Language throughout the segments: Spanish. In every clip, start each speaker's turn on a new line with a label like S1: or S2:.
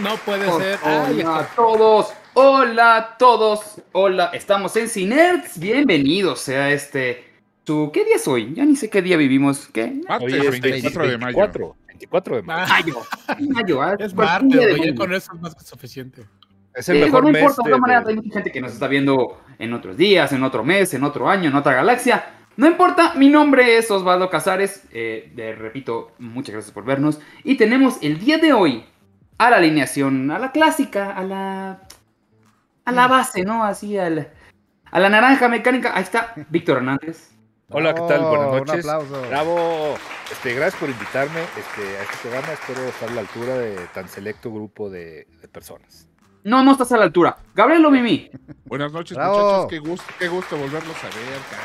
S1: No puede ser. Ay,
S2: Hola a todos, hola a todos, hola, estamos en Cinerts, bienvenidos a este... su- ¿Qué día es hoy? Ya ni sé qué día vivimos, ¿qué?
S3: Martes,
S4: Hoy es
S3: 24 de mayo.
S4: 24, 24 este, de mayo.
S1: ah,
S2: Mayo, mayo, ah,
S1: es
S2: cualquier
S1: martes,
S2: día de
S1: güey, ya
S2: mayo.
S1: con eso es más que suficiente.
S4: Es
S2: Eh,
S4: el
S2: digo,
S4: mejor
S2: no
S4: mes.
S2: importa, de
S4: de-
S2: todas maneras hay mucha gente que nos está viendo en otros días, en otro mes, en otro año, en otra galaxia. No importa, mi nombre es Osvaldo Casares. eh, de- repito, muchas gracias por vernos. Y tenemos el día de hoy a la alineación, a la clásica, a la. a la base, ¿no? Así, al, a la naranja mecánica. Ahí está Víctor Hernández.
S4: Hola, ¿qué tal? Buenas
S3: Oh,
S4: noches.
S3: Un aplauso.
S4: Bravo. Este, gracias por invitarme este, a este programa. Espero estar a la altura de tan selecto grupo de, de personas.
S2: No, no estás a la altura. Gabriel Mimi.
S3: Buenas noches,
S5: Bravo.
S3: muchachos. Qué gusto, qué gusto volverlos a ver.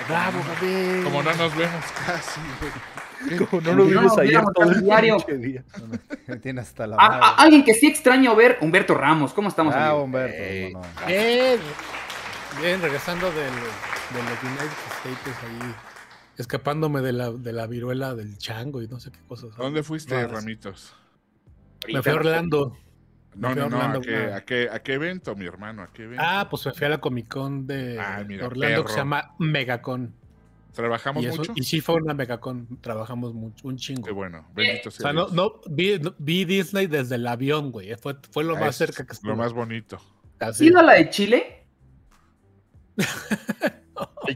S3: caray, como no-
S4: Gabriel.
S3: Como no nos vemos casi, güey.
S4: Como no lo
S2: No
S4: vimos
S2: nos
S4: ayer
S2: viéramos
S4: todo
S2: tan
S4: el
S2: diario.
S4: pinche día.
S5: Me tiene hasta la madre.
S2: A- a- alguien que sí extraño ver, Humberto Ramos. ¿Cómo Ah, estamos?
S5: Bravo,
S2: amigo?
S5: Humberto,
S4: Ey.
S5: cómo no.
S1: Bien, bien, regresando del, de los United States ahí, escapándome de la, de la viruela del chango y no sé qué cosas.
S3: ¿Dónde fuiste,
S1: Raras.
S3: Ramitos?
S1: Me fui a Orlando.
S3: No,
S1: fui
S3: no,
S1: a
S3: no.
S1: Orlando,
S3: ¿A qué,
S1: ah.
S3: a, qué, ¿A qué evento, mi hermano? ¿A qué evento?
S1: Ah, pues me fui a la Comic Con de
S3: Ah, mira,
S1: Orlando que
S3: perro.
S1: se llama Megacon.
S3: ¿Trabajamos
S1: Y, eso-
S3: mucho?
S1: y sí fue una Megacon, trabajamos mucho, un chingo.
S3: Qué bueno. Bendito
S1: O
S3: sea.
S1: sea, no,
S3: Dios.
S1: no, vi, no- vi Disney desde el avión, güey. Fue, fue lo
S3: Ah,
S1: más
S3: es
S1: cerca que estuve.
S3: Lo más bonito.
S2: ¿Has ido a la de Chile?
S4: El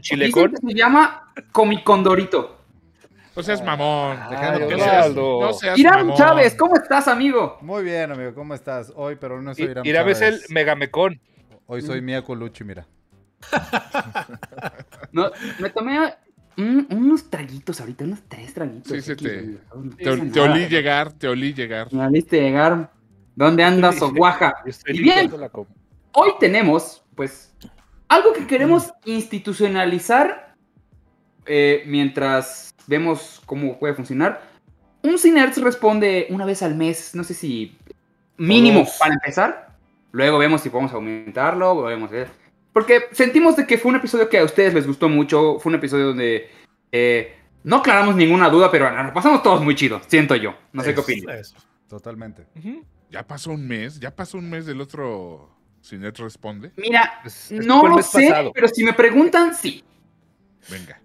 S2: Dicen
S4: chilecón.
S2: que se llama Comicondorito.
S3: No seas Pues mamón.
S4: Ay,
S3: dejando que
S4: Osvaldo.
S3: seas- no seas
S2: Irán
S3: mamón.
S2: Chávez, ¿cómo estás, amigo?
S5: Muy bien, amigo, ¿cómo estás? Hoy, pero no soy Irán
S4: Y a veces
S5: Chávez.
S4: el megamecón.
S5: Hoy soy Mia Colucci, mira.
S2: No, me tomé un- unos traguitos ahorita, unos tres traguitos.
S3: Sí, se
S2: Aquí,
S3: te-
S2: güey.
S3: Te, te olí llegar, te olí llegar.
S2: Me oliste llegar. ¿Dónde andas, Oaxaca?
S4: Yo estoy
S2: Y bien.
S4: limpiando la copa.
S2: Hoy tenemos, pues, algo que queremos institucionalizar eh, mientras vemos cómo puede funcionar. Un Cinerts responde una vez al mes, no sé si mínimo
S4: O dos.
S2: para empezar. Luego vemos si podemos aumentarlo, o vemos, eh, porque sentimos de que fue un episodio que a ustedes les gustó mucho, fue un episodio donde eh, no aclaramos ninguna duda, pero nos pasamos todos muy chido, siento yo. No sé qué
S1: Eso,
S2: opinan.
S1: eso.
S5: Totalmente.
S4: Ujú.
S3: Ya pasó un mes, ya pasó un mes del otro Cinet Responde.
S2: Mira,
S4: Pues, este
S2: no
S4: fue el
S2: lo
S4: mes
S2: sé,
S4: pasado.
S2: pero si me preguntan, sí.
S3: Venga,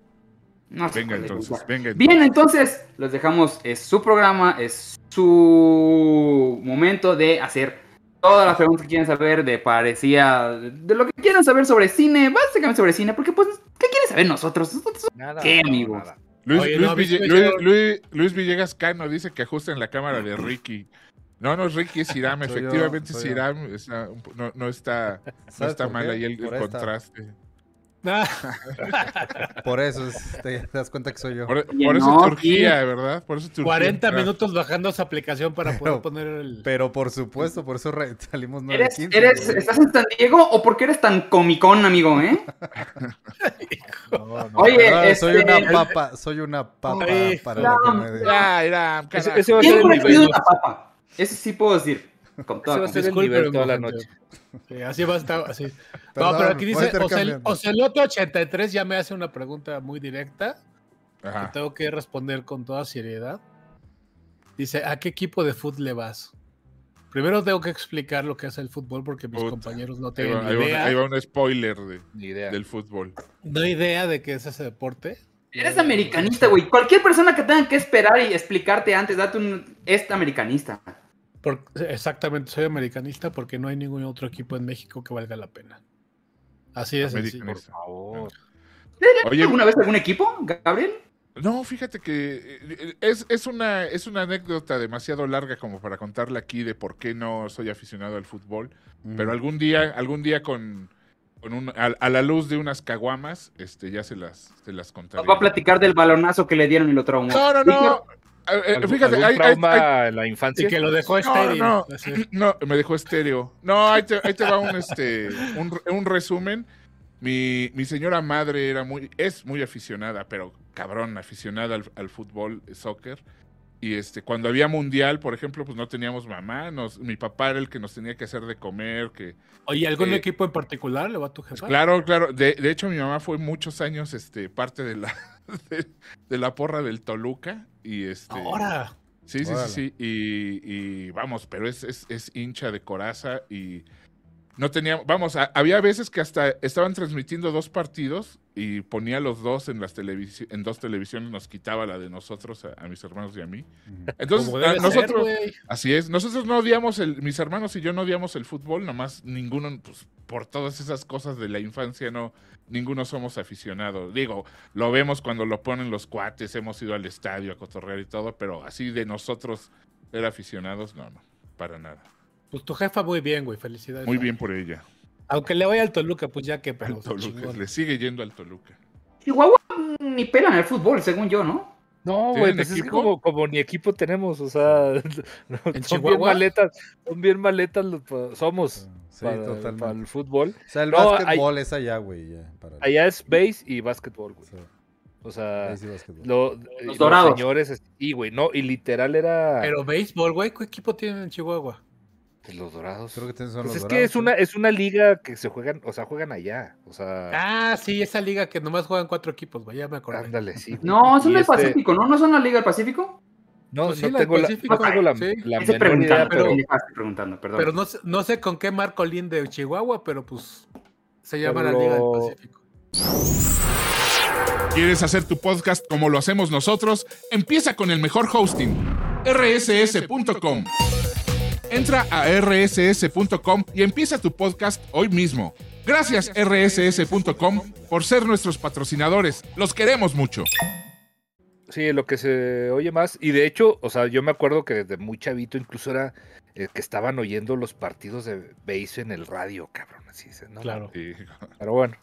S2: No sé
S3: venga
S2: cuál les gusta.
S3: entonces, venga entonces.
S2: Bien, entonces los dejamos. Es su programa, es su momento de hacer todas las preguntas que quieran saber de parecía, de lo que quieran saber sobre cine, básicamente sobre cine, porque pues, ¿qué quieren saber nosotros? Nosotros
S4: Nada,
S2: ¿Qué,
S4: no,
S2: amigos?
S4: nada.
S3: Luis,
S1: Oye,
S3: Luis
S1: no,
S3: Ville-
S1: ¿viste
S3: Luis-
S1: eso?
S3: Luis- Luis Villegas Cano dice que ajusten la cámara de Ricky. No, no es Ricky, es Hiram.
S5: Soy yo,
S3: Efectivamente es
S5: soy yo.
S3: Hiram. está un po- no, no está, no
S5: ¿Sabes
S3: está
S5: por
S3: mal
S5: qué?
S3: ahí el, el
S5: por esta.
S3: contraste.
S1: Ah,
S5: Por eso es- te, te das cuenta que soy yo.
S3: Por,
S2: Oye,
S3: por eso
S2: no,
S3: Turquía, ¿verdad? Por eso Turquía. Ah.
S1: 40
S3: entra.
S1: minutos bajando esa aplicación para poder
S5: Pero-
S1: poner el.
S5: Pero por supuesto, por eso re- salimos 9
S2: ¿Eres, eres, ¿Estás en San Diego o por qué eres tan comicón, amigo? ¿eh? Oye,
S5: soy
S2: este-
S5: una papa, soy una papa
S1: Ay,
S5: para la
S2: no,
S5: comedia.
S3: Ya, Hiram,
S4: Ese,
S3: Ah, carajo.
S4: ese va a ser el
S2: Siempre he sido
S4: nivel.
S2: una papa. Eso sí puedo decir. Con toda
S4: Ese va a ser el
S1: Disculpe,
S4: nivel toda la
S1: gente.
S4: noche.
S1: Sí, así va a estar. Así.
S5: Perdón,
S1: no, pero aquí
S5: voy a
S1: dice
S5: estar
S1: Ocel-
S5: cambiando.
S1: Ocelote83 ya me hace una pregunta muy directa que
S3: Ajá.
S1: tengo que responder con toda seriedad. Dice, ¿a qué equipo de fútbol le vas? Primero tengo que explicar lo que es el fútbol porque mis
S3: Puta.
S1: compañeros no
S3: Ahí
S1: tienen
S3: va, ahí va un-
S1: idea,
S3: ahí va un spoiler de-
S4: Ni idea.
S3: del fútbol.
S1: no idea de qué es ese deporte.
S2: Eres americanista, güey. Cualquier persona que tenga que esperar y explicarte antes, date un... Es americanista.
S1: Por- exactamente, soy americanista porque no hay ningún otro equipo en México que valga la pena. Así es.
S4: Por
S3: Americanista.
S4: favor.
S3: Oye,
S2: ¿Alguna vez algún equipo, Gabriel?
S3: No, fíjate que eh, eh, es, es, una, es una anécdota demasiado larga como para contarla aquí de por qué no soy aficionado al fútbol.
S5: Mm.
S4: Mm.
S3: Pero algún día, algún día con, con un, a, a la luz de unas caguamas, este, ya se las, se las contaré.
S2: Nos va a platicar del balonazo que le dieron y lo traumó.
S3: No, no, no. Eh, eh,
S4: ¿Algún-
S3: Fíjate,
S4: algún
S3: hay, hay-
S4: trauma en la
S1: Y
S4: infancia?
S1: que lo dejó
S3: No,
S1: estéril.
S3: no.
S1: Así es.
S3: hay- no, me dejó estéreo. No, ahí te, ahí te va un, este, un, re- un resumen. Mi, mi señora madre era muy, es muy aficionada, pero cabrón, aficionada al, al fútbol, eh, soccer. Y este, cuando había mundial, por ejemplo, pues no teníamos mamá, nos, mi papá era el que nos tenía que hacer de comer, que
S1: Oye, ¿algún
S3: Eh,
S1: equipo en particular le va a tu jefa?
S3: Pues Claro, claro. De, de hecho, mi mamá fue muchos años este, parte de la, de, de la porra del Toluca. Y este.
S1: Ahora.
S3: Sí, sí, sí,
S5: Órale.
S3: sí. Y, y vamos, pero es, es- es hincha de coraza y no tenía, vamos, a- había veces que hasta estaban transmitiendo dos partidos y ponía los dos en las televisi- en dos televisiones, nos quitaba la de nosotros, a, a mis hermanos y a mí.
S5: Ujú.
S3: Entonces,
S1: Como
S3: Pues, a-
S1: debe ser,
S3: nosotros,
S1: güey.
S3: así es, nosotros no odiamos el, mis hermanos y yo no odiamos el fútbol, nomás ninguno, pues, por todas esas cosas de la infancia, no, ninguno somos aficionados. Digo, lo vemos cuando lo ponen los cuates, hemos ido al estadio a cotorrear y todo, pero así de nosotros ser aficionados, no, no, para nada.
S1: Pues tu jefa muy bien, güey. Felicidades.
S3: Muy bien por ella.
S1: Aunque le vaya al Toluca, pues ya que, pero.
S3: Al
S1: o sea,
S3: Toluca,
S1: chingón.
S3: le sigue yendo al Toluca.
S2: Chihuahua ni pelan el fútbol, según yo, ¿no?
S4: No,
S3: ¿Tienen
S4: güey, pues es que
S3: equipo?
S4: como, como ni equipo tenemos, o sea, no, son bien
S1: Chihuahua?
S4: maletas, son bien maletas los pa- somos
S5: Sí,
S4: para,
S5: totalmente.
S4: para el fútbol.
S5: O sea, el
S4: No,
S5: básquetbol es allá, güey. ya, para-
S4: Allá es base y básquetbol, güey.
S5: Sí,
S4: O sea,
S5: ahí sí básquetbol.
S4: lo- y
S2: dorados.
S4: señores, es- y güey, no, y literal era
S1: Pero béisbol, güey. ¿Qué equipo tienen en Chihuahua?
S4: pues, los dorados.
S5: Creo que tienes son
S4: Pues es
S5: los
S4: que
S5: dorados,
S4: es una,
S5: ¿no?
S4: es una liga que se juegan, o sea, juegan allá. O sea,
S1: Ah, sí, esa liga que nomás juegan cuatro equipos, güey. Ya me acordé.
S4: ándale, sí. güey.
S2: No, son
S4: Y
S2: del
S4: este-
S2: Pacífico, ¿no? ¿No son la Liga del Pacífico?
S4: No,
S1: Pues sí,
S4: no
S1: la del
S4: tengo la,
S1: Pacífico,
S4: no tengo la-
S1: sí.
S4: la
S2: Ese
S4: menor idea,
S2: preguntando,
S4: pero
S2: me dejaste preguntando, perdón.
S1: Pero no, sé- no sé con qué marco Lin de Chihuahua, pero pues se llama la
S4: Pero-
S1: Liga del Pacífico.
S3: ¿Quieres hacer tu podcast como lo hacemos nosotros? Empieza con el mejor hosting, rss.com. Entra a rss.com y empieza tu podcast hoy mismo. Gracias rss.com por ser nuestros patrocinadores. Los queremos mucho.
S4: sí, lo que se oye más. Y de hecho, o sea, yo me acuerdo que desde muy chavito incluso era eh, que estaban oyendo los partidos de base en el radio, cabrón. Así dices, ¿no?
S1: Claro.
S4: Pero bueno,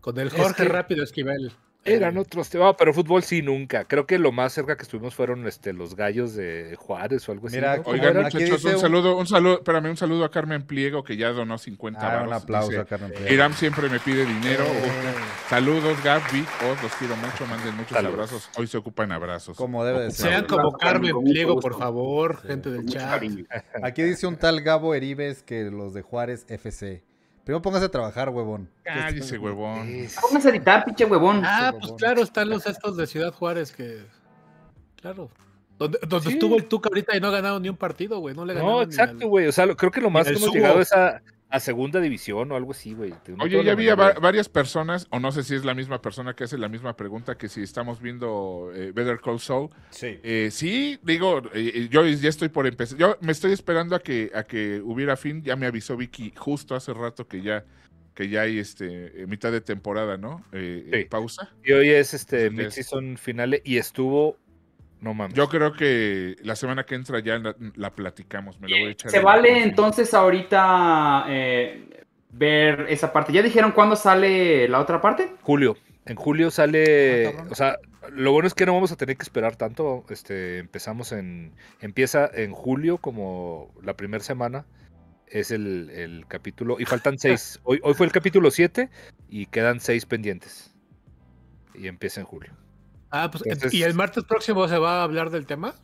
S1: Con el
S4: Es
S1: Jorge
S4: que-
S1: Rápido Esquivel.
S4: eran
S1: Eh,
S4: otros temas, pero fútbol sí nunca. Creo que lo más cerca que estuvimos fueron este, los gallos de Juárez o algo así.
S5: Mira,
S4: ¿no? ¿Cómo
S3: Oigan,
S4: era?
S5: Aquí
S3: muchachos,
S5: dice
S3: un
S5: un-
S3: saludo, un saludo, espérame, un saludo a Carmen Pliego que ya donó 50
S5: Ah, un
S3: varos.
S5: aplauso Eh.
S3: Dice,
S5: a Carmen Pérez.
S3: Irán siempre me pide dinero. Saludos, Gab, Vic, os los quiero mucho, manden muchos
S4: Saludos.
S3: abrazos. Hoy se ocupan abrazos.
S5: Como debe de ser.
S1: Sean
S5: güey.
S1: como Carmen
S2: Con mucho
S1: Pliego,
S2: gusto.
S1: por favor,
S5: Sí.
S1: gente del
S2: Con mucho
S1: chat.
S2: cariño.
S5: Aquí dice un tal Gabo Heribes que los de Juárez FC. Primero póngase a trabajar, huevón.
S3: Cállese, huevón.
S4: Es-
S2: Póngase a editar, pinche huevón.
S1: Ah,
S5: Ese
S1: pues
S5: bobón.
S1: claro, están los estos de Ciudad Juárez que. Claro. Donde, donde estuvo el Tuca ahorita y no ganaron ni un partido, güey. No le ganaron.
S4: No,
S1: ni
S4: exacto,
S1: al-
S4: güey. O sea, lo- creo que lo más que
S1: el
S4: hemos
S1: Subo.
S4: llegado es a, a segunda división o algo así, güey. De un
S3: Oye,
S4: toda
S3: ya
S4: la
S3: vi a va-
S4: manera.
S3: varias personas, o no sé si es la misma persona que hace la misma pregunta que si estamos viendo eh, Better Call Saul.
S5: Sí.
S3: Eh, sí, digo, eh, eh, yo ya estoy por empezar. Yo me estoy esperando a que, a que hubiera fin. Ya me avisó Vicky justo hace rato que ya, que ya hay este, eh, mitad de temporada, ¿no? Eh, eh,
S4: Sí.
S3: Pausa.
S4: Y hoy es este
S3: Así es.
S4: mid-season finale y estuvo. No mames.
S3: Yo creo que la semana que entra ya la, la platicamos. Me la voy a echar
S2: ¿Se
S3: en-
S2: vale entonces ahorita eh, ver esa parte? ¿Ya dijeron cuándo sale la otra parte?
S4: Julio. En julio sale.
S5: Ah, cabrón.
S4: o sea, lo bueno es que no vamos a tener que esperar tanto. Este, empezamos en. Empieza en julio, como la primera semana. Es el, el capítulo. Y faltan seis. Hoy, hoy fue el capítulo siete y quedan seis pendientes. Y empieza en julio.
S1: Ah, pues,
S4: Entonces-
S1: ¿y el martes próximo se va a hablar del tema?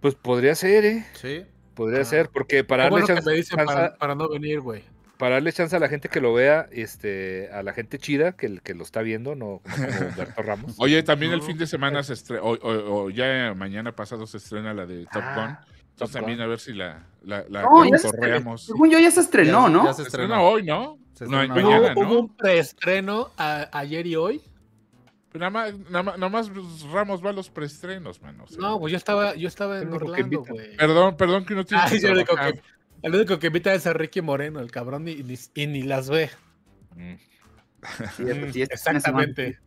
S4: Pues podría ser, ¿eh?
S5: Sí.
S4: Podría
S1: Ah.
S4: ser, porque
S1: Qué
S4: para darle,
S1: bueno que
S4: chance,
S1: me dicen
S4: chance-
S1: para, para no venir, güey.
S4: para darle chance a la gente que lo vea, este, a la gente chida que, que lo está viendo, no no como Humberto Ramos.
S3: Oye, también el
S1: No.
S3: fin de semana se estrena, o, o- o ya mañana pasado se estrena la de Top Gun.
S4: Ah,
S3: Entonces
S4: Top
S3: también
S4: Gun.
S3: a ver si la, la, la
S2: No, ya se
S3: cotorreamos.
S2: Según yo ya se estrenó,
S5: Ya-
S2: ¿no?
S5: ya se
S3: Se
S5: estrenó.
S3: estrena hoy, ¿no?
S5: Se
S3: No,
S5: estrena
S1: Hubo-
S3: mañana,
S1: hubo,
S3: ¿no?
S1: un preestreno a- ayer y hoy.
S3: Pero nada más, nada más- nada más Ramos va a los preestrenos, mano. o sea.
S1: No, pues yo estaba, yo estaba en
S4: Lo único que
S1: Orlando,
S4: invitan.
S1: güey.
S3: Perdón, perdón que no tiene
S1: Ah,
S3: que
S1: sí, lo único
S3: trabajar.
S1: El único que invita es a Ricky Moreno, el cabrón, y, ni- y ni las ve.
S4: Mm.
S2: Sí, es- sí, es-
S1: Exactamente.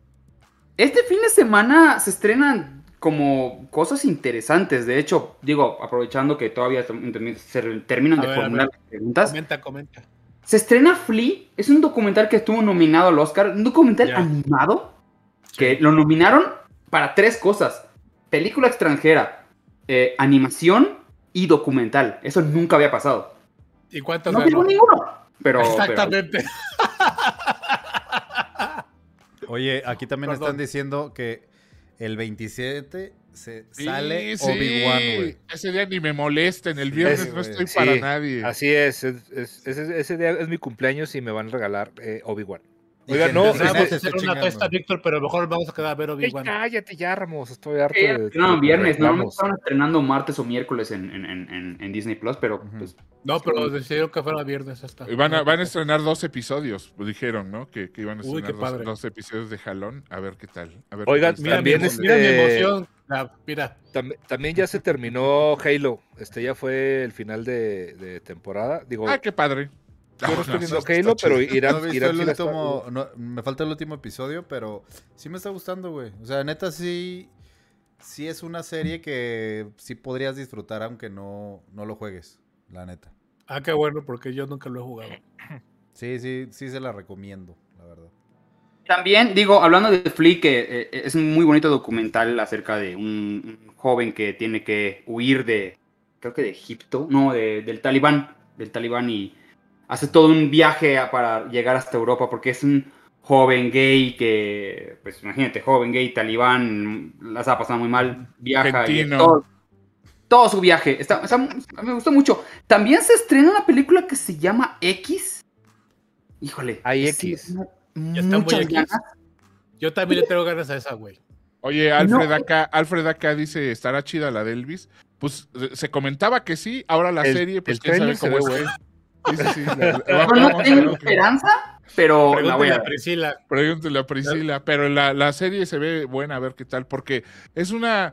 S2: Este fin de semana se estrenan como cosas interesantes. De hecho, digo, aprovechando que todavía tam- tam- se re- terminan
S1: A
S2: de
S1: ver, a
S2: formular
S1: ver.
S2: las preguntas.
S1: Comenta, comenta.
S2: Se estrena Flea. Es un documental que estuvo nominado al Oscar. Un documental
S1: Ya.
S2: animado que lo nominaron para tres cosas. Película extranjera, eh, animación y documental. Eso nunca había pasado.
S1: ¿Y cuántos
S2: no
S1: ganó?
S2: llegó ninguno. Pero, pero-
S1: Exactamente.
S5: Oye, aquí también
S1: Perdón.
S5: están diciendo que el 27 se
S3: Sí,
S5: sale
S3: sí.
S5: Obi-Wan, güey.
S3: Ese día ni me molesten. El
S5: Sí,
S3: viernes
S4: güey.
S3: no estoy
S4: Sí.
S3: para nadie.
S4: Así es, es- es- es- ese día es mi cumpleaños y me van a regalar eh, Obi-Wan. Oiga,
S5: Dije,
S4: no,
S5: "Nada
S1: Vamos
S4: este-
S5: más
S1: a
S5: te
S1: hacer
S5: estoy
S1: una
S5: chingando".
S1: tosta, Víctor, pero mejor vamos a quedar a ver
S4: Ey,
S1: Obi-Wan.
S4: cállate ya, Ramos, estoy harto
S2: Sí,
S4: de...
S2: estrenaban viernes, normalmente
S4: reclamos.
S2: estaban estrenando martes o miércoles en, en- en- en- en Disney Plus, pero
S5: Ujú.
S2: pues,
S1: No, pero decidieron que fuera viernes hasta.
S3: Y Van a, van a estrenar dos episodios, dijeron, ¿no? Que, que iban a
S1: Uy, qué
S3: estrenar dos,
S1: padre.
S3: dos episodios de jalón. A ver qué tal. A ver
S4: Oigan,
S3: qué tal
S1: Mira,
S3: está.
S4: También
S1: mi, emo-
S4: este-
S1: mira mi emoción. La- mira,
S4: Tam- también ya se terminó Halo. Este ya fue el final de, de temporada. Digo,
S3: Ah, qué padre.
S4: yo no estoy
S3: Está
S4: viendo Halo,
S3: chido.
S4: pero Irán,
S5: No he visto
S4: Irán
S5: el
S4: sí la está-
S5: último- no, me falta el último episodio, pero sí me está gustando, güey. O sea, neta, sí, sí es una serie que sí podrías disfrutar aunque no, no lo juegues, la neta.
S1: ah, qué bueno, porque yo nunca lo he jugado.
S5: Sí, sí, sí se la recomiendo, la verdad.
S2: También, digo, hablando de Flea, que eh, eh, es un muy bonito documental acerca de un, un joven que tiene que huir de, creo que de Egipto, no, de- del Talibán, del Talibán y hace todo un viaje a- para llegar hasta Europa porque es un joven gay que, pues imagínate, joven gay, talibán, las ha pasado muy mal, viaja y
S3: Argentino.
S2: todo, todo su viaje. Está, está- me gustó mucho. También se estrena una película que se llama X. Híjole.
S4: Hay
S2: es-
S4: X.
S1: Ya está muy
S2: muchas
S1: X.
S2: ganas.
S1: Yo también le tengo ganas a esa, güey.
S3: Oye, Alfred, acá, Alfred acá dice, ¿estará chida la de Elvis? Pues eh, se comentaba que sí, ahora la
S4: El-
S3: serie, pues
S4: el
S3: quién
S4: trailer
S3: sabe
S4: se
S3: cómo
S4: ve
S3: es. que- Sí, sí, sí, la- la-
S2: Yo
S3: vamos
S2: no
S3: a
S2: tengo
S3: ver qué-
S2: esperanza, pero Oh, la voy
S1: Pregúntale
S2: a
S1: a
S2: ver.
S1: Priscila.
S3: Pregúntale a Priscila, pero la, la serie se ve buena, a ver qué tal, porque es una...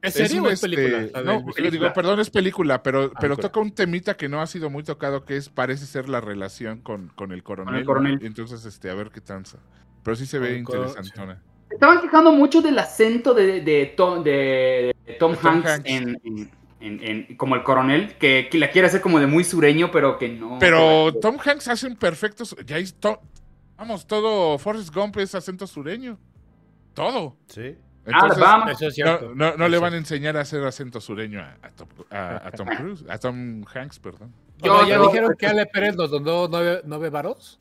S1: ¿Es serie
S3: un,
S1: o es
S3: este,
S1: película? La de-
S3: no,
S1: película.
S3: digo, perdón, es película, pero, pero
S4: película.
S3: toca un temita que no ha sido muy tocado, que es parece ser la relación con, con el coronel.
S2: coronel.
S3: Entonces, este, a ver qué tranza. Pero sí se
S1: Con
S3: ve
S1: el coro-
S3: interesantona.
S2: Me Estaban quejando mucho del acento de, de Tom, de- de Tom
S3: De Tom
S2: Hanks,
S3: Hanks.
S2: En, en- en- en- como el coronel, que, que la quiere hacer como de muy sureño, pero que no.
S3: Pero Tom Hanks hace un perfecto. su- Ya es to- vamos, todo Forrest Gump es acento sureño. Todo.
S5: Sí.
S3: Entonces,
S2: Alabama.
S1: Eso es
S3: no,
S1: cierto.
S3: no- no le
S1: Eso.
S3: van a enseñar a hacer acento sureño a, a Tom, a- a Tom Cruise, a Tom Hanks, perdón.
S2: Yo-
S1: Oye, ya
S2: yo-
S1: dijeron que Ale Pérez nos donó nueve, nueve varos.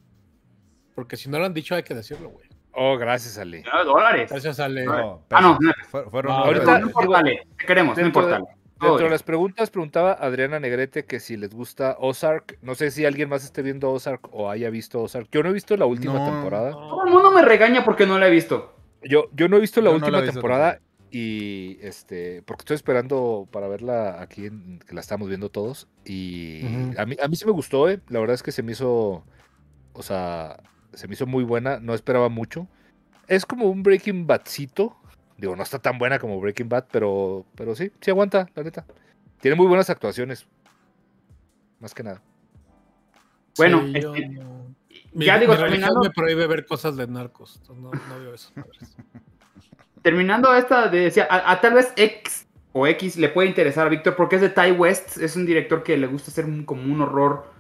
S1: Porque si no lo han dicho, hay que decirlo, güey.
S4: Oh, gracias, Ale.
S2: No, dólares.
S1: Gracias, Ale.
S5: No,
S2: Ah, no,
S5: pesos.
S2: no.
S5: Fue- fueron
S1: No,
S5: nueve
S2: No,
S4: ahorita-
S5: pesos.
S2: no importa, Ale, te queremos, no
S4: Dentro de-
S2: importa. Ale. Todo
S4: Dentro de
S2: bien.
S4: las preguntas preguntaba Adriana Negrete que si les gusta Ozark. No sé si alguien más esté viendo Ozark o haya visto Ozark. Yo no he visto la última
S5: No.
S4: temporada.
S2: Todo el mundo me regaña porque no la he visto.
S4: Yo, yo no he visto la
S5: Yo no la
S4: última
S5: he visto
S4: temporada y este porque estoy esperando para verla aquí en- que la estamos viendo todos y
S1: Ujú.
S4: a mí a mí sí me gustó, eh. la verdad es que se me hizo o sea, se me hizo muy buena, no esperaba mucho. Es como un Breaking Badcito. Digo, no está tan buena como Breaking Bad, pero pero sí, sí aguanta, la neta. Tiene muy buenas actuaciones. Más que nada.
S2: Bueno,
S1: Sí, yo
S2: este,
S1: no- Mi,
S2: ya digo,
S1: mi religión
S2: terminando,
S1: me prohíbe ver cosas de narcos. Entonces, No, no veo eso. madres.
S2: terminando esta, de- decía, a, a tal vez X o X le puede interesar a Víctor porque es de Ty West, es un director que le gusta hacer un- como un horror,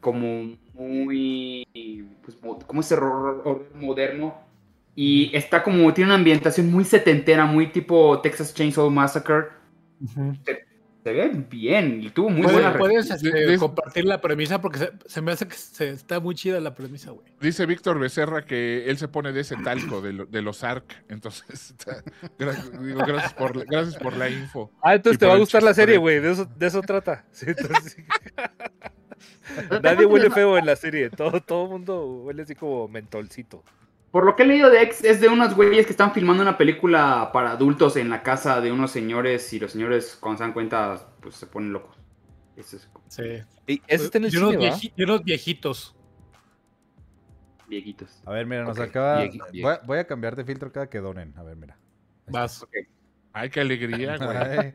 S2: como muy, pues, mo- como ese horror, horror moderno. Y está como, tiene una ambientación muy setentera, muy tipo Texas Chainsaw Massacre. Se ve bien y tuvo muy
S1: ¿Puedes,
S2: buena re-
S1: puedes,
S3: de-
S1: este,
S3: de-
S1: compartir la premisa? Porque se, se me hace que se, está muy chida la premisa, güey.
S3: Dice Víctor Becerra que él se pone de ese talco de, lo- de los ARC. Entonces, está- gra- digo, gracias, por, la- gracias por la info.
S4: Ah, entonces
S3: Y
S4: te
S3: por
S4: va a
S3: el
S4: gustar la serie, güey.
S3: chistorete.
S4: De eso, de eso trata. Sí, entonces, sí. Nadie huele feo en la serie. Todo, todo mundo huele así como mentolcito.
S2: Por lo que he leído de X, es de unos güeyes que están filmando una película para adultos en la casa de unos señores y los señores cuando se dan cuenta, pues se ponen locos. Eso es como
S1: Sí.
S4: Y ese está en el
S1: y, unos
S4: cine, ¿verdad?
S1: vieji- y unos viejitos.
S2: vieguitos.
S5: A ver, mira, nos
S4: Ok,
S5: acaba.
S4: llegué, llegué.
S5: Voy, a, voy a cambiar de filtro cada que donen. A ver, mira.
S1: Vas.
S3: Ay, qué alegría, güey.
S5: Ay,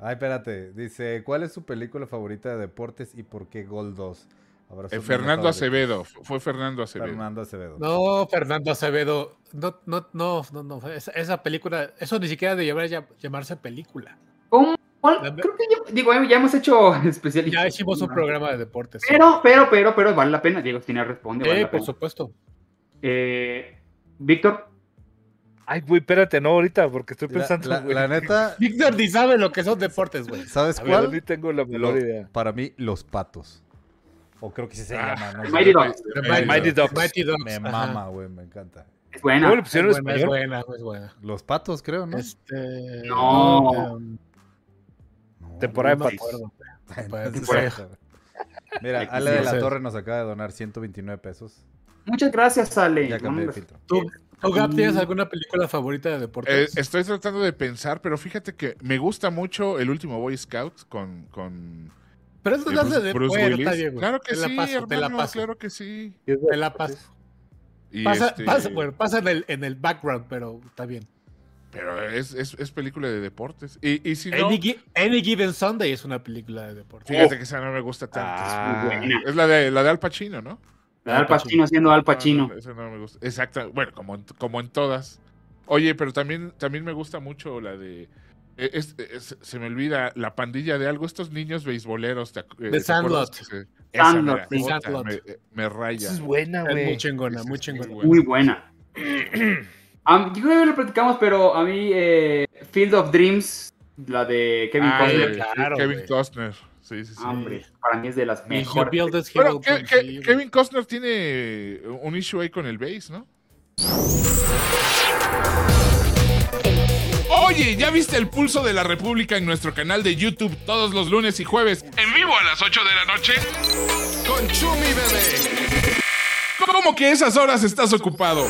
S5: Ay, espérate. Dice, ¿cuál es su película favorita de deportes y por qué Gol 2? Abrazo,
S3: Eh,
S5: mis
S3: Fernando
S5: favoritos.
S3: Acevedo. Fue Fernando Acevedo.
S5: Fernando Acevedo.
S1: No, Fernando Acevedo. No, no, no, no, no. Esa, esa película, eso ni siquiera debería llam- llamarse película.
S2: ¿Cómo? ¿Cuál?
S1: La-
S2: Creo que ya, digo, eh, ya hemos hecho especial.
S1: Ya hicimos un programa de deportes. sí.
S2: Pero, pero, pero, pero, vale la pena. Diego Estina responde, vale
S1: Eh,
S2: la
S1: por
S2: pena.
S1: supuesto.
S2: Eh, Víctor,
S4: Ay, güey, espérate, no ahorita, porque estoy
S5: La-
S4: pensando.
S5: la,
S4: güey.
S5: la neta,
S1: Víctor ni sabe lo que son deportes, güey.
S5: ¿sabes
S4: A ver,
S5: cuál?
S4: ni tengo la menor
S5: Lo-
S4: idea.
S5: Para mí, Los Patos. O creo que sí se
S3: Ah,
S5: llama. No
S2: Mighty
S5: sé.
S2: Dogs.
S3: Mighty
S4: Mighty Dogs.
S1: Mighty Ah, Dogs.
S5: Me
S1: ajá.
S5: mama, güey, me encanta.
S2: Es
S4: ¿Cómo le
S2: buena.
S1: Es
S4: pusieron en
S1: buena, es
S4: español?
S1: buena, es buena.
S5: Los Patos, creo, ¿no?
S1: Este,
S2: No.
S1: em,
S5: No,
S4: Temporada de
S1: no me
S4: patos.
S1: acuerdo.
S5: güey,
S1: Pues,
S5: no
S1: güey.
S5: sé. Mira,
S2: Ay,
S5: Ale de
S1: no
S5: la
S1: sé.
S5: Torre nos acaba de donar 129 pesos.
S2: Muchas gracias, Ale.
S5: Ya cambié de
S2: Vámonos.
S5: filtro.
S1: ¿Tú, tú, Gab, tienes
S2: Mm.
S1: alguna película favorita de
S3: Eh,
S1: deportes?
S3: estoy tratando de pensar, pero fíjate que me gusta mucho el último Boy Scout con. con
S1: Pero eso
S3: eh,
S1: te hace de bueno, está bien, güey.
S3: Claro que
S1: te la
S3: sí,
S1: paso, te la
S3: hermano,
S1: paso.
S3: claro que sí.
S1: Te la paso.
S3: Y
S1: Pasa,
S3: este,
S1: pasa, bueno, pasa en, el, en el background, pero está bien.
S3: Pero es, es, es película de deportes. Y, y si no,
S1: Any, Gi- Any Given Sunday es una película de deportes.
S2: Oh,
S3: fíjate que esa no me gusta tanto.
S4: Ah,
S2: muy buena.
S3: Es la de, la de Al Pacino, ¿no?
S2: La de Al Pacino haciendo Al Pacino.
S3: No,
S5: Ah,
S3: no, esa no me gusta. Exacto. Bueno, como en, como en todas. Oye, pero también, también me gusta mucho la de. eh, es- es- se me olvida la pandilla de algo, estos niños beisboleros. ¿te ac- eh,
S1: De
S3: te
S1: Sandlot.
S3: acuerdas que se- esa,
S2: Sandlot,
S3: mira,
S2: sí.
S3: puta,
S1: Sandlot.
S3: Me, eh, me raya.
S4: esa es buena,
S1: es
S4: güey.
S1: muy chingona,
S3: Esa
S1: muy
S3: es
S1: chingona.
S3: buena.
S2: Muy buena. Am- yo creo que ya lo platicamos, pero a mí eh, Field of Dreams, la de Kevin
S3: Ah,
S2: Costner,
S3: eh,
S1: claro,
S3: Kevin
S1: güey.
S3: Costner. Sí, sí, sí.
S2: hombre, para mí es de las
S1: Y
S2: mejores.
S1: Build This
S3: Bueno,
S1: Hero
S3: Ke-
S1: con-
S3: Ke-
S1: sí, güey.
S3: Kevin Costner tiene un issue ahí con el bass, ¿no? Oye, ¿ya viste el pulso de la República en nuestro canal de YouTube todos los lunes y jueves? En vivo a las 8 de la noche. Con Chumi Bebé. ¿Cómo que esas horas estás ocupado?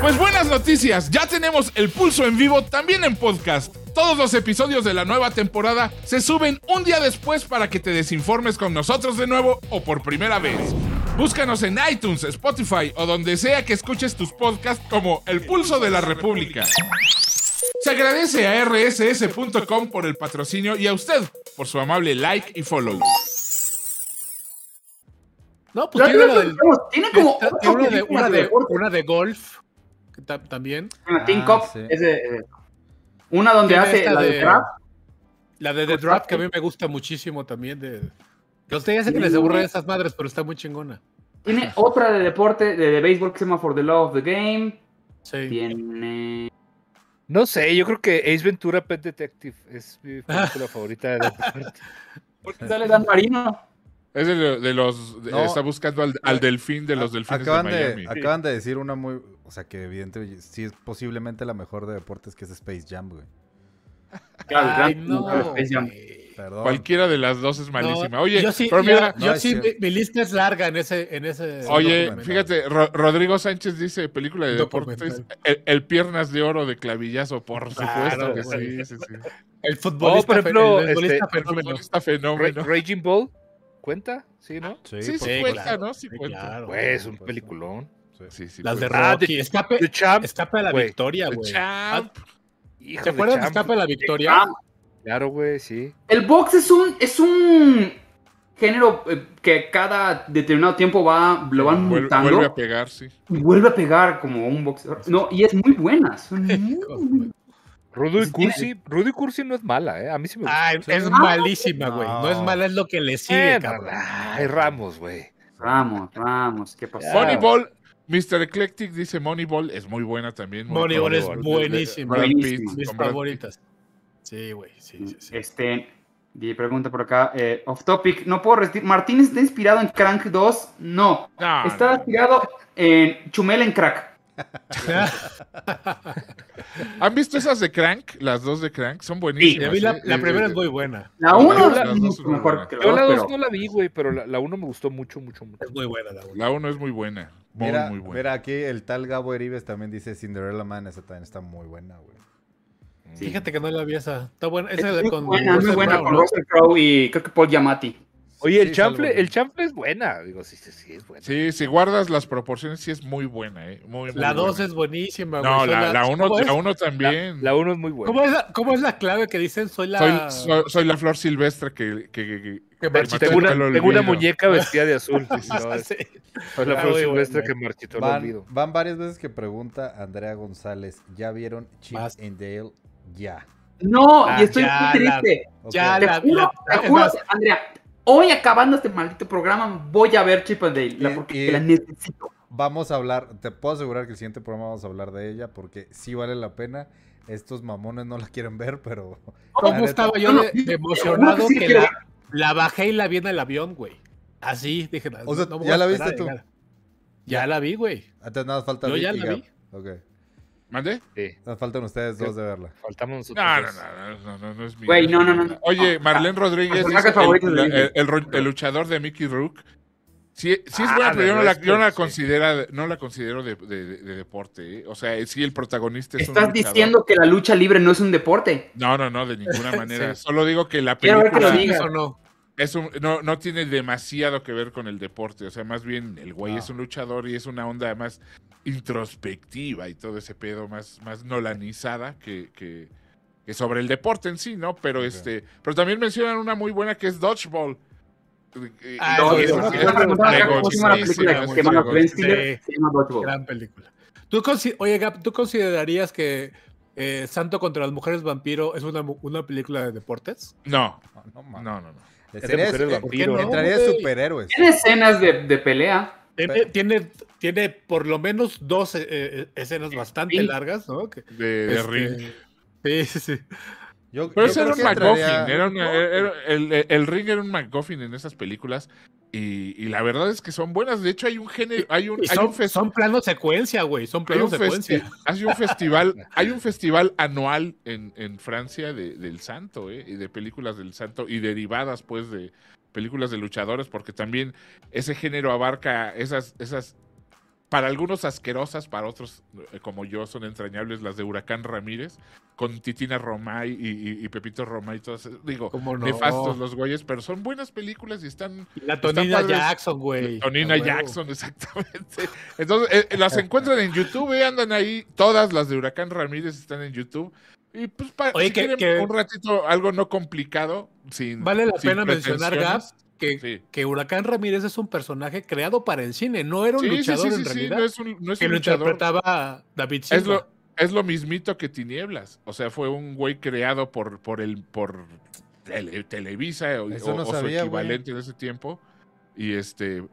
S3: Pues buenas noticias, ya tenemos el pulso en vivo también en podcast. Todos los episodios de la nueva temporada se suben un día después para que te desinformes con nosotros de nuevo o por primera vez. Búscanos en iTunes, Spotify o donde sea que escuches tus podcasts como El Pulso de la República. Se agradece a rss.com por el patrocinio y a usted por su amable like y follow.
S1: No, pues
S2: Ya
S1: tiene
S2: lo
S1: la del.
S2: platicamos, Tiene como
S1: tiene
S2: ocho
S1: una, de,
S2: películas
S1: una,
S2: de
S1: de,
S2: deporte.
S1: una de golf que ta- también.
S2: Bueno, Team
S5: Ah,
S2: Cup
S5: sí.
S2: es de- eh, una donde
S1: Tiene
S2: hace
S1: esta
S2: la de
S1: de-
S2: draft.
S1: La de The Draft, que a mí me gusta muchísimo también. De... Yo sé, ya sé que les aburre a esas madres, pero está muy chingona.
S2: Tiene otra de deporte, de, de béisbol que se llama For the Love of the Game.
S1: Sí.
S2: Tiene.
S4: No sé, yo creo que Ace Ventura Pet Detective es mi película favorita de deportes.
S2: ¿Por qué sale Dan Marino?
S3: Es de, los...
S5: No. está
S3: buscando al, delfín de los delfines
S5: acaban, de, acaban de decir una muy. O sea, que evidentemente sí es posiblemente la mejor de deportes que es Space Jam, güey.
S2: Claro,
S1: Ay,
S2: gran-
S1: no,
S2: Space Jam.
S1: güey.
S5: Perdón.
S3: Cualquiera de las dos es malísima.
S1: No,
S3: Oye,
S1: yo sí,
S3: pero mira,
S1: yo- yo
S5: No, es
S1: sí, mi,
S5: cierto.
S1: mi lista es larga en ese. En ese
S3: oye,
S1: documento.
S3: fíjate, Ro- Rodrigo Sánchez dice película de
S1: Documental.
S3: deportes, el, el piernas de oro de clavillazo, por supuesto que sí,
S1: güey.
S3: sí, sí.
S1: El futbolista,
S4: por ejemplo,
S1: fe- el futbolista
S4: este,
S3: El
S1: fenómeno.
S3: futbolista
S4: Ra-
S3: fenómeno.
S4: Raging Ball, ¿cuenta? Sí, ¿no?
S5: Sí,
S3: Sí,
S5: por
S3: sí,
S1: Sí,
S3: cuenta,
S1: claro,
S3: ¿no? Sí,
S1: sí,
S3: cuenta.
S1: claro.
S4: Güey, es un
S5: supuesto.
S4: peliculón.
S5: sí.
S3: Sí, sí,
S1: Las de
S3: cuenta.
S4: Ah,
S1: Rocky.
S4: de-
S1: escape,
S4: The Champ.
S1: escape a la
S4: güey.
S1: victoria,
S3: El
S1: güey.
S3: champ.
S4: Hijo
S1: ¿Te
S4: de
S1: acuerdas de
S4: Champ.
S1: escape a la victoria?
S2: Ah,
S4: Claro, güey, sí.
S2: El box es un, es un género eh, que cada determinado tiempo va, lo van
S3: Vuelve,
S2: mutando
S3: vuelve a pegar, sí.
S2: y vuelve a pegar como un boxeador. No, y es muy buena. son muy-
S4: Rudy
S1: Pues
S2: Sí,
S4: Cursi, Rudy Cursi no es mala, ¿eh? A mí sí me
S2: Pues,
S4: gusta.
S1: Ay, es malísima, güey. No. es
S5: Ah, No.
S1: mala, es lo que le sigue,
S4: Bueno,
S1: cabrón.
S4: Ay, Ramos, güey.
S2: Vamos, vamos, ¿qué pasó?
S4: Claro.
S3: Moneyball, Mr. Eclectic dice Moneyball es muy buena también. muy
S1: Moneyball
S3: buena.
S1: es
S3: Brad
S1: buenísima.
S3: Pitt,
S2: Buenísima.
S3: con
S1: Mis
S3: Brad Pitt.
S1: favoritas. Sí, güey. Sí, sí, sí.
S2: Este, y pregunta por acá, eh, off topic, no puedo resistir. ¿Martín está inspirado en Crank 2? No,
S3: No,
S2: está
S3: Ah, no.
S2: inspirado en Chumel en Crack.
S3: ¿Han visto esas de Crank? Las dos de Crank son
S1: Ya
S3: buenísimas.
S1: vi la,
S3: ¿eh?
S1: la
S3: Eh,
S1: primera
S3: eh,
S1: es muy buena.
S2: La 1
S3: Las dos
S2: es
S3: son muy
S2: mejor
S3: buenas.
S2: que la
S4: Yo la
S2: dos,
S4: 2
S2: pero
S4: no la vi, güey, pero la, la 1 me gustó mucho, mucho, mucho.
S1: Es muy buena la buena.
S3: La uno es muy buena. Muy,
S5: Mira,
S3: muy buena.
S5: mira, aquí el tal Gabo Heribes también dice Cinderella Man, esa también está muy buena, güey.
S3: Mm.
S4: Sí.
S1: Fíjate que no la vi esa. Está buena. Esa
S2: es
S1: es
S2: muy
S1: la con
S2: buena, es muy
S1: Russell
S2: buena
S1: Brown,
S2: con
S1: ¿no?
S2: Russell Crowe y creo que Paul Giamatti.
S4: Oye, el
S5: Sí,
S4: chanfle,
S5: salvo.
S4: el chanfle es buena. Digo, sí, sí, sí, es buena.
S3: Sí, si guardas las proporciones, sí es muy buena, ¿eh? Muy, muy
S1: La 2
S3: buena.
S1: es buenísima, güey.
S3: No,
S1: Soy
S3: la, la, uno,
S1: ¿cómo es?
S3: la uno
S4: La-
S3: también.
S4: La 1 es muy buena.
S1: ¿Cómo es la, cómo es la clave que dicen? Soy la.
S3: Soy, soy, soy la flor silvestre que, que, que- que-
S1: que
S3: Marchito
S1: marchita-
S4: Tengo una,
S3: el pelo
S4: tengo una
S3: olvido.
S4: muñeca vestida de azul. No, es-
S1: Sí.
S4: es la
S1: Ah,
S4: flor
S1: muy
S4: silvestre
S1: buena.
S4: que marchitó el
S5: Van,
S4: olvido.
S5: van varias veces que pregunta Andrea González, ¿ya vieron Chip
S1: Basta.
S5: and Dale? Ya.
S2: No,
S1: Ah,
S2: y estoy
S1: ya
S2: muy
S1: la-
S2: triste.
S5: Ok.
S1: Ya
S2: Te
S1: la-
S2: juro,
S1: la-
S2: te
S1: es
S2: juro,
S1: más-
S2: Andrea, hoy acabando este maldito programa voy a ver Chip and Dale, la-
S5: Eh,
S2: porque
S5: eh.
S2: la necesito.
S5: Vamos a hablar, te puedo asegurar que el siguiente programa vamos a hablar de ella porque sí vale la pena. Estos mamones no la quieren ver, pero
S1: ¿Cómo
S5: neta.
S1: estaba yo
S2: No, no,
S1: de-
S2: yo-
S1: de
S2: yo
S1: emocionado
S2: juro que sí
S1: que
S2: quiero
S1: la, la bajé y la vi en el avión, güey? Así, dije. no,
S5: O sea,
S1: no me voy
S5: ¿ya
S1: a
S5: la
S1: esperar
S5: viste
S1: a
S5: tú?
S1: llegar. Ya la vi, güey.
S5: antes nada más falta
S1: Yo
S5: Vic
S1: ya
S5: y
S1: la
S5: Gab.
S1: vi.
S5: Ok.
S3: ¿Mande?
S4: Sí,
S5: Nos faltan ustedes dos de verla.
S4: faltamos nosotros.
S3: No, no,
S4: dos.
S3: no, no, no, no, no es mi.
S2: Güey, no, no, no, no.
S3: Oye,
S2: No,
S3: Marlene Rodríguez
S2: personajes
S3: dice,
S2: favoritos
S3: el,
S2: de
S3: la-
S2: Disney.
S3: el- el ru- el luchador de Mickey Rook Sí, sí es
S4: Ah,
S3: buena,
S4: de
S3: pero yo no la, yo no la
S4: wrestling, sí.
S3: considera- no la considero de, de- de- de deporte. ¿eh? O sea, sí, el protagonista este es un
S2: Estás
S3: luchador.
S2: diciendo que la lucha libre no es un deporte.
S3: No, no, no, de ninguna manera. Solo digo que la
S2: Quiero ver que lo
S3: película
S2: diga.
S1: o no?
S3: es un- no, no tiene demasiado que ver con el deporte. O sea, más bien el güey
S5: No.
S3: es un luchador y es una onda más introspectiva y todo ese pedo más, más nolanizada que, que, que sobre el deporte en sí, ¿no? Pero
S5: Ok.
S3: este, pero también mencionan una muy buena que es Dodgeball. Eh,
S1: Ah, eso
S2: No,
S3: y- y-
S1: es
S2: eso
S1: una
S3: es-
S2: sí,
S3: es
S1: cosa
S2: no, no, no, acá pusimos
S1: hermosísima,
S2: una película
S3: fregoncísima,
S2: que se llama
S3: muy
S2: Ben
S3: fregoncísima.
S2: Stiller, se llama Dodgeball.
S1: Gran película. ¿Tú consi- Oye, Gap, ¿tú considerarías que eh, Santo contra las mujeres vampiro es una, mu- una película de deportes?
S3: No,
S5: No, no,
S3: no,
S5: mames.
S3: no, no.
S5: Sería-
S4: mujeres
S5: eh,
S4: vampiro.
S5: ¿por qué no? Entraría de
S1: güey.
S5: superhéroes.
S2: Tiene escenas de, de pelea.
S1: Tiene,
S5: Pero-
S1: tiene, tiene por lo menos dos eh, eh, escenas bastante
S2: Sí.
S1: largas, ¿no? Que,
S3: De, de
S1: este,
S3: ring.
S1: Sí, sí, sí.
S5: Yo-
S3: Pero
S5: yo
S3: ese
S5: creo
S3: era un
S5: que
S3: McGuffin,
S5: entraría-
S3: era una- era- era- el, el ring era un McGuffin en esas películas y, y la verdad es que son buenas. De hecho, hay un género, hay un,
S1: Y
S3: hay un
S1: son,
S3: fes-
S1: son planos secuencia, güey. Son
S3: hay
S1: planos
S3: un festi-
S1: secuencia.
S3: hay un festival, hay un festival anual en, en Francia de- del Santo, ¿eh? y de películas del Santo y derivadas, pues, de películas de luchadores, porque también ese género abarca esas, esas para algunos asquerosas, para otros eh, como yo son entrañables las de Huracán Ramírez con Titina Romay y, y- y Pepito Romay, todas, esas- digo,
S1: ¿Cómo no?
S3: nefastos los güeyes, pero son buenas películas y están
S1: La Tonina
S3: padres.
S1: Jackson, güey.
S3: Tonina
S1: A huevo.
S3: Jackson, exactamente. Entonces, eh, las encuentran en YouTube, eh, andan ahí, todas las de Huracán Ramírez están en YouTube. Y pues para
S1: Oye,
S3: si
S1: que-
S3: quieren
S1: que-
S3: un ratito algo no complicado, sin
S1: Vale la
S3: sin
S1: pena mencionar, Gap,
S3: pretensiones.
S1: que,
S3: Sí.
S1: que Huracán Ramírez es un personaje creado para el cine. No era un
S3: Sí, sí, sí,
S1: luchador
S3: sí,
S1: en
S3: sí,
S1: realidad.
S3: no es un, no es
S1: que
S3: un
S1: lo
S3: luchador.
S1: interpretaba David Silva.
S3: Es lo, es lo mismito que Tinieblas. O sea, fue un güey creado por, por el por Tele- Televisa o,
S5: Eso
S3: o-
S5: no
S3: o su
S5: sabía, güey.
S3: equivalente de ese tiempo. Y este.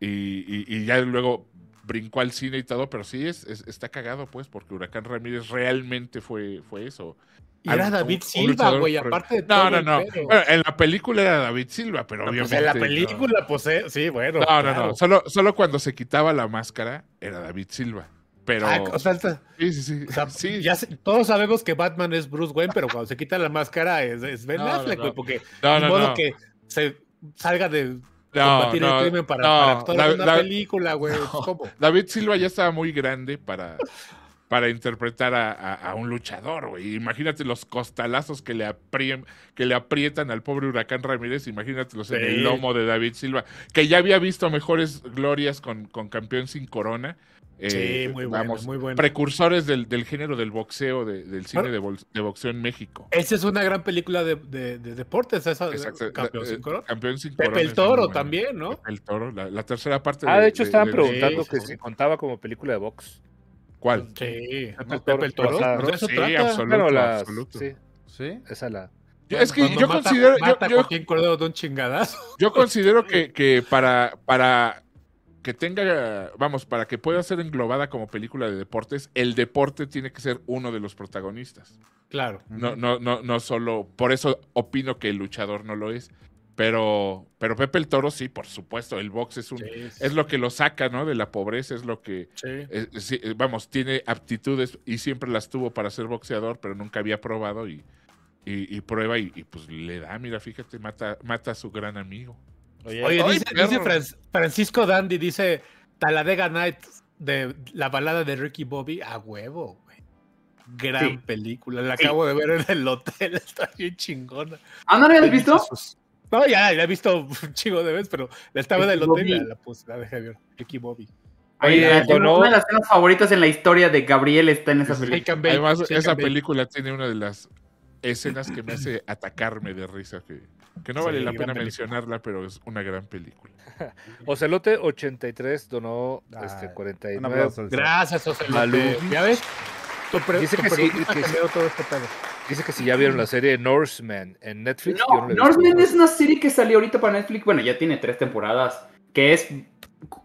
S3: Y, y- y ya luego brincó al cine y todo, pero sí es, es- está cagado, pues, porque Huracán Ramírez realmente fue, fue eso.
S1: Y era
S3: un-
S1: David
S3: un
S1: Silva,
S3: luchador
S1: güey,
S3: pro-
S1: aparte de todo
S3: No, no,
S1: el
S3: no.
S1: pedo.
S3: Bueno, en la película era David Silva, pero
S1: No, pues,
S3: obviamente.
S1: en la
S3: no.
S1: película, pues, eh, sí, bueno.
S3: No, no,
S1: claro.
S3: no. Solo, solo cuando se quitaba la máscara era David Silva. Pero.
S1: Ah, o sea, esta-
S3: sí, sí, sí.
S1: o sea,
S3: sí.
S1: ya se- todos sabemos que Batman es Bruce Wayne, pero cuando se quita la máscara es, es Ben
S3: No, no,
S1: Affleck, güey,
S3: no.
S1: porque
S3: No,
S1: de
S3: no,
S1: modo
S3: no.
S1: que se salga de
S3: No,
S1: combatir
S3: no,
S1: el crimen para,
S3: no,
S1: para toda
S3: la-
S1: una
S3: la-
S1: película, güey. pues, ¿Cómo?
S3: David Silva ya estaba muy grande para, para interpretar a, a- a un luchador, güey. Imagínate los costalazos que le, apriem- que le aprietan al pobre Huracán Ramírez, imagínatelos en
S1: Sí.
S3: el lomo de David Silva, que ya había visto mejores glorias con, con campeón sin corona. Eh,
S1: sí, muy bueno,
S3: vamos,
S1: muy bueno.
S3: Precursores del, del género del boxeo, de- del cine
S1: Bueno.
S3: de, bol- de boxeo en México.
S1: Esa es una gran película de, de- de deportes, esa
S3: Exacto,
S1: campeón
S3: eh,
S1: sin corona.
S3: Campeón sin corona
S1: Pepe el
S3: es muy
S1: Toro
S3: bueno.
S1: también, ¿no?
S3: Pepe el Toro, la, la tercera parte.
S4: Ah, de hecho estaban preguntando
S1: sí,
S4: que
S1: sí.
S4: si contaba como película de box.
S3: ¿Cuál?
S1: Sí,
S4: Pepe
S1: no,
S4: el
S1: Pepe el
S4: Toro,
S1: Toro.
S4: o sea,
S1: pues, de eso
S3: sí,
S1: trata.
S3: absolutamente. Absoluto,
S4: Bueno, las-
S3: absoluto.
S4: sí,
S5: ¿Sí?
S4: esa la.
S3: Yo- es que
S1: Cuando
S3: yo
S1: mata-
S3: considero, yo-
S1: mata a
S3: yo,
S1: Joaquín Cordero de un chingadazo.
S3: Yo considero que, que para, para que tenga, vamos, para que pueda ser englobada como película de deportes, el deporte tiene que ser uno de los protagonistas.
S1: Claro.
S3: No, no, no, no solo, por eso opino que el luchador no lo es. Pero, pero Pepe el Toro sí, por supuesto, el box es un, es lo que lo saca, ¿no? De la pobreza, es lo que,
S1: Sí.
S3: eh, sí, eh, vamos, tiene aptitudes y siempre las tuvo para ser boxeador, pero nunca había probado y, y- y prueba y, y, pues le da, mira, fíjate, mata, mata a su gran amigo.
S1: Oye,
S3: Ay,
S1: dice,
S3: perro.
S1: dice Fran- Francisco Dandy, dice Taladega Night de la balada de Ricky Bobby a huevo, güey. Gran
S2: Sí.
S1: película, la acabo de ver en el hotel, está bien chingona.
S2: ¿Ah, no lo habías visto?
S1: Sus- No, ya la he visto un chingo de veces, pero la estaba en el
S2: Ricky
S1: hotel y
S2: Bobby.
S1: la, la puse, la dejé ver. Ricky Bobby.
S2: Oye,
S4: Oye,
S2: la-
S4: donó-
S2: una de las escenas favoritas en la historia de Gabriel está en esa película.
S1: Shake and Bake,
S3: Además,
S1: Shake
S3: esa
S1: and Bake.
S3: película tiene una de las escenas que me hace atacarme de risa, que, que no
S1: Sí,
S3: vale la
S1: gran
S3: pena
S1: película.
S3: mencionarla, pero es una gran película.
S4: Ocelote83 donó
S5: Ah,
S4: este,
S5: Un
S4: 49
S5: aplauso. al Zar.
S1: Gracias, Ocelote.
S4: Malú.
S1: ¿Ya ves? Tu pre-
S4: Dice
S1: tu
S4: que sí,
S1: pregunta
S4: que sí.
S1: generó todo este pedo.
S4: Dice que si ya vieron la serie Norseman en Netflix. yo
S2: No,
S4: no la he
S2: Northman
S4: visto.
S2: es una serie que salió ahorita para Netflix. Bueno, ya tiene tres temporadas. Que es c-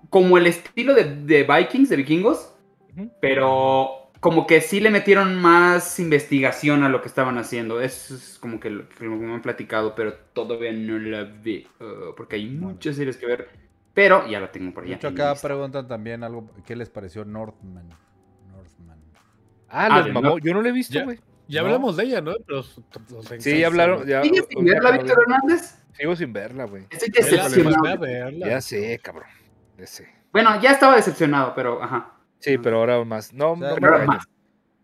S2: como el estilo de, de Vikings, de vikingos.
S4: Ujú.
S2: Pero como que sí le metieron más investigación a lo que estaban haciendo. Eso es como que lo que me han platicado, pero todavía no la vi. uh, porque hay muchas series que ver. Pero ya la tengo por
S5: De
S2: allá.
S5: hecho,
S2: en mi
S5: acá
S2: lista.
S5: preguntan también algo. ¿Qué les pareció Northman? Northman.
S4: Ah,
S2: Ah,
S4: los mamó. Yo no la he visto,
S1: ya.
S4: güey.
S1: Ya
S4: ¿No?
S1: hablamos de ella, ¿no? Pero su- los
S4: Sí, ya hablaron. Ya,
S2: ¿Sigues sin verla,
S4: ahorita
S2: Víctor Hernández?
S4: hablo- Sigo sin verla, güey.
S2: Estoy
S1: Vela, vela,
S2: decepcionado.
S1: verla.
S4: Ya sé, cabrón. Ya sé.
S2: Bueno, ya estaba decepcionado, pero ajá.
S4: Sí, pero ahora más. No, no
S5: sea,
S4: me
S2: Pero ahora
S4: regañes.
S2: más.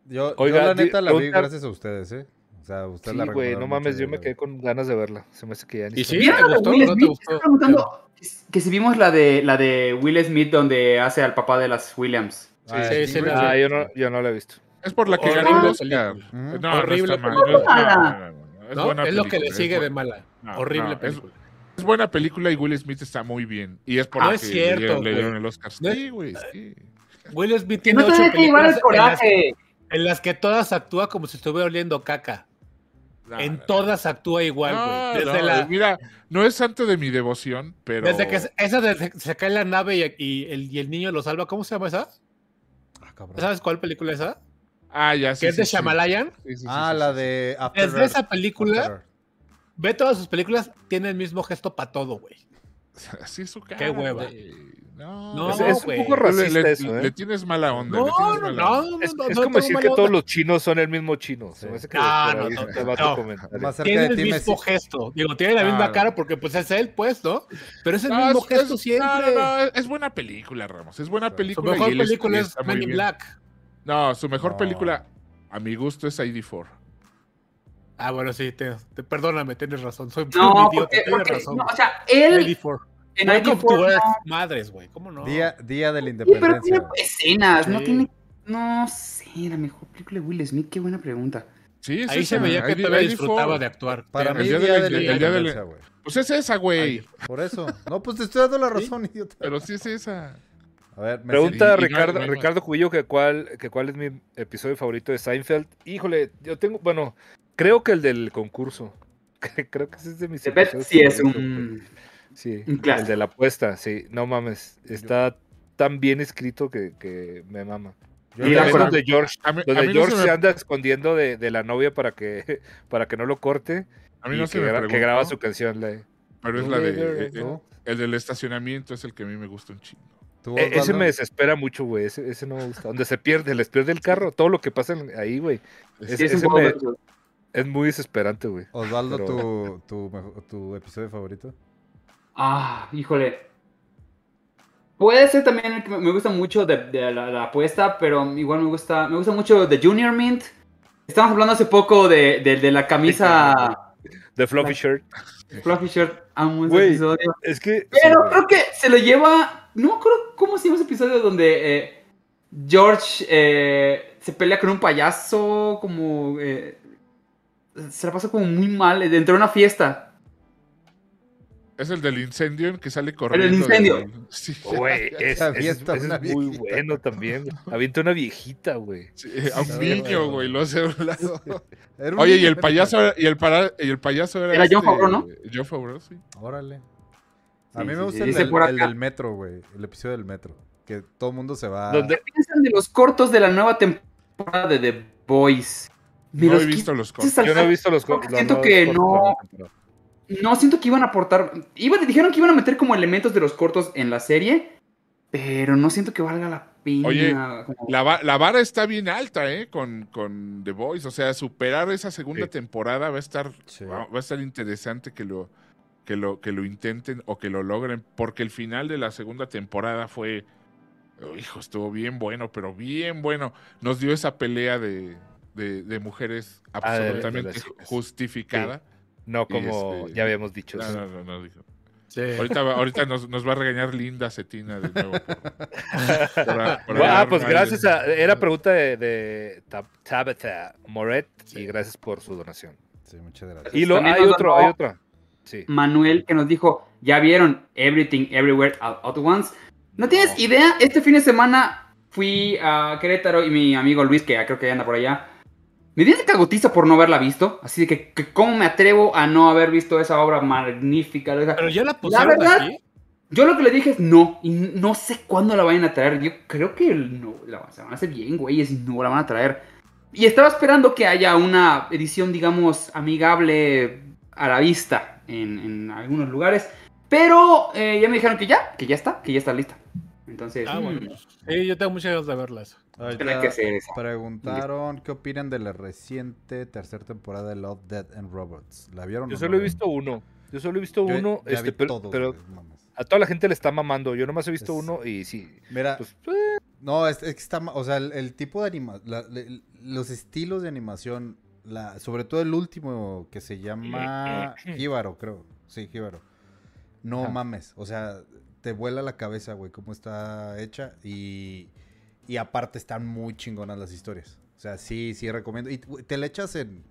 S5: Yo, yo
S4: Oiga,
S5: la
S4: di-
S5: neta la vi
S4: pregunta-
S5: gracias a ustedes, ¿eh? O sea, ustedes la
S4: Sí, güey, no
S5: recomendaron
S4: mames,
S5: mucho,
S4: yo me
S5: la
S4: quedé con ganas de verla. Se me hace que ya ni
S1: ¿Y
S4: está.
S1: sí?
S2: ¿Vieron
S1: ¿Te
S2: la de
S1: gustó
S2: Will
S1: o no te
S2: Smith?
S1: gustó?
S2: Estoy preguntando que, que si vimos la de, la de Will Smith donde hace al papá de las Williams.
S5: verdad.
S1: Sí,
S5: Ah,
S1: sí, sí, la-
S4: Ah, yo no, yo no la he visto.
S3: Es por la
S4: Oh,
S3: que
S1: Horrible
S3: ganó el Oscar.
S1: película.
S5: Ujú.
S3: No, no
S1: Horrible
S3: está mal.
S1: película.
S3: No, no, no, no, no. Es,
S1: ¿No?
S3: buena
S1: Es, lo que
S3: película,
S1: le
S3: es
S1: sigue
S3: buena-
S1: de mala.
S3: Ah, No,
S1: Horrible
S3: no, es-
S1: película.
S3: Es buena película y Will Smith está muy bien. Y es por
S1: No
S3: la
S1: es
S3: que
S1: cierto,
S3: le, dieron, le
S1: güey.
S3: dieron el Oscar.
S1: No es-
S3: Sí, güey, sí.
S1: Will Smith
S2: Que
S1: tiene
S2: no
S1: ocho
S2: tenés que
S1: películas
S2: llevar el
S1: en las,
S2: coraje.
S1: en las que todas actúa como si estuviera oliendo caca.
S3: No, Ah, no,
S1: en
S3: no.
S1: todas actúa igual,
S3: No,
S1: güey. Desde,
S3: no,
S1: la-
S3: Mira, no es santo de mi devoción, pero.
S1: desde que se- esa desde que se cae en la nave y, y el, y el niño lo salva. ¿Cómo se llama esa?
S5: Ah, cabrón.
S1: ¿Sabes cuál película es esa?
S3: Ah, ya sí,
S1: que es
S3: sí,
S1: de
S3: sí.
S1: Shamalayan.
S3: Sí, sí, sí,
S5: Ah,
S3: sí,
S5: la
S3: sí.
S5: de After
S1: Desde
S5: Earth.
S1: esa película,
S5: After Earth.
S1: ve todas sus películas, tiene el mismo gesto para todo, güey.
S3: Así es su cara.
S1: hueva.
S3: güey. No,
S1: No,
S4: Es, es un
S1: güey.
S4: poco
S3: Le- le-
S4: racista
S3: le,
S4: eso,
S3: le
S4: ¿eh?
S3: tienes mala onda.
S1: No,
S3: le tienes
S1: no, no,
S3: mala onda.
S1: no,
S4: Es,
S1: no,
S4: es
S1: no
S4: como
S1: tengo
S4: decir que
S1: mala
S4: todos
S1: onda.
S4: los chinos son el mismo chino. Se me hace que
S1: No,
S4: por
S1: no,
S4: ahí
S1: no,
S4: te va tu
S1: no.
S4: comentario.
S5: Más cerca
S1: Tiene
S5: de
S1: el
S5: ti,
S1: mismo
S5: Messi.
S1: gesto. Digo, tiene la misma
S3: Claro.
S1: cara porque pues es él, pues, ¿no? Pero es el
S3: No,
S1: mismo
S3: Ah, es-
S1: gesto
S3: es-
S1: siempre.
S3: No, no, no, es buena película, Ramos. Es buena
S5: Su
S1: Su
S3: película.
S1: mejor
S3: y él es-
S1: película
S3: y
S1: es
S3: está muy
S1: Men in
S3: bien.
S1: Black.
S3: No, su mejor
S5: No.
S3: película, a mi gusto, es ID4.
S1: Ah, bueno, sí, te, te- perdóname, tienes razón. Soy
S2: No,
S1: un idiota,
S2: porque,
S1: tienes
S2: porque-
S1: razón.
S2: no, o
S1: güey.
S2: sea, él
S1: 94.
S2: en
S1: Welcome to
S2: ID4
S1: Earth,
S2: no,
S1: madres, güey. ¿Cómo no?
S5: Día, día de la
S2: Sí, pero
S5: Independencia.
S2: tiene escenas, no
S1: Sí.
S2: tiene. No sé, la mejor película de Will Smith, qué buena pregunta.
S3: Sí, es
S1: Ahí se
S3: esa,
S1: veía que
S3: ID-
S1: todavía
S3: ID4.
S1: disfrutaba de actuar.
S5: Para
S1: Tienes
S5: mí,
S3: día
S5: día
S3: de
S5: de
S3: la-
S5: la
S3: el día de la-
S5: Independencia, güey.
S3: Pues es esa, güey.
S5: Por eso. No, pues te estoy dando la razón, idiota.
S3: Pero sí es esa.
S5: A ver, Messi.
S3: Pregunta-
S4: Pregunta
S3: Y- y no-
S4: Ricardo,
S3: no hay más.
S4: Ricardo Cubillo que cuál, que cuál es mi episodio favorito de Seinfeld. Híjole, yo tengo, bueno, creo que el del concurso. creo que ese es de mis
S2: De Pet
S4: episodios
S2: sí es
S4: favoritos,
S2: un.
S4: güey. Sí,
S2: un clásico.
S4: el de la apuesta, sí. No mames, está tan bien escrito que, que me mama.
S5: Yo
S2: Y
S4: Y
S2: la
S4: también
S2: cora-
S4: donde George,
S3: A mí, a
S4: donde
S3: mí
S4: George
S3: no
S4: se
S3: se me,
S4: anda escondiendo de, de la novia para que, para que no lo corte
S3: a mí
S4: y
S3: no se
S4: que,
S3: me
S4: gra- que
S3: preguntó,
S4: graba su canción. la de-
S3: Pero es la de.
S4: ¿no?
S3: eh, El del estacionamiento es el que a mí me gusta un chingo.
S5: ¿Tú,
S4: E- ese
S5: Osvaldo?
S4: me desespera mucho, güey. Ese, ese no me gusta. Donde se pierde, les pierde el carro. Todo lo que pasa en- ahí, güey.
S3: Es-
S2: sí, es un
S4: ese
S2: juego
S4: me-
S2: de esos.
S4: Es muy desesperante, güey.
S5: Osvaldo,
S4: pero-
S5: tu, tu, mejo- tu episodio favorito.
S2: Ah, híjole. Puede ser también el que me- me gusta mucho de, de la, la apuesta, pero igual me gusta, me gusta mucho The Junior Mint. Estábamos hablando hace poco de, de, de la camisa
S4: The Fluffy
S2: Claro.
S4: Shirt.
S2: Fluffy Shirt. Amo ese
S4: Güey.
S2: episodio.
S4: Es que.
S2: Pero
S4: sí, güey.
S2: creo que se lo lleva. No me acuerdo cómo se llama ese episodio donde eh, George eh, se pelea con un payaso, como. eh, se la pasa como muy mal eh, dentro de una fiesta.
S3: Es el del incendio en que sale corriendo.
S2: incendio.
S3: del- Sí.
S4: Güey, es,
S5: Esa
S4: es-
S5: fiesta,
S4: ese
S5: una
S4: es muy
S5: viejita.
S4: bueno también. güey. Avienta una viejita, güey.
S3: Sí, a un
S5: Sí,
S3: niño,
S5: güey.
S3: güey, lo hace a un lado.
S5: Era un
S3: Oye, y
S5: niño,
S3: el payaso era, y el, para- y el payaso era.
S2: Era John Favreau, ¿no?
S3: John Favreau, sí.
S5: Órale.
S2: Sí,
S5: A mí me
S2: sí,
S5: gusta
S2: sí.
S5: el,
S2: Dice
S5: del,
S2: por
S5: el
S2: acá.
S5: del metro, güey. El episodio del metro. Que todo el mundo se va.
S4: Donde-
S2: ¿Qué piensan de los cortos de la nueva temporada de The Boys? Me
S3: No
S2: los
S3: he visto los
S2: quise
S3: cortes.
S2: saltar.
S4: Yo no he visto los
S2: creo
S4: co-
S2: que
S4: los
S2: siento
S4: nuevos
S2: que
S4: cortos,
S2: no-
S4: pero-
S2: No, siento que iban a aportar. Iba, dijeron que iban a meter como elementos de los cortos en la serie, pero no siento que valga la pena.
S3: Oye,
S2: como-
S3: La, va- la vara está bien alta, ¿eh? Con, con The Voice. O sea, superar esa segunda
S4: Sí.
S3: temporada va a estar,
S5: Sí.
S3: va, va a estar interesante que lo, que, lo, que lo intenten o que lo logren. Porque el final de la segunda temporada fue. oh, hijo, estuvo bien bueno, pero bien bueno. Nos dio esa pelea de, de- de mujeres
S4: de- de
S3: absolutamente
S4: las chicas.
S3: justificada.
S4: No,
S3: Y
S4: como
S3: este-
S4: ya habíamos dicho.
S3: No,
S4: sí.
S3: no, no, no, dijo.
S1: Sí.
S3: Ahorita, va- ahorita nos, nos va a regañar Linda Cetina de nuevo. por- por a- por
S4: Ah,
S3: hablar
S4: pues
S3: mal
S4: gracias
S3: de-
S4: a. Era pregunta de, de Tab- Tabitha Moret y gracias por su donación.
S5: Sí, muchas gracias.
S4: Y lo,
S2: También
S4: hay
S2: nos
S4: otro,
S2: donó-
S4: hay otra. Sí.
S2: Manuel que nos dijo, ya vieron Everything Everywhere All At Once. ¿No tienes idea? Este fin de semana fui a Querétaro y mi amigo Luis, que creo que anda por allá, me dio de cagotiza por no haberla visto. Así de que, que ¿cómo me atrevo a no haber visto esa obra magnífica? O sea,
S1: Pero ya la pusieron
S2: verdad-
S1: aquí.
S2: Yo lo que le dije es no, y no sé cuándo la vayan a traer. Yo creo que el- no, la, se van a hacer bien, güeyes, y no la van a traer. Y estaba esperando que haya una edición, digamos, amigable a la vista en, en algunos lugares. Pero eh, ya me dijeron que ya, que ya está, que ya está lista. Entonces,
S1: Ah, bueno.
S2: mm,
S1: Sí, yo tengo muchas ganas de verlas.
S2: tiene que ser esa.
S5: Preguntaron qué opinan de la reciente tercera temporada de Love, Dead and Robots. ¿La vieron?
S4: Yo
S5: o
S4: solo
S5: no?
S4: he visto uno. Yo solo he visto
S5: Yo-
S4: uno,
S5: ya
S4: este,
S5: vi
S4: pero,
S5: todos,
S4: pero
S5: güey, no mames.
S4: a toda la gente le está mamando. Yo nomás he visto
S5: Es- Ah,
S4: uno y sí.
S5: Mira,
S4: Pues, eh,
S5: no, es, es que está, ma- o sea, el, el tipo de animación, los estilos de animación, la, sobre todo el último que se llama Jíbaro, creo. Sí, Jíbaro. No
S4: Ajá.
S5: mames, o sea, te vuela la cabeza, güey, cómo está hecha y, y aparte están muy chingonas las historias. O sea, sí, sí recomiendo. Y güey, te la echas en,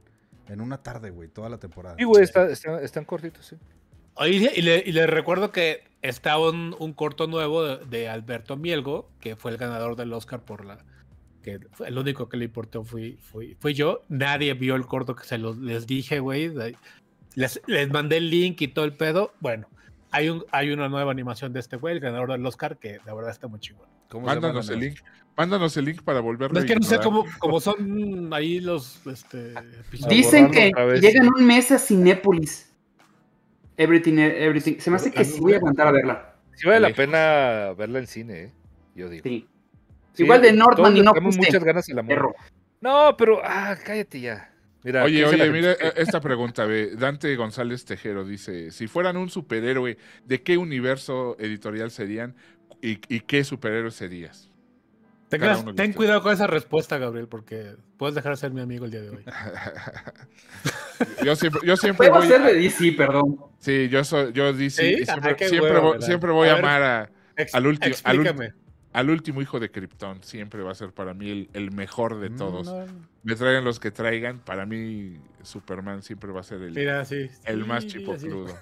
S5: en una tarde, güey, toda la temporada.
S4: sí, güey, está- está- están cortitos, sí.
S1: Oye, y, le, y les recuerdo que está un, un corto nuevo de, de Alberto Mielgo, que fue el ganador del Oscar por la. que fue el único que le importó fui, fui, fui yo. Nadie vio el corto que se los les dije, güey. de- Les, les mandé el link y todo el pedo. Bueno, hay, un, hay una nueva animación de este güey, el ganador del Oscar, que la verdad está muy chingón.
S5: ¿Cómo se llama la
S3: Mándanos el
S5: nueva?
S3: link. Mándanos el link para
S1: No
S3: volverlo
S1: es
S3: a
S1: que no sé
S3: ignorar.
S1: cómo, cómo son ahí los. Este, episodios.
S2: Dicen
S4: borrarlo
S2: que
S4: otra vez.
S2: llegan un mes a Cinépolis. Everything, everything. Se me hace que sí voy a aguantar a verla.
S4: Sí vale la
S3: Lejos.
S4: pena verla en cine, eh, yo digo.
S2: Sí.
S4: Sí, eh,
S2: Igual de
S4: todos
S2: Norman
S4: le
S2: y no
S4: tenemos
S2: fuiste,
S4: muchas ganas y la
S2: Perro.
S4: No, pero ah, cállate ya. Mira,
S3: Oye,
S4: dice la
S3: oye,
S4: gente
S3: mira
S4: que-
S3: eh, esta pregunta. ve, Dante González Tejero dice: Si fueran un superhéroe, ¿de qué universo editorial serían y, y qué superhéroe serías?
S1: Ten,
S3: Cada
S1: cuidado-
S3: uno de
S1: ten
S3: ustedes.
S1: cuidado con esa respuesta, Gabriel, porque puedes dejar de ser mi amigo el día de hoy.
S3: Yo siempre, yo siempre
S2: Puedo
S3: voy.
S2: hacer de DC, perdón.
S3: Sí, yo soy, yo dice,
S1: ¿Sí?
S3: y siempre,
S1: Ah, qué
S3: siempre
S1: huevo,
S3: voy-
S1: ¿verdad?
S3: siempre voy a,
S1: A ver.
S3: amar a-
S1: Ex-
S3: Al último- al último.
S1: Explícame.
S3: al último hijo de Krypton. Siempre va a ser para mí el, el mejor de
S5: Mm,
S3: todos.
S5: no.
S3: Me traigan los que traigan. Para mí, Superman siempre va a ser el,
S1: Mira, sí.
S3: El más
S1: sí,
S3: chipocludo.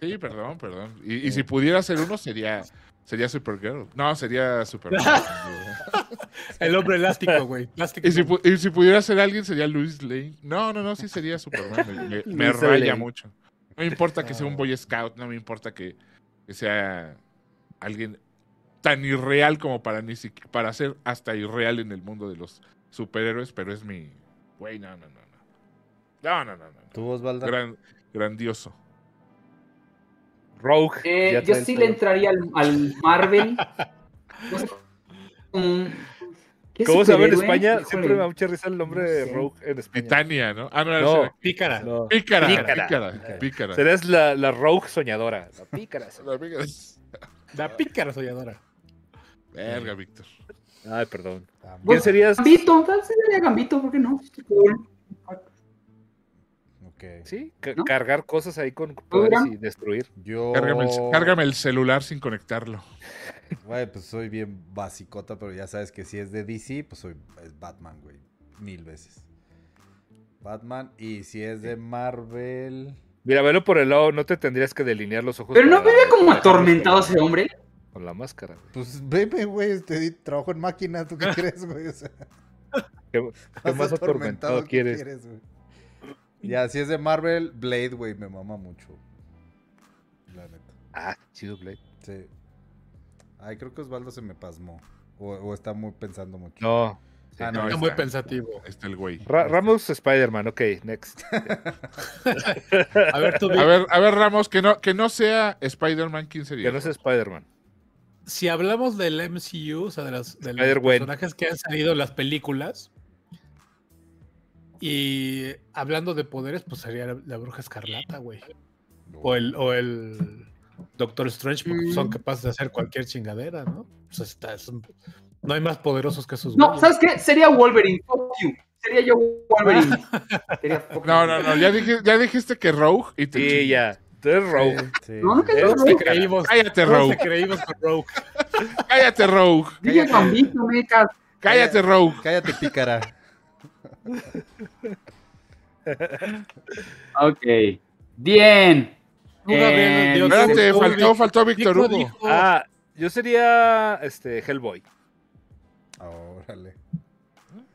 S3: Sí, perdón, perdón. Y, y
S1: Eh.
S3: si pudiera ser uno, sería, sería Supergirl. No, sería Superman.
S1: así. El hombre elástico, güey. Plástico.
S3: y, si, pu- y si pudiera ser alguien, sería Luis Lane. No, no, no, sí sería Superman. Me, me- me
S4: Luis
S3: raya
S4: Lane.
S3: mucho. No me importa que sea un Boy Scout, no me importa que, que sea alguien tan irreal como para ni siqui- para ser hasta irreal en el mundo de los superhéroes, pero es mi... Güey, no, no, no, no. No, no, no, no.
S5: ¿Tú, Osvaldo?
S3: Gran- grandioso.
S4: Rogue.
S2: Eh,
S4: ya
S2: yo
S4: trae el
S2: sí le
S4: pelo.
S2: entraría al, al Marvel. No sé, mm, ¿qué
S4: ¿Cómo se llama en
S2: superhéroe?
S4: España?
S2: Híjole.
S4: Siempre me da mucha risa el nombre
S2: No
S4: de
S2: sé.
S4: Rogue en España.
S3: Titania, ¿no? Ah, no, era
S4: No.
S1: Pícara.
S4: No.
S3: Pícara,
S4: Pícara.
S3: pícara, pícara.
S4: Serás la, la Rogue soñadora. La pícara.
S3: La pícara.
S1: La pícara soñadora.
S3: Verga, Víctor.
S4: Ay, perdón.
S5: Ah,
S4: ¿Quién
S2: Bueno.
S4: serías?
S2: Gambito, tal vez sería Gambito, ¿por qué no?
S4: Pues
S2: Cool.
S5: ok.
S4: Sí, ca-
S2: ¿No?
S4: cargar cosas ahí con poderes y destruir.
S5: Yo...
S3: Cárgame el, cárgame el celular sin conectarlo.
S5: Güey, pues soy bien basicota, pero ya sabes que si es de DC, pues soy es Batman, güey. Mil veces. Batman. Y si es de Marvel.
S4: Mira, velo por el lado, no te tendrías que delinear los ojos.
S2: Pero no
S4: para-
S2: me ve como
S4: para-
S2: atormentado ese hombre.
S4: Con la máscara. güey.
S5: Pues veme, güey. Te di trabajo en máquina, ¿tú qué crees, güey? O sea,
S4: ¿Qué, qué más atormentado
S5: ¿qué
S4: quieres?
S5: güey? Ya, si es de Marvel, Blade, güey, me mama mucho. La neta.
S4: Ah, chido, Blade.
S5: Sí. Ay, creo que Osvaldo se me pasmó. O, o está muy pensando mucho.
S4: No.
S5: Ah, no,
S3: Ahí
S1: Está
S5: es-
S1: muy pensativo.
S3: Ahí está este, el güey.
S4: Ra- Ramos Spider-Man, ok, next.
S1: A ver, tú,
S3: A ver, a ver, Ramos, que no, que no sea Spider-Man, ¿quién sería?
S4: Que no es Spider-Man.
S1: si hablamos del MCU, o sea, de, las, de los
S4: Spider-Gwen.
S1: personajes que han salido en las películas, y hablando de poderes, pues sería la, la bruja escarlata, güey. O el, o el Doctor Strange, porque pues, son capaces de hacer cualquier chingadera, ¿no? O sea, está- es un- no hay más poderosos que
S4: pues
S1: esos
S2: No,
S1: güeyes.
S2: ¿sabes qué? Sería Wolverine. Fuck you. Sería yo Wolverine. Sería fuck
S3: No,
S2: you.
S3: no, no, ya, dije, ya dijiste que Rogue y te.
S4: Sí, ya. Tú eres Rogue.
S5: Sí.
S2: No, nunca dijo
S4: Pero
S1: Todos te
S2: Rogue.
S1: creímos.
S3: Cállate,
S1: todos te
S3: Rogue.
S1: creímos con Rogue.
S3: Cállate, Rogue.
S2: Dije Gambito, meca.
S3: Cállate, Rogue.
S5: Cállate, pícara.
S2: Ok. Bien.
S1: Tú, Gabriel,
S2: Eh,
S1: Dios,
S3: Espérate,
S1: tú,
S3: este, faltó,
S1: Vic-
S3: faltó Víctor
S1: Vico
S3: Hugo.
S2: Oh.
S1: dijo-
S4: Ah, yo sería este Hellboy.
S5: Ah, Órale.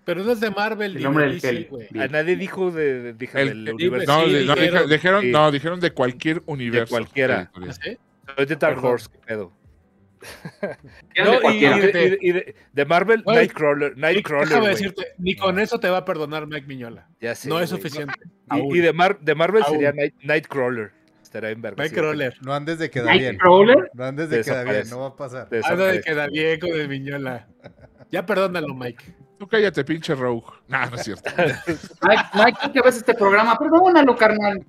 S1: Pero no es de Marvel.
S2: El
S1: ni
S2: hombre
S1: de
S2: del
S1: DC,
S2: Kelly.
S1: güey.
S4: A nadie dijo de, de- dije
S3: El-
S4: del
S3: el-
S4: universo.
S3: No,
S1: Sí,
S3: de- no,
S1: dijeron.
S3: dije- dijeron,
S4: Sí.
S3: no, dijeron de cualquier universo. pues,
S4: cualquiera.
S3: editorial.
S1: ¿Ah, ¿Sí?
S4: Soy de Dark
S1: Perdón.
S4: Horse, qué pedo.
S2: eran de
S4: No, y, y
S2: cualquiera.
S4: de, y de- y de- de Marvel,
S1: Güey,
S4: Nightcrawler.
S1: Vic,
S4: Nightcrawler
S1: Déjame
S4: güey.
S1: decirte, ni con eso te va a perdonar Mike Miñola.
S4: Ya sé,
S1: no es
S4: güey.
S1: suficiente.
S4: Y-
S1: aún.
S4: Y, de, Mar- de Marvel sería
S1: Aún.
S4: Night- Nightcrawler. Está estaría en verga. sí,
S1: Nightcrawler.
S5: No andes de queda bien.
S2: Nightcrawler.
S5: No andes de queda bien,
S4: Desaparece.
S5: no va a pasar.
S4: de-
S1: Algo Ah, de
S4: desaparece.
S1: queda bien con el Viñola. Ya perdónalo, Mike.
S3: Tú cállate, pinche Rogue. No, no es cierto.
S2: Mike, Mike, tú que ves este programa, perdónalo, carnal.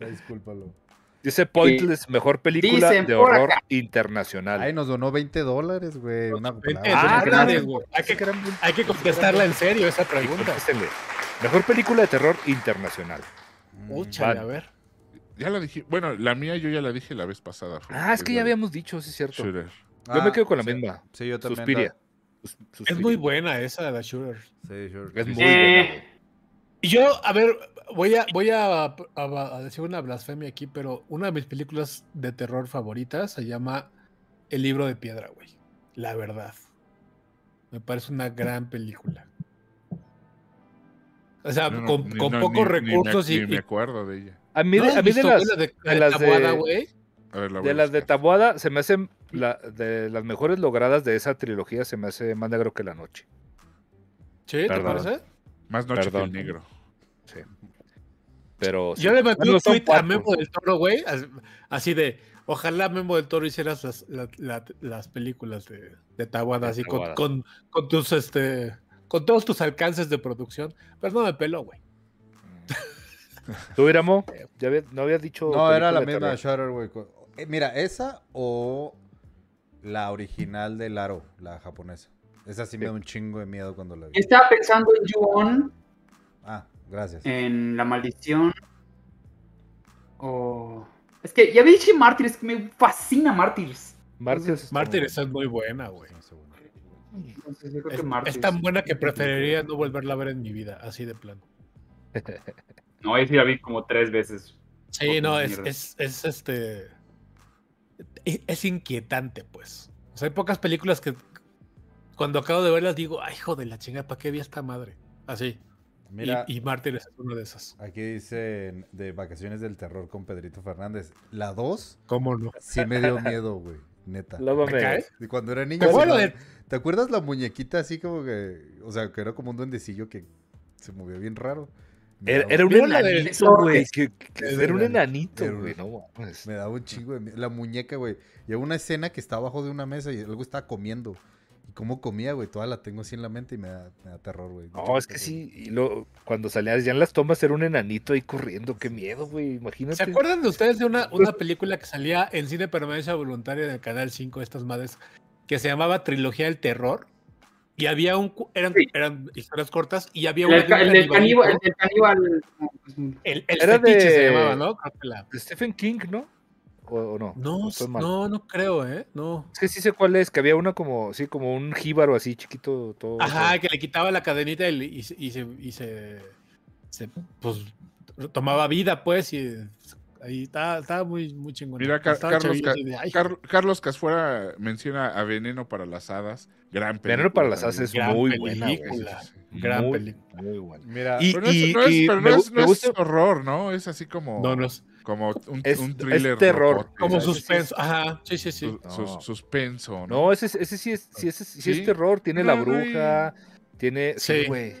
S5: Discúlpalo.
S4: Dice Pointless, mejor película
S2: Dicen
S4: de
S2: por
S4: horror
S2: acá.
S4: internacional.
S5: Ay, nos donó 20 dólares, güey. Una
S1: Vente,
S5: palabra.
S2: Ah,
S1: vente,
S2: claro.
S1: nadie, güey. hay, que, hay que contestarla en serio esa pregunta.
S4: Contéstenle. Mejor película de terror internacional.
S1: Úchale,
S4: Van.
S1: a ver.
S3: Ya la dije. Bueno, la mía yo ya la dije la vez pasada. fue-
S4: Ah, es que ya
S3: la de
S4: habíamos dicho, sí es cierto.
S3: Shooter.
S5: Ah,
S4: Yo me quedo con la
S5: sí.
S4: misma.
S5: Sí, yo también.
S4: Suspiria. Sus-
S1: Es
S4: Suspiria.
S1: muy buena esa de la Shooter.
S5: Sí, sure.
S4: Es muy
S2: Eh.
S4: buena, güey.
S1: Y Yo, a ver, voy a, voy a, a- a decir una blasfemia aquí, pero una de mis películas de terror favoritas se llama El libro de piedra, güey. La verdad. Me parece una gran película. O sea,
S3: Yo no-
S1: Ah, con,
S3: ni-
S1: con
S3: no,
S1: pocos
S3: ni- ni me-
S1: recursos
S3: ni
S1: y...
S3: me
S1: y-
S3: acuerdo de ella.
S4: A mí,
S1: ¿No
S4: de-
S1: has
S4: a mí de
S1: visto
S4: las
S1: la de,
S4: de las de-
S1: Taboada, güey?
S3: A ver, la voy
S4: de
S3: a
S4: las de
S3: buscar.
S4: Tabuada se me hacen la, de las mejores logradas de esa trilogía se me hace más negro que la noche.
S1: Sí, ¿te
S4: Perdón.
S1: parece?
S3: Más noche
S4: Perdón.
S3: que el negro.
S4: Pero sí.
S1: Yo le mandé
S4: Bueno,
S1: un
S4: son
S1: tweet a
S4: cuatro.
S1: Memo del Toro, güey, as- así de, ojalá Memo del Toro hicieras las, la- la- las películas de, de Tahuada,
S4: De
S1: así con,
S4: Tahuada.
S1: con, con tus, este, con todos tus alcances de producción, pero no me peló, güey.
S4: ¿Tú, Iramo? ¿Ya había- no habías dicho.
S5: No, era
S4: película
S5: la
S4: de
S5: misma de
S4: terror?
S5: Shutter, güey. Co- eh, Mira, esa o la original de Laro, la japonesa. Esa sí me
S4: Sí.
S5: da un chingo de miedo cuando la vi.
S2: Yo estaba pensando en Ju-On,
S5: Ah, gracias.
S2: en La Maldición. O. Es que ya me dije Mártires, que me fascina Mártires.
S4: Mártires. está
S1: Mártires es muy buena, güey.
S5: No sé, güey.
S2: Entonces, yo creo
S1: Es,
S2: que Mártires.
S1: es tan buena que preferiría no volverla a ver en mi vida, así de plano.
S2: No, ahí sí la vi como tres veces.
S1: Sí,
S2: Ok,
S1: no, es,
S2: mierda.
S1: es, es, este. Es, es inquietante, pues. O sea, hay pocas películas que cuando acabo de verlas digo, ay, hijo de la chingada, ¿para qué vi esta madre? Así.
S5: Mira,
S1: Y, y Mártires es una de esas.
S5: aquí dicen de Vacaciones del Terror con Pedrito Fernández. La 2
S1: ¿Cómo no?
S5: sí me dio miedo, güey. Neta.
S4: Lávame.
S1: cae?
S5: De Cuando era niño.
S1: ¿Te,
S5: sí
S1: acuerdas
S5: me-
S1: de-
S5: ¿Te acuerdas la muñequita así como que. O sea, que era como un duendecillo que se movía bien raro? Me
S4: Era,
S5: daba-
S4: era un
S1: Yo la del
S4: enanito,
S1: Zorro.
S4: güey. que- que-
S5: Era
S4: Era un
S5: un
S4: enanito,
S5: enanito.
S4: güey. No, mames.
S5: Me daba un chingo de mie- La muñeca, güey. Y había una escena que está abajo de una mesa y algo estaba comiendo. Y cómo comía, güey. Toda la tengo así en la mente y me da, me da terror, güey.
S4: No, es que sí. y lo- cuando salías ya en las tomas era un enanito ahí corriendo. Qué miedo, güey. Imagínate.
S1: ¿Se acuerdan de ustedes de una,
S4: Pues
S1: una película que salía en cine permanencia voluntaria del Canal 5 de estas madres que se llamaba Trilogía del Terror? Y había un. cu- Eran,
S2: Sí.
S1: eran historias cortas y había
S2: El,
S1: una.
S2: del-
S1: de un
S2: el del caníbal. El
S1: canibalito.
S2: del caníbal. pues,
S1: El, el
S4: Era
S1: fetiche se
S4: de-
S1: llamaba, ¿no? Creo que la-
S4: De Stephen King, ¿no? ¿O, o no?
S1: No,
S4: ¿O estoy mal?
S1: no, no creo, ¿eh? No.
S4: Es que sí sé cuál es, que había una como, sí, como un jíbaro así chiquito, todo.
S1: Ajá, que le quitaba la cadenita y, le- y se, y se, y se- se, pues, tomaba vida, pues, y ahí estaba, estaba muy, muy chingón.
S3: Mira, Car-
S1: Estaba
S3: Carlos
S1: chavillo
S3: Ca-
S1: así de, "Ay,
S3: Car- Carlos Casfuera menciona a Veneno para las Hadas. Gran película.
S4: Veneno para las Hadas
S3: también.
S4: es
S1: gran
S4: muy buena, güey.
S1: película,
S3: Sí, sí, sí.
S1: gran
S4: muy,
S1: película.
S4: Muy buena.
S5: Mira,
S4: Y-
S3: Pero no es- no es-
S4: y
S3: pero no
S4: me gu-
S3: es-
S4: me
S3: no es
S4: gusta-
S3: horror, ¿no? Es así como,
S1: No, no, es
S3: como un,
S4: Es-
S3: un
S4: es
S3: thriller.
S4: terror.
S3: locote,
S1: como
S3: ¿sabes?
S1: suspenso. Ajá, sí, sí, sí.
S3: Su- sus-
S4: No.
S3: suspenso, ¿no?
S4: No, ese, es- ese sí es, sí es, sí es
S3: Sí.
S4: terror, tiene la
S3: No, no, y-
S4: bruja, tiene. Sí,
S1: Sí.
S4: güey.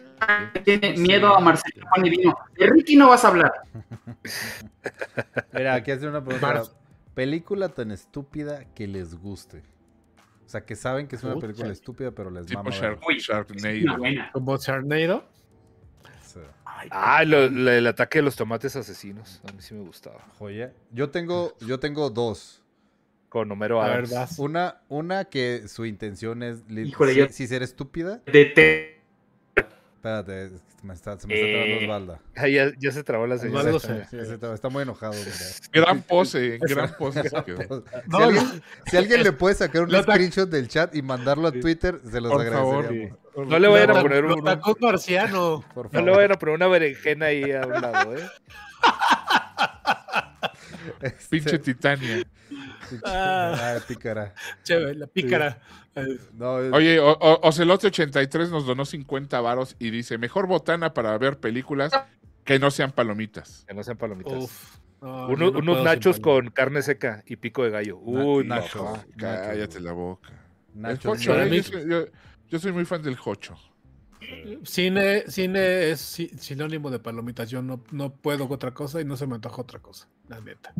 S2: Tiene miedo a Marcelo Juan Divino. De Ricky no vas a hablar.
S5: mira, aquí hace una pregunta.
S1: Mars.
S5: Película tan estúpida que les guste. O sea, que saben que es una
S1: Puta.
S5: película estúpida, pero les
S3: Tipo
S5: mama. verla.
S3: Shark-
S2: Uy,
S1: Pues,
S2: Es
S3: Sharknado.
S2: una buena.
S1: Como Charnado.
S5: O sea,
S4: Ah, lo- lo- el ataque de los tomates asesinos. A mí sí me gustaba.
S5: joya. Yo tengo, yo tengo dos.
S4: Con Homero
S1: A ver,
S4: Adams.
S1: vas.
S5: Una, una que su intención es li-
S2: Híjole,
S5: sí-
S2: yo-
S5: sí ser estúpida.
S2: Dete-
S5: Espérate, es que me está, se me está trabando
S2: Eh,
S5: Osvaldo.
S4: Ah, ya, ya se trabó la
S5: Ahí
S4: señora.
S1: Osvaldo
S5: está,
S1: se-
S5: ahí está, está muy enojado. mira.
S3: Gran pose, gran pose se quedó.
S1: No,
S5: si, alguien, si alguien le puede sacar un
S1: Lo ta-
S5: screenshot del chat y mandarlo a Twitter, se los
S3: Por favor.
S5: agradeceríamos.
S4: No le vayan a
S1: ta-
S4: poner
S1: lo
S4: un-
S1: tacó marciano.
S5: Por
S4: No le
S5: favor.
S4: vayan a poner una berenjena ahí a un lado, ¿eh?
S5: Este,
S3: Pinche Titania.
S5: pinche-
S1: Ah.
S5: ay, pícara.
S1: Chévere, la pícara. Eh,
S5: No, es-
S3: Oye, O- O- Ocelote83 nos donó 50 varos y dice, mejor botana para ver películas que no sean palomitas.
S4: Que no sean palomitas.
S1: Uf. no,
S4: Uno-
S1: yo no puedo
S4: unos
S1: sin
S4: nachos
S1: palabras.
S4: con carne seca y pico de gallo.
S5: Na-
S4: Uy, no.
S5: nachos.
S3: Ah,
S5: Nachos,
S3: Cállate
S5: güey.
S3: la boca. El
S5: Nachos,
S3: jocho,
S1: Para
S3: eh,
S1: mí-
S3: yo, soy- yo- yo soy muy fan del jocho.
S1: Cine, cine es si- sinónimo de palomitas. Yo no, no puedo con otra cosa y no se me antoja otra cosa, la neta.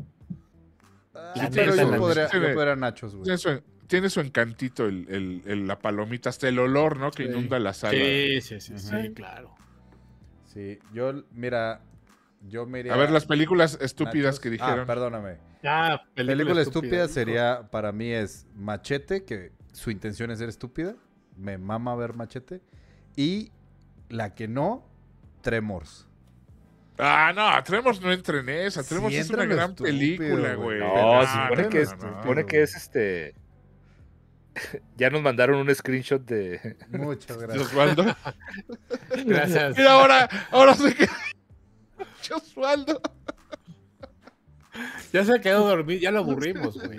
S5: Ah,
S1: La
S5: pero
S1: neta,
S5: yo
S1: la
S5: podría,
S3: neta.
S5: yo podría nachos, güey.
S3: Tiene su, tiene su encantito el, el- el- la palomita, hasta el olor, ¿no? Que
S1: Sí.
S3: inunda la sala.
S1: Sí, sí, sí, sí,
S6: Ujú.
S1: claro.
S5: Sí, yo, mira, yo me iría
S3: A ver, las películas estúpidas
S5: nachos.
S3: que dijeron.
S5: Ah, perdóname.
S1: Ah,
S5: Película, estúpida, sería, para mí es Machete, que su intención es ser estúpida. Me mama ver Machete. Y la que no, Tremors.
S3: Ah, no, Tremors no entra en esa.
S5: Sí,
S3: Tremors es
S5: entra
S3: una
S5: en lo
S3: gran
S5: estúpido,
S3: película,
S5: güey.
S3: güey.
S4: No,
S5: Ah,
S4: se supone
S5: no,
S4: que,
S5: no,
S4: es,
S5: no,
S4: se
S5: no.
S4: supone que es este. Ya nos mandaron un screenshot de.
S5: Muchas gracias.
S3: Osvaldo.
S1: Gracias.
S3: Mira, ahora, ahora se queda. Osvaldo.
S1: Ya se quedó dormido, ya lo aburrimos, güey.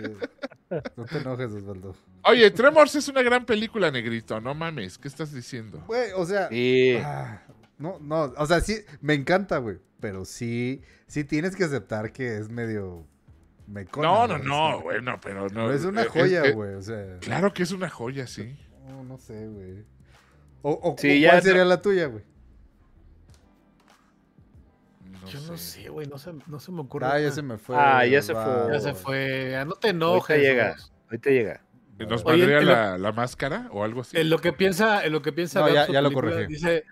S5: No te enojes, Osvaldo.
S3: Oye, Tremors es una gran película, negrito. No mames, ¿qué estás diciendo?
S5: Güey, o sea,
S4: Sí.
S5: ah, no, no, o sea, sí, me encanta, güey. Pero sí, sí tienes que aceptar que es medio mecona,
S3: No, no,
S5: güey, o
S3: no,
S5: sea,
S3: güey, no, pero no.
S5: pero es una
S3: eh,
S5: joya,
S3: eh,
S5: güey, o sea.
S3: Claro que es una joya, sí.
S5: No, no sé, güey. O, o-
S4: Sí,
S5: ¿Cuál
S4: ya-
S5: sería la tuya, güey?
S3: No
S1: Yo no sé, güey, no se, no se me ocurre.
S5: Ah, ya
S1: una.
S5: se me fue.
S4: Ah,
S5: güey,
S4: ya se fue.
S1: Ya
S5: va.
S1: se fue. Ah, No te
S4: Ahorita
S1: enojes.
S4: llega.
S1: vamos.
S4: Ahorita llega.
S3: ¿Nos
S1: Oye,
S3: valdría
S1: en lo-
S3: la, la máscara o algo así?
S1: En lo que piensa, en lo que piensa.
S5: No,
S1: Gab,
S5: ya-
S1: su
S5: ya lo
S1: película,
S5: corregí.
S1: Dice,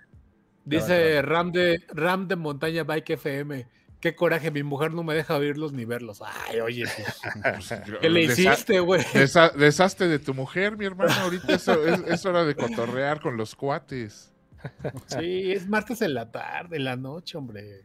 S1: dice Ram de Ram de Montaña Bike FM. Qué coraje, mi mujer no me deja oírlos ni verlos. Ay, oye, pues, ¿qué le
S3: Desa-
S1: hiciste, güey?
S3: desa- deshazte de tu mujer, mi hermano. Ahorita es, es- es hora de cotorrear con los cuates.
S1: Sí, es martes en la tarde, en la noche, hombre.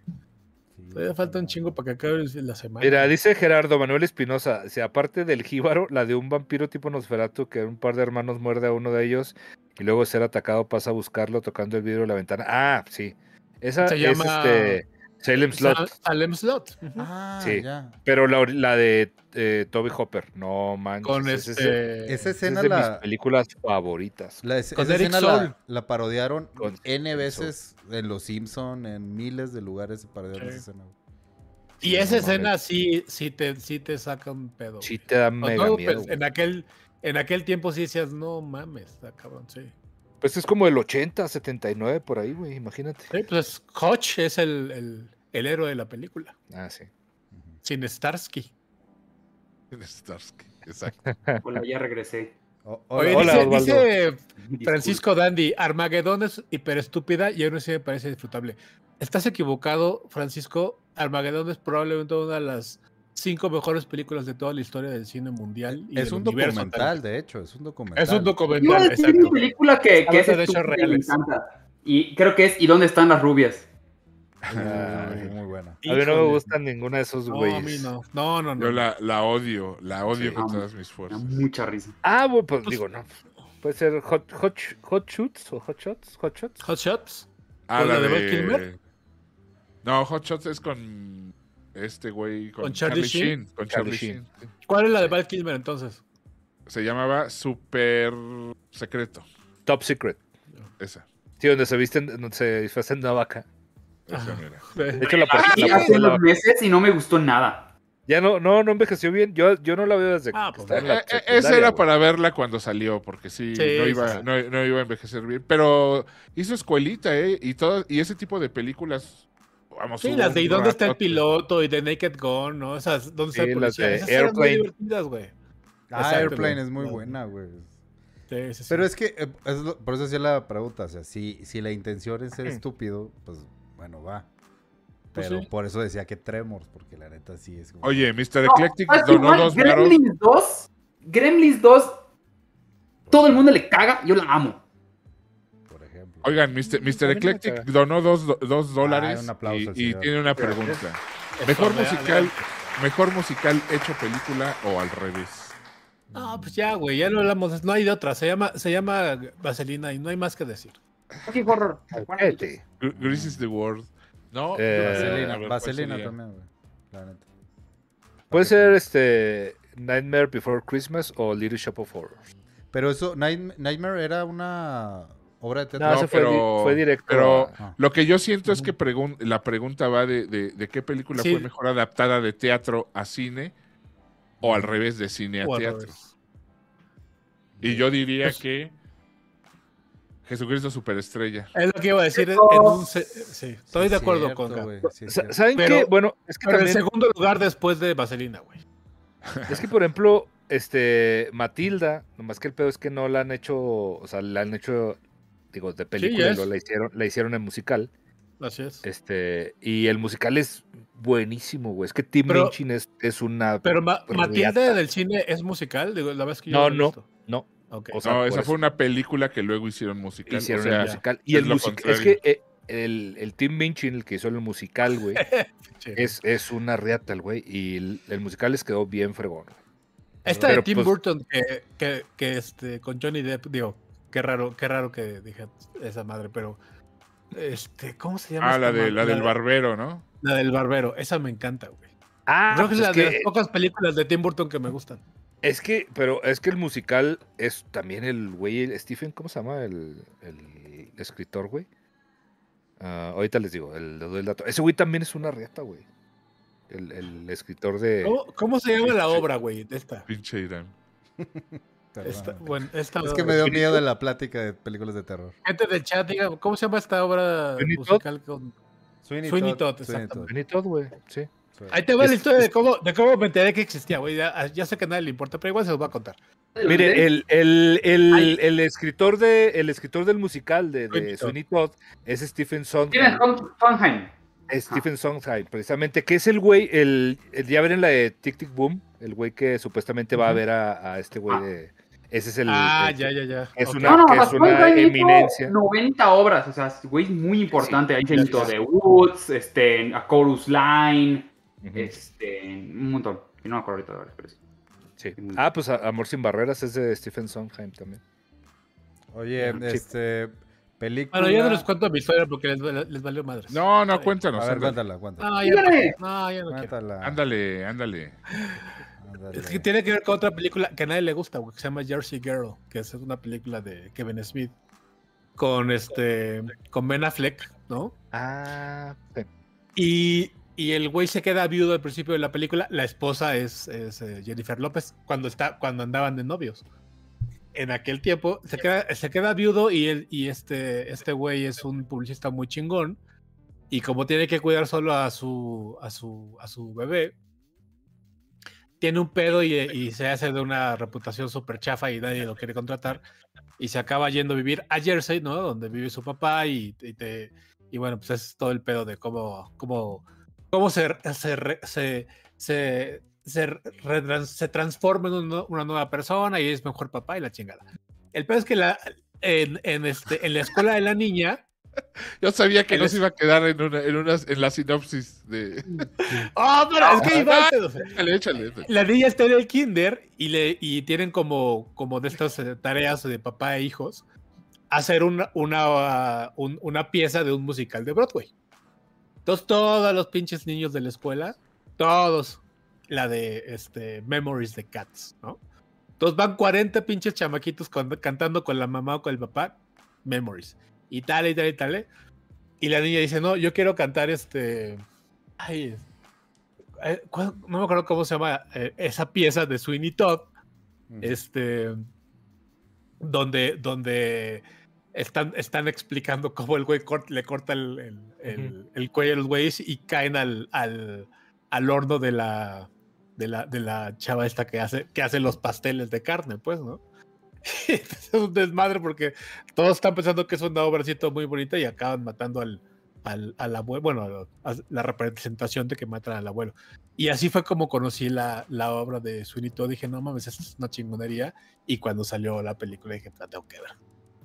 S5: Sí,
S1: Todavía falta un chingo para que acabe el- la semana.
S4: Mira, dice Gerardo Manuel Espinosa. Si aparte del jíbaro, la de un vampiro tipo Nosferatu, que un par de hermanos muerde a uno de ellos y luego de ser atacado pasa a buscarlo tocando el vidrio de la ventana. Ah, sí. Esa
S1: Se
S4: es
S1: llama-
S4: este, Salem Slot.
S1: Sa- Salem Slot. ujú.
S5: Ah,
S4: Sí.
S5: ya.
S4: Pero la, ori- la de eh, Toby Hopper. No manches.
S1: Con
S4: esa es-
S1: este.
S5: Esa
S4: esa es
S5: escena
S4: de mis
S5: la,
S4: películas favoritas.
S5: la es-
S1: Con
S5: esa
S1: Eric
S5: escena
S1: Sol.
S5: la, la parodiaron
S4: Con
S5: N
S4: Eric
S5: veces en Los Simpson, en miles de lugares se parodiaron
S1: Sí.
S5: esa escena. güey.
S1: Y esa escena sí, sí, te, sí te saca un pedo.
S4: Sí
S1: güey.
S4: te da
S1: Con
S4: mega
S1: todo,
S4: miedo,
S1: pues,
S4: güey.
S1: en, aquel, en aquel tiempo sí decías, no mames, está cabrón, sí.
S4: Pues es como el 80, 79 por ahí, güey, imagínate.
S1: Sí, pues Koch es el, el, el héroe de la película,
S4: Ah, sí.
S1: sin Starsky.
S3: Starsky, Exacto.
S2: Hola, ya regresé.
S5: O- o-
S1: Oye,
S4: hola,
S1: dice,
S4: Osvaldo.
S1: dice
S2: Disculpa.
S1: Francisco Dandy, Armagedón es hiperestúpida y aún así me parece disfrutable. Estás equivocado, Francisco. Armagedón es probablemente una de las cinco mejores películas de toda la historia del cine mundial. y
S5: es
S1: del
S5: un
S1: universo
S5: documental, de hecho, es un
S1: también.
S5: documental.
S1: Es un
S2: Yo
S1: documental,
S2: voy a decir una
S1: exacto.
S2: película que, que es
S1: Hablando de hechos
S2: estúpida y me
S1: reales.
S2: encanta. Y creo que es ¿Y dónde están las rubias?
S5: Ah, Es una
S1: Ah,
S5: película
S4: Ay.
S5: muy buena.
S4: Ah, A mí no me
S1: Híjole.
S4: gustan ninguna de esos
S1: No, a
S4: güeyes.
S1: mí no. No, no, no.
S3: Yo la, la odio, la odio
S4: Sí.
S3: con todas mis
S1: Pues,
S2: Me da
S3: fuerzas.
S2: mucha risa.
S4: Ah, bueno, pues digo, no. Puede ser hot, hot, Sh- hot shoots o hot shots, hot shots.
S1: Hot Shots.
S3: Ah,
S1: ¿Con
S3: la
S1: la de Val
S3: de-
S1: Kilmer?
S3: No, Hot Shots es con este güey, con,
S1: ¿Con
S3: Charlie
S1: Charlie
S3: Sheen. Con Charlie
S4: Charlie
S3: Sheen.
S1: ¿Cuál es la de Val Kilmer entonces?
S3: Se llamaba Super Secreto,
S4: Top Secret.
S3: esa.
S4: Sí, donde se visten, donde se disfrazan de una vaca.
S3: esa
S1: Ajá.
S3: mira.
S4: De hecho, la
S2: Ah, sí,
S4: persona
S2: hace unos meses y no me gustó nada.
S4: Ya no, no, no envejeció bien. Yo, yo no la veo desde
S1: Ah,
S4: que
S1: pues,
S4: estaba en la
S3: Eh, eh,
S4: secundaria,
S3: esa era
S4: güey.
S3: para verla cuando salió, porque sí,
S1: Sí,
S3: no,
S1: sí,
S3: iba,
S1: sí.
S3: no, no iba a envejecer bien. Pero hizo escuelita, ¿eh? Y, todo, y ese tipo de películas, vamos.
S1: Sí,
S3: hubo
S1: las de
S3: un
S1: ¿Y dónde está el
S3: ratote.
S1: piloto? Y de Naked Gun, ¿no? Esas, ¿dónde está
S4: Sí,
S1: el
S4: las
S1: policía?
S4: de
S1: Esas eran muy
S4: Airplane.
S1: divertidas, güey.
S5: Ah,
S1: Exacto,
S5: Airplane
S1: güey.
S5: es muy
S1: No.
S5: buena, güey.
S1: Sí, sí, sí.
S5: Pero es que, eh, es lo- por eso hacía la pregunta, o sea, si, si la intención es ser estúpido, pues bueno, va.
S1: Hmm. Pues
S5: Pero
S1: sí.
S5: por eso decía que Tremors, porque la neta sí es como...
S3: Oye, Mr.
S2: No,
S3: Eclectic
S2: ¿sabes qué,
S3: donó
S2: Juan?
S3: dos varos.
S2: Ah, Gremlins 2, Gremlins 2, todo el mundo le caga, yo la amo.
S5: por ejemplo.
S3: Oigan, Mr. Mr.
S4: me
S3: Eclectic
S4: caga.
S3: donó dos, do- dos dólares
S5: un aplauso
S3: y-
S5: al
S3: y,
S5: señor.
S3: tiene una pregunta.
S1: Eso,
S3: Mejor
S1: me da-
S3: musical, mejor musical hecho película o al revés.
S1: No, pues ya, güey, ya no hablamos. de eso. No hay de otra. Se llama, se llama Vaselina y no hay más que decir.
S2: Qué horror.
S4: Cállate.
S3: Gr- Grease is the word. No,
S4: Eh,
S5: Vaselina,
S3: a ver, ¿cuál
S5: Vaselina
S3: sería?
S5: también, güey. La neta.
S4: Puede ser este Nightmare Before Christmas o Little Shop of Horrors.
S5: Pero eso, Nightm- Nightmare era una obra de teatro.
S4: No, se fue, di-
S3: pero-
S4: fue directo.
S3: Pero
S4: a-
S5: Ah.
S3: lo que yo siento es que pregun- la pregunta va de, de- de qué película
S1: Sí.
S3: fue mejor adaptada de teatro a cine o al revés de cine a
S1: O al
S3: teatro.
S1: revés.
S3: Y yo diría
S1: Pues-
S3: que Jesucristo Superestrella.
S1: Es lo que iba a decir. en un se- sí, estoy
S5: Sí,
S1: de acuerdo
S5: cierto,
S1: con Gab.
S5: güey, sí, es
S4: Sa-
S5: cierto.
S4: ¿Saben
S1: Pero-
S4: qué? Bueno, es que
S1: Pero en
S4: también,
S1: segundo lugar después de Vaselina, güey.
S4: es que por ejemplo, este Matilda, nomás que el pedo es que no la han hecho, o sea, la han hecho, digo, de película,
S1: ya
S4: y luego
S1: es.
S4: la hicieron, la hicieron en musical.
S1: Así es.
S4: Este, y el musical es buenísimo, güey. Es que Tim
S1: Pero-
S4: Minchin es, es una.
S1: Pero Ma-
S4: Pero
S1: Matilda
S4: ya-
S1: del cine es musical, digo, la vez que yo
S4: No,
S1: la he
S4: no.
S1: visto.
S4: no,
S1: Ok.
S4: O sea,
S3: No,
S4: por
S3: esa
S4: eso.
S3: fue una película que luego hicieron musical. o
S4: hicieron
S3: sea,
S4: el musical. Y
S3: es
S4: el
S3: lo
S4: musical. Es que eh, el, el Tim Minchin, el que hizo el musical, güey,
S1: Sí.
S4: es, es una riata, el güey. Y el, el musical les quedó bien fregón.
S1: Esta de
S4: pero,
S1: Tim
S4: pues-
S1: Burton que, que, que, este, con Johnny Depp, digo, qué raro, qué raro que dije esa madre, pero este, ¿cómo se llama?
S3: Ah, la,
S1: esta
S3: de,
S1: madre?
S3: la del barbero, ¿no?
S1: La del barbero, esa me encanta, güey.
S4: Ah,
S1: Creo que es
S4: pues
S1: la
S4: es
S1: de
S4: que-
S1: las pocas películas de Tim Burton que me gustan.
S4: Es que, pero es que el musical es también el güey, el Stephen, ¿cómo se llama? El, el escritor, güey. Ah, ahorita les digo, el, les doy el dato. Ese güey también es una riata, güey. El, el escritor de.
S1: ¿Cómo, cómo se llama la obra, güey? de Esta.
S3: Pinche Irán.
S5: Perdón,
S1: Esta,
S5: güey.
S1: bueno, esta
S5: Es que me dio miedo de la plática de películas de terror.
S1: gente del chat, diga, ¿cómo se llama esta obra
S4: Sweeney Todd.
S1: musical con Sweeney Todd,
S5: Sweeney
S1: exactamente.
S4: Sweeney Todd, güey. Sí.
S5: Todd.
S1: Ahí te va
S4: Es-
S1: la historia de cómo, de cómo me enteré que existía, güey. Ya, ya sé que a nadie le importa, pero igual se los va a contar.
S4: Mire, el, el, el,
S2: Ay.
S4: el escritor de el escritor del musical de,
S1: Sweeney
S4: de
S1: Todd.
S4: Sweeney Todd es Stephen
S2: Steven
S4: Sondheim.
S2: Thom- Sondheim.
S4: es Stephen Sondheim, precisamente, que es el güey, el, el ya ven en la de Tic Tic Boom, el güey que supuestamente va a
S1: Ujú.
S4: ver a, a este güey de. Ese es el.
S1: ah,
S4: el-
S1: ya, ya, ya.
S4: es
S1: Ok.
S4: una-
S2: No, no,
S4: que es
S2: Sondheim
S4: una
S2: hizo
S4: eminencia.
S2: 90 obras, o sea, es güey, es muy importante. Ahí se
S1: Sí,
S2: hizo
S1: sí.
S2: The Woods, este, A Chorus Line,
S4: Ujú,
S2: este, un montón. Y no me acuerdo ahorita de ahora, pero sí.
S4: sí.
S2: mm.
S4: Ah, pues A- Amor sin barreras es de Stephen Sondheim también.
S5: Oye,
S4: Sí.
S5: este. Película.
S1: Bueno, yo no les cuento mi historia porque les, val- les valió madres.
S3: No, no,
S1: Ay.
S3: cuéntanos.
S5: A ver,
S3: ándale,
S5: cuéntala,
S4: Ah,
S5: cuéntala.
S1: No, ya no,
S2: Dígale.
S1: no, ya no quiero.
S5: Cuéntala.
S3: ándale, ándale.
S5: ándale.
S1: Es que tiene que ver con otra película que a nadie le gusta, güey, que se llama Jersey Girl, que es una película de Kevin Smith con este con Ben Affleck, ¿no?
S4: Ah, sí.
S1: Y, y el güey se queda viudo al principio de la película. La esposa es, es, eh, Jennifer López cuando, está, cuando andaban de novios. En aquel tiempo se queda, se queda viudo y, él, y este, este güey es un publicista muy chingón. Y como tiene que cuidar solo a su, a su, a su bebé, tiene un pedo y, y se hace de una reputación súper chafa y nadie lo quiere contratar. Y se acaba yendo a vivir a Jersey, ¿no? Donde vive su papá y, y te, y bueno, pues es todo el pedo de cómo, cómo, cómo se, se, re- se, se, se retrans- se transforma en un nue- una nueva persona y es mejor papá y la chingada. El pedo es que la, en, en este, en la escuela de la niña.
S3: Yo sabía que
S1: Él
S3: no
S1: es-
S3: se iba a quedar en, una, en, unas- en la sinopsis de...
S1: ¡Oh, pero es que ahí va el pedo!
S3: Échale, échale.
S1: La niña está en el kinder y, le, y tienen como, como de estas eh, tareas de papá e hijos hacer una, una, ah, un- una pieza de un musical de Broadway. Entonces todos los pinches niños de la escuela, todos, la de este, Memories de Cats, ¿no? Entonces van 40 pinches chamaquitos con- cantando con la mamá o con el papá, Memories. Y tal, y tal, y tal. ¿eh? Y la niña dice, no, yo quiero cantar este... Ay, eh, ¿cuál- no me acuerdo cómo se llama eh, esa pieza de Sweeney Todd,
S5: Mm.
S1: este, donde, donde están, están explicando cómo el güey cort- le corta el, el- el- el cuello a los güeyes y caen al, al, al horno de la, de, la, de la chava esta que hace, que hace los pasteles de carne, pues, ¿no? Entonces es un desmadre porque todos están pensando que es una obra así todo muy bonita y acaban matando al, al, al abuelo, bueno, a lo- a la representación de que matan al abuelo. Y así fue como conocí la, la obra de Sweeney Todd. Dije, no mames, esto es una chingonería. Y cuando salió la película dije, la tengo que ver.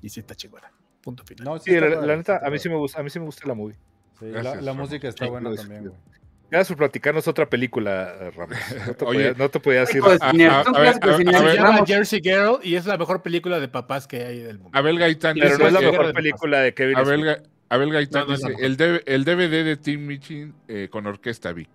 S1: Y sí está chingona. Punto final.
S5: No,
S4: Sí,
S5: está
S4: la, la
S5: padre,
S4: neta,
S5: está
S4: a mí sí
S5: padre.
S4: me gusta, a mí sí me gusta la movie.
S5: Sí, la-
S3: Gracias,
S5: la
S3: Ramón.
S5: música está
S4: Sí,
S5: buena
S4: lo
S5: también, güey.
S4: Gracias por platicarnos otra película, eh, Ramos. No te,
S3: Oye.
S4: podía, no te podía decir.
S2: Pues,
S3: A, a-
S2: Ni el
S3: a
S2: Tom
S3: ver,
S2: Cruise,
S3: a ver,
S2: ni el
S3: a
S1: Se
S3: ver,
S1: llama
S2: Ramos.
S1: Jersey Girl y es la mejor película de papás que hay del mundo.
S3: Abel Gaitán
S4: Pero no
S3: dice
S4: es la
S3: que-
S4: mejor película de Kevin
S3: Abel,
S4: Smith.
S3: Ga- Abel Gaitán
S1: No, no es la mejor.
S3: dice, el, D- el DVD de Tim Michin eh, con orquesta Vic.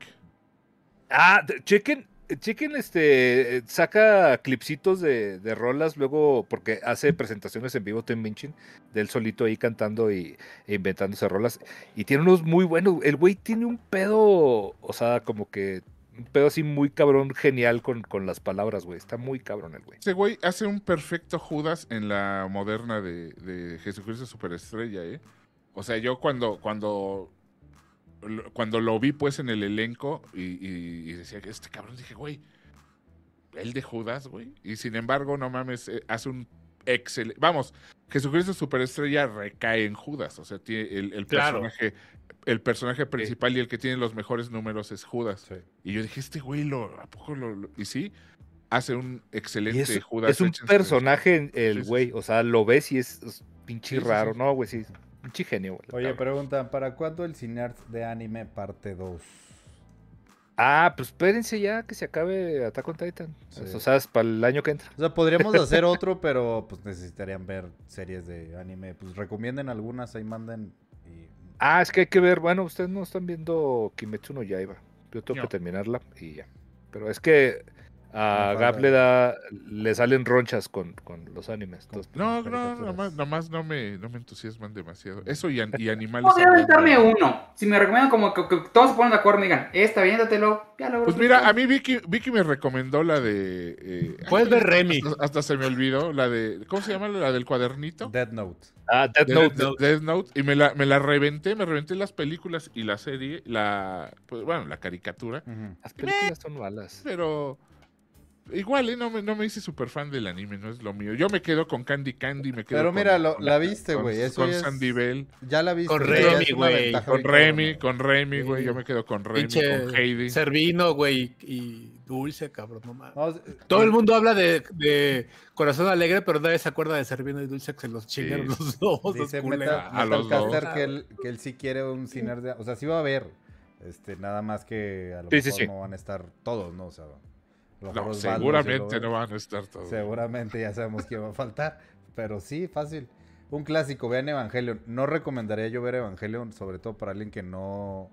S4: Ah, de- chequen, chequen, este, eh, saca clipsitos de, de rolas luego, porque hace presentaciones en vivo Tim Minchin, del solito ahí cantando y, e inventándose rolas. Y tiene unos muy buenos. El güey tiene un pedo, o sea, como que un pedo así muy cabrón, genial con, con las palabras, güey. Está muy cabrón el güey.
S3: Ese güey hace un perfecto Judas en la moderna de, de Jesucristo Superestrella, ¿eh? O sea, yo cuando, cuando, cuando lo vi pues en el elenco y, y- y decía que este cabrón, dije, güey, el de Judas, güey. Y sin embargo, no mames, eh, hace un excelente... Vamos, Jesucristo Superestrella recae en Judas. O sea, tiene el, el
S1: Claro.
S3: personaje... El personaje principal y el que tiene los mejores números es Judas.
S5: Sí.
S3: Y yo dije, este güey, lo, ¿a poco lo, lo-?" Y sí, hace un excelente
S4: Y es,
S3: Judas.
S4: es un
S3: Hutchinson.
S4: personaje
S3: Sí,
S4: el
S3: sí,
S4: güey.
S3: sí.
S4: O sea, lo ves y es, es pinche
S3: Sí, sí,
S4: raro.
S3: sí.
S4: No, güey, sí. Pinche genio, güey.
S5: Oye, preguntan, ¿para cuándo el Cineart de anime parte 2?
S4: Ah, pues espérense ya que se acabe Attack on Titan.
S5: Sí.
S4: O sea, es para el año que entra.
S5: O sea, podríamos hacer otro, pero pues necesitarían ver series de anime. Pues recomienden algunas, ahí manden. Y...
S4: Ah, es que hay que ver. Bueno, ustedes no están viendo Kimetsu no Yaiba. Yo tengo
S3: No.
S4: que terminarla y ya. Pero es que a
S5: Me
S4: Gap
S5: falta.
S4: le da, le salen ronchas con, con los animes. entonces,
S3: No,
S5: Con
S3: no,
S5: caricaturas.
S3: nomás, nomás no, me, no me entusiasman demasiado. Eso y, an- y animales.
S2: Podría
S3: hablando.
S2: aventarme uno. Si me recomiendan como que, que todos se ponen de acuerdo y me digan, esta, aviéntatelo. Ya lo
S3: Pues mira, a mí Vicky, Vicky me recomendó la de. eh,
S1: Puedes ver Remy.
S3: hasta, hasta se me olvidó. La de. ¿Cómo se llama? La del cuadernito.
S5: Dead Note.
S4: ah, Death
S3: De-
S4: Note.
S3: de- Death Note. Y me la, me la reventé. Me reventé las películas y la serie. La. Pues, bueno, la caricatura.
S5: Ujú.
S4: Las películas son malas.
S3: Pero. Igual, ¿eh? No me, no me hice súper fan del anime, no es lo mío. Yo me quedo con Candy Candy, me quedo
S5: Pero
S3: con-
S5: mira, lo-
S3: con-
S5: la viste,
S3: con-
S5: güey, eso
S3: Con
S5: ya es-
S3: Sandy Bell.
S5: Ya la viste.
S1: Con
S5: o sea, ya
S1: Remy,
S5: es una
S1: güey.
S5: ventaja
S3: Con
S5: bien cabrona,
S3: Remy,
S5: güey.
S3: con Remy, güey.
S5: Sí.
S3: Yo me quedo con Remy, con Heidi.
S1: Pinche Servino, güey, y Dulce, cabrón, no mames.
S5: No,
S1: Todo el mundo habla de, de Corazón Alegre, pero nadie se acuerda de Servino y Dulce que se los chingaron
S3: Sí.
S1: los dos. los
S5: Dice
S1: culeros.
S5: Meta,
S3: A los
S5: Metalcaster
S1: dos.
S5: que él, que él sí quiere un cine de... O sea, sí va a haber. Este, nada más que a lo
S4: Sí, sí,
S5: mejor
S4: sí.
S5: no van a estar todos, ¿no? O sea, a lo mejor
S3: No,
S5: Osvaldo sí lo
S3: seguramente
S5: ve.
S3: no van a estar todos.
S5: Seguramente ya sabemos quién va a faltar. Pero sí, fácil. Un clásico, vean Evangelion. No recomendaría yo ver Evangelion, sobre todo para alguien que no,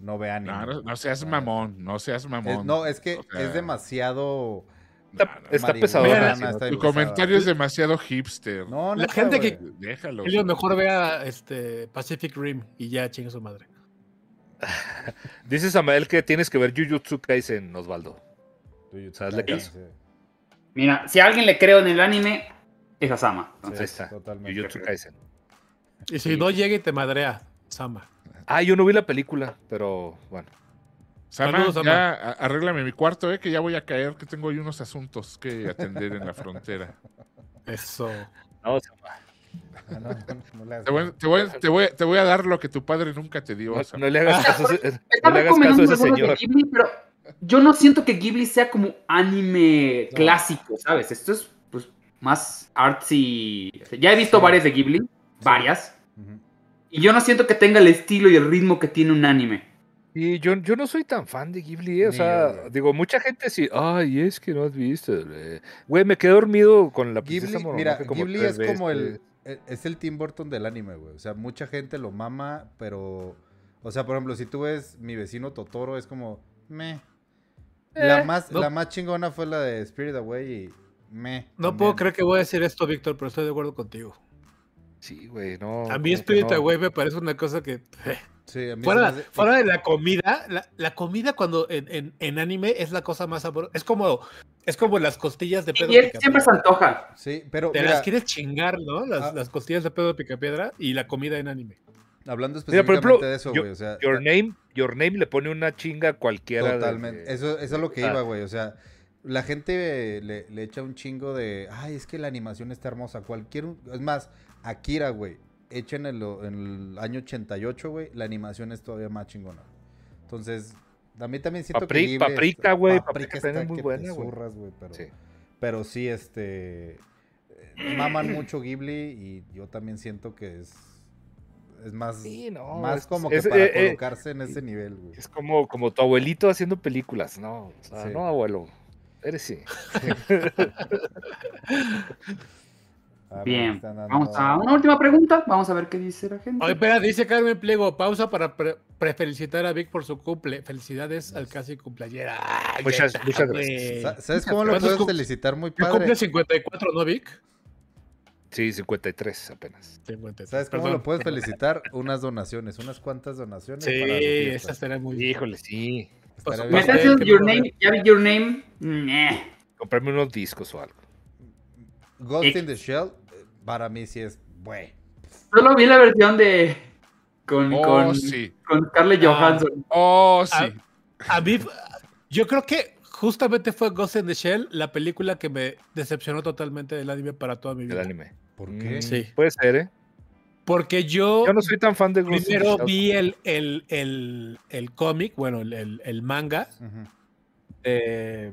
S5: no ve anime.
S3: No, no, no seas
S5: Ah,
S3: mamón, no seas mamón.
S5: es- no, es que
S3: O sea,
S5: es demasiado.
S3: no,
S4: Está-
S3: no.
S4: es- Está
S5: marihuana,
S4: pesadona, tu
S5: está
S3: Tu
S5: pesada.
S3: comentario es demasiado hipster.
S5: No,
S1: La
S5: neta,
S1: gente
S5: güey.
S1: que-
S3: Déjalo.
S1: Elio mejor vea este, Pacific Rim y ya chinga su madre.
S4: Dice Samael que tienes que ver Jujutsu Kaisen, Osvaldo. ¿Sabes la que hizo?
S5: Sí,
S2: Mira, si a alguien le creo en el anime, es a Sama.
S5: sí,
S2: Entonces,
S4: Ahí está.
S5: Totalmente.
S4: Jujutsu Kaisen.
S1: Y si
S4: Sí.
S1: no llega y te madrea, Sama.
S4: Ah, yo no vi la película, pero bueno.
S3: Sama,
S1: Saludos, Sama.
S3: ya a- arréglame mi cuarto, eh, que ya voy a caer, que tengo ahí unos asuntos que atender en la frontera.
S1: Eso.
S4: No,
S5: Ah, no, no, no le hagas
S3: Te voy,
S5: caso.
S3: te, voy, te, voy, te voy a dar lo que tu padre nunca te dio.
S4: no-
S3: Sama.
S4: no le hagas caso, a ese-
S2: Está
S4: no le hagas caso
S2: Ah, recomendando
S4: a ese
S2: algunos de
S4: señor.
S2: Ghibli, pero yo no siento que Ghibli sea como anime
S5: No.
S2: clásico, ¿sabes? Esto es pues, más artsy. Ya he visto
S5: Sí.
S2: varias de Ghibli, varias,
S5: Ujú.
S2: y yo no siento que tenga el estilo y el ritmo que tiene un anime.
S4: Y yo, yo no soy tan fan de Ghibli, eh, o
S5: Ni
S4: sea,
S5: yo, güey.
S4: digo, mucha gente sí, ay, es que no has visto. eh". Güey, me quedé dormido con la princesa
S5: Ghibli, mira,
S4: Mononoke como
S5: Ghibli
S4: tres
S5: es como el,
S4: veces.
S5: e- es el Tim Burton del anime, güey. O sea, mucha gente lo mama, pero, o sea, por ejemplo, si tú ves mi vecino Totoro, es como, me. La más,
S1: Eh, No.
S5: la más chingona fue la de Spirit Away y me.
S1: No puedo creer que voy a decir esto, Víctor, pero estoy de acuerdo contigo.
S4: Sí, güey, no.
S1: A
S4: como
S1: mí
S4: que
S1: Spirit
S4: no.
S1: Away me parece una cosa que...
S5: Sí, a mí se me
S1: Fuera,
S5: hace-
S1: fuera de la comida, la, la comida cuando en, en- en anime es la cosa más sabrosa. Es como, es como las costillas de
S2: Y
S1: pedo
S2: él
S1: picapiedra.
S2: siempre se antoja.
S5: Sí, pero
S1: Te
S5: mira,
S1: las quieres chingar, ¿no? Las,
S5: Ah.
S1: las costillas de pedo de picapiedra y la comida en anime.
S5: hablando
S4: Mira, por
S5: específicamente
S4: ejemplo,
S5: de eso,
S4: yo-
S5: güey, o sea,
S4: Your Name, Your Name le pone una chinga a cualquiera. de-
S5: Totalmente.
S4: de-
S5: Eso, eso es lo que
S4: Ah.
S5: iba, güey. O sea, la gente le, le echa un chingo de. Ay, es que la animación está hermosa. Cualquier. un- Es más, Akira, güey. Hecha en el, en el año 88, güey. La animación es todavía más chingona. Entonces, a mí también siento
S4: Papri-
S5: que. Ghibli es-
S4: Paprika, güey, Paprika
S5: Paprika
S4: también
S5: está
S4: es muy
S5: que
S4: buena,
S5: te
S4: güey.
S5: zurras, güey. Pero,
S4: Sí.
S5: pero sí, este. eh, Maman mucho Ghibli y yo también siento que es. Es más.
S4: Sí, no,
S5: más
S4: es-
S5: como que
S4: es-
S5: para
S4: eh, eh,
S5: colocarse en ese nivel, güey.
S4: Es como, como tu abuelito haciendo películas, ¿no? O sea,
S5: Sí.
S4: no, abuelo. Eres sí.
S5: Ah, bueno,
S2: Bien,
S5: están dando-
S2: vamos a una última pregunta, vamos a ver qué dice la gente.
S1: Oye, espera, dice Carmen Pliego, pausa para pre- prefelicitar a Vic por su cumple. Felicidades al casi cumpleañera. Ay,
S4: Muchas-
S1: ya está,
S4: muchas
S1: güey.
S5: Sa- ¿Sabes cómo lo
S1: ¿Cuántos
S5: puedes
S1: cum-
S5: felicitar muy
S1: Tú
S5: padre?
S1: cumples 54, ¿no, Vic?
S4: Sí, 53 apenas.
S1: 53,
S5: ¿Sabes cómo
S1: perdón.
S5: lo puedes felicitar? Unas donaciones, unas cuantas donaciones.
S1: Sí,
S5: para la fiesta.
S1: esas serán muy...
S4: Híjole, sí.
S1: Pues,
S5: Estaría
S2: ¿Me
S5: bien.
S2: estás
S1: Aparte,
S2: diciendo
S1: ¿qué
S2: Your
S1: puedo
S2: Name? ¿Ya vi Your Name? Nah.
S4: Comprarme unos discos o algo.
S5: Ghost in the Shell, eh, para mí sí es, güey.
S2: Solo vi la versión de... Con,
S3: Oh,
S2: con,
S3: sí.
S2: con Scarlett
S1: Ah.
S2: Johansson.
S3: Oh, sí.
S1: Ah, A mí, yo creo que justamente fue Ghost in the Shell la película que me decepcionó totalmente del anime para toda mi
S4: El
S1: vida.
S4: anime.
S5: ¿Por
S4: Mm,
S5: qué?
S1: Sí.
S4: Puede ser, ¿eh?
S1: Porque yo,
S4: Yo no soy tan fan de Ghost in the
S1: primero
S4: Shell.
S1: vi el, el, el, el cómic, bueno, el, el- el manga.
S5: Ujú.
S1: eh,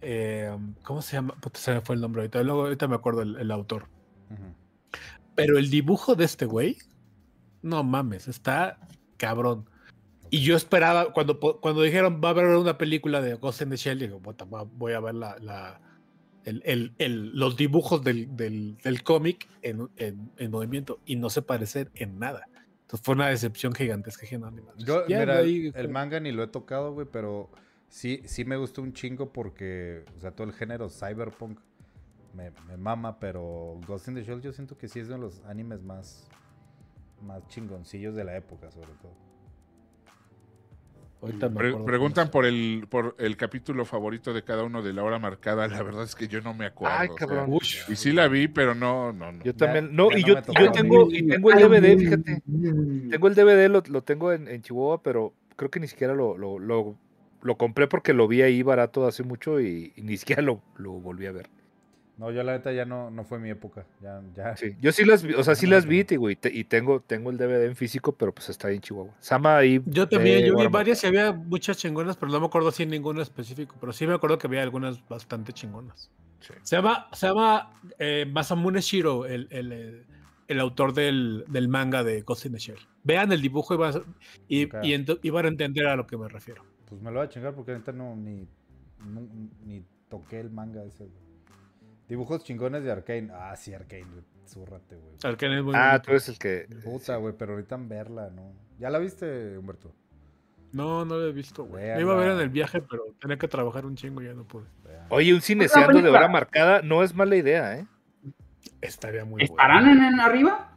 S1: eh, ¿Cómo se llama? Puta, se me fue el nombre ahorita. Luego, ahorita me acuerdo el, el autor.
S5: Ujú.
S1: Pero el dibujo de este güey, no mames, está cabrón. Y yo esperaba, cuando, po- cuando dijeron va a haber una película de Ghost in the Shell, digo, "Puta, va- voy a ver la, la- el- el- el- los dibujos del, del- del cómic en, en- en movimiento y no se parecen en nada. Entonces fue una decepción gigantesca. dije, "No, ni madres".
S5: Yo,
S1: Ya de
S5: mira,
S1: ahí
S5: el,
S1: fue-
S5: el manga ni lo he tocado, güey, pero sí, sí me gustó un chingo porque, o sea, todo el género cyberpunk me, me mama, pero Ghost in the Shell yo siento que sí es de los animes más, más chingoncillos de la época, sobre todo.
S1: ahorita me
S3: Pre-
S1: acuerdo
S3: preguntan
S1: cómo
S3: por el, por el capítulo favorito de cada uno de la hora marcada. La verdad es que yo no me acuerdo.
S4: Ay,
S3: o sea,
S4: cabrón.
S3: y sí la vi, pero no, no, no.
S4: Yo
S5: Ya-
S4: también. No,
S5: ya
S4: y
S5: no
S4: yo,
S5: me
S4: y
S5: tocaron.
S4: yo tengo, y tengo el DVD, fíjate. Tengo el DVD, lo, lo tengo en, en Chihuahua, pero creo que ni siquiera lo, lo, lo, lo compré porque lo vi ahí barato hace mucho y, y ni siquiera lo, lo volví a ver.
S5: No, yo la neta ya no, no fue mi época. Ya, ya.
S4: Sí, yo sí las vi, o sea, sí las
S5: Ah.
S4: vi, te digo, y, te- y tengo, tengo el DVD en físico, pero pues está ahí en Chihuahua. Sama ahí.
S1: Yo también,
S4: ve
S1: yo vi
S4: Warhammer.
S1: varias y había muchas chingonas, pero no me acuerdo si ninguna específico, pero sí me acuerdo que había algunas bastante chingonas.
S4: Sí.
S1: Se llama, se llama eh, Masamune Shiro, el, el, eh, el autor del, del manga de Ghost in the Shell. Vean el dibujo y, vas- y,
S5: Ok.
S1: y ento- y van a entender a lo que me refiero.
S5: Pues me lo voy a chingar porque ahorita no ni, nu- ni toqué el manga ese. güey. Dibujos chingones de Arkane. Ah, sí, Arkane, güey. Zúrrate, güey.
S1: Al que es muy
S4: Ah,
S1: bonito.
S4: tú eres el que.
S5: Puta, güey, pero ahorita verla, ¿no? ¿Ya la viste, Humberto?
S1: No, no lo he visto, güey. Lo
S5: Véanla.
S1: iba a ver en el viaje, pero tenía que trabajar un chingo y ya no pude.
S5: Vea.
S4: Oye, un cineceando de
S2: Pues, película.
S4: hora marcada no es mala idea, ¿eh?
S1: Estaría muy
S2: ¿Estarán en, en arriba?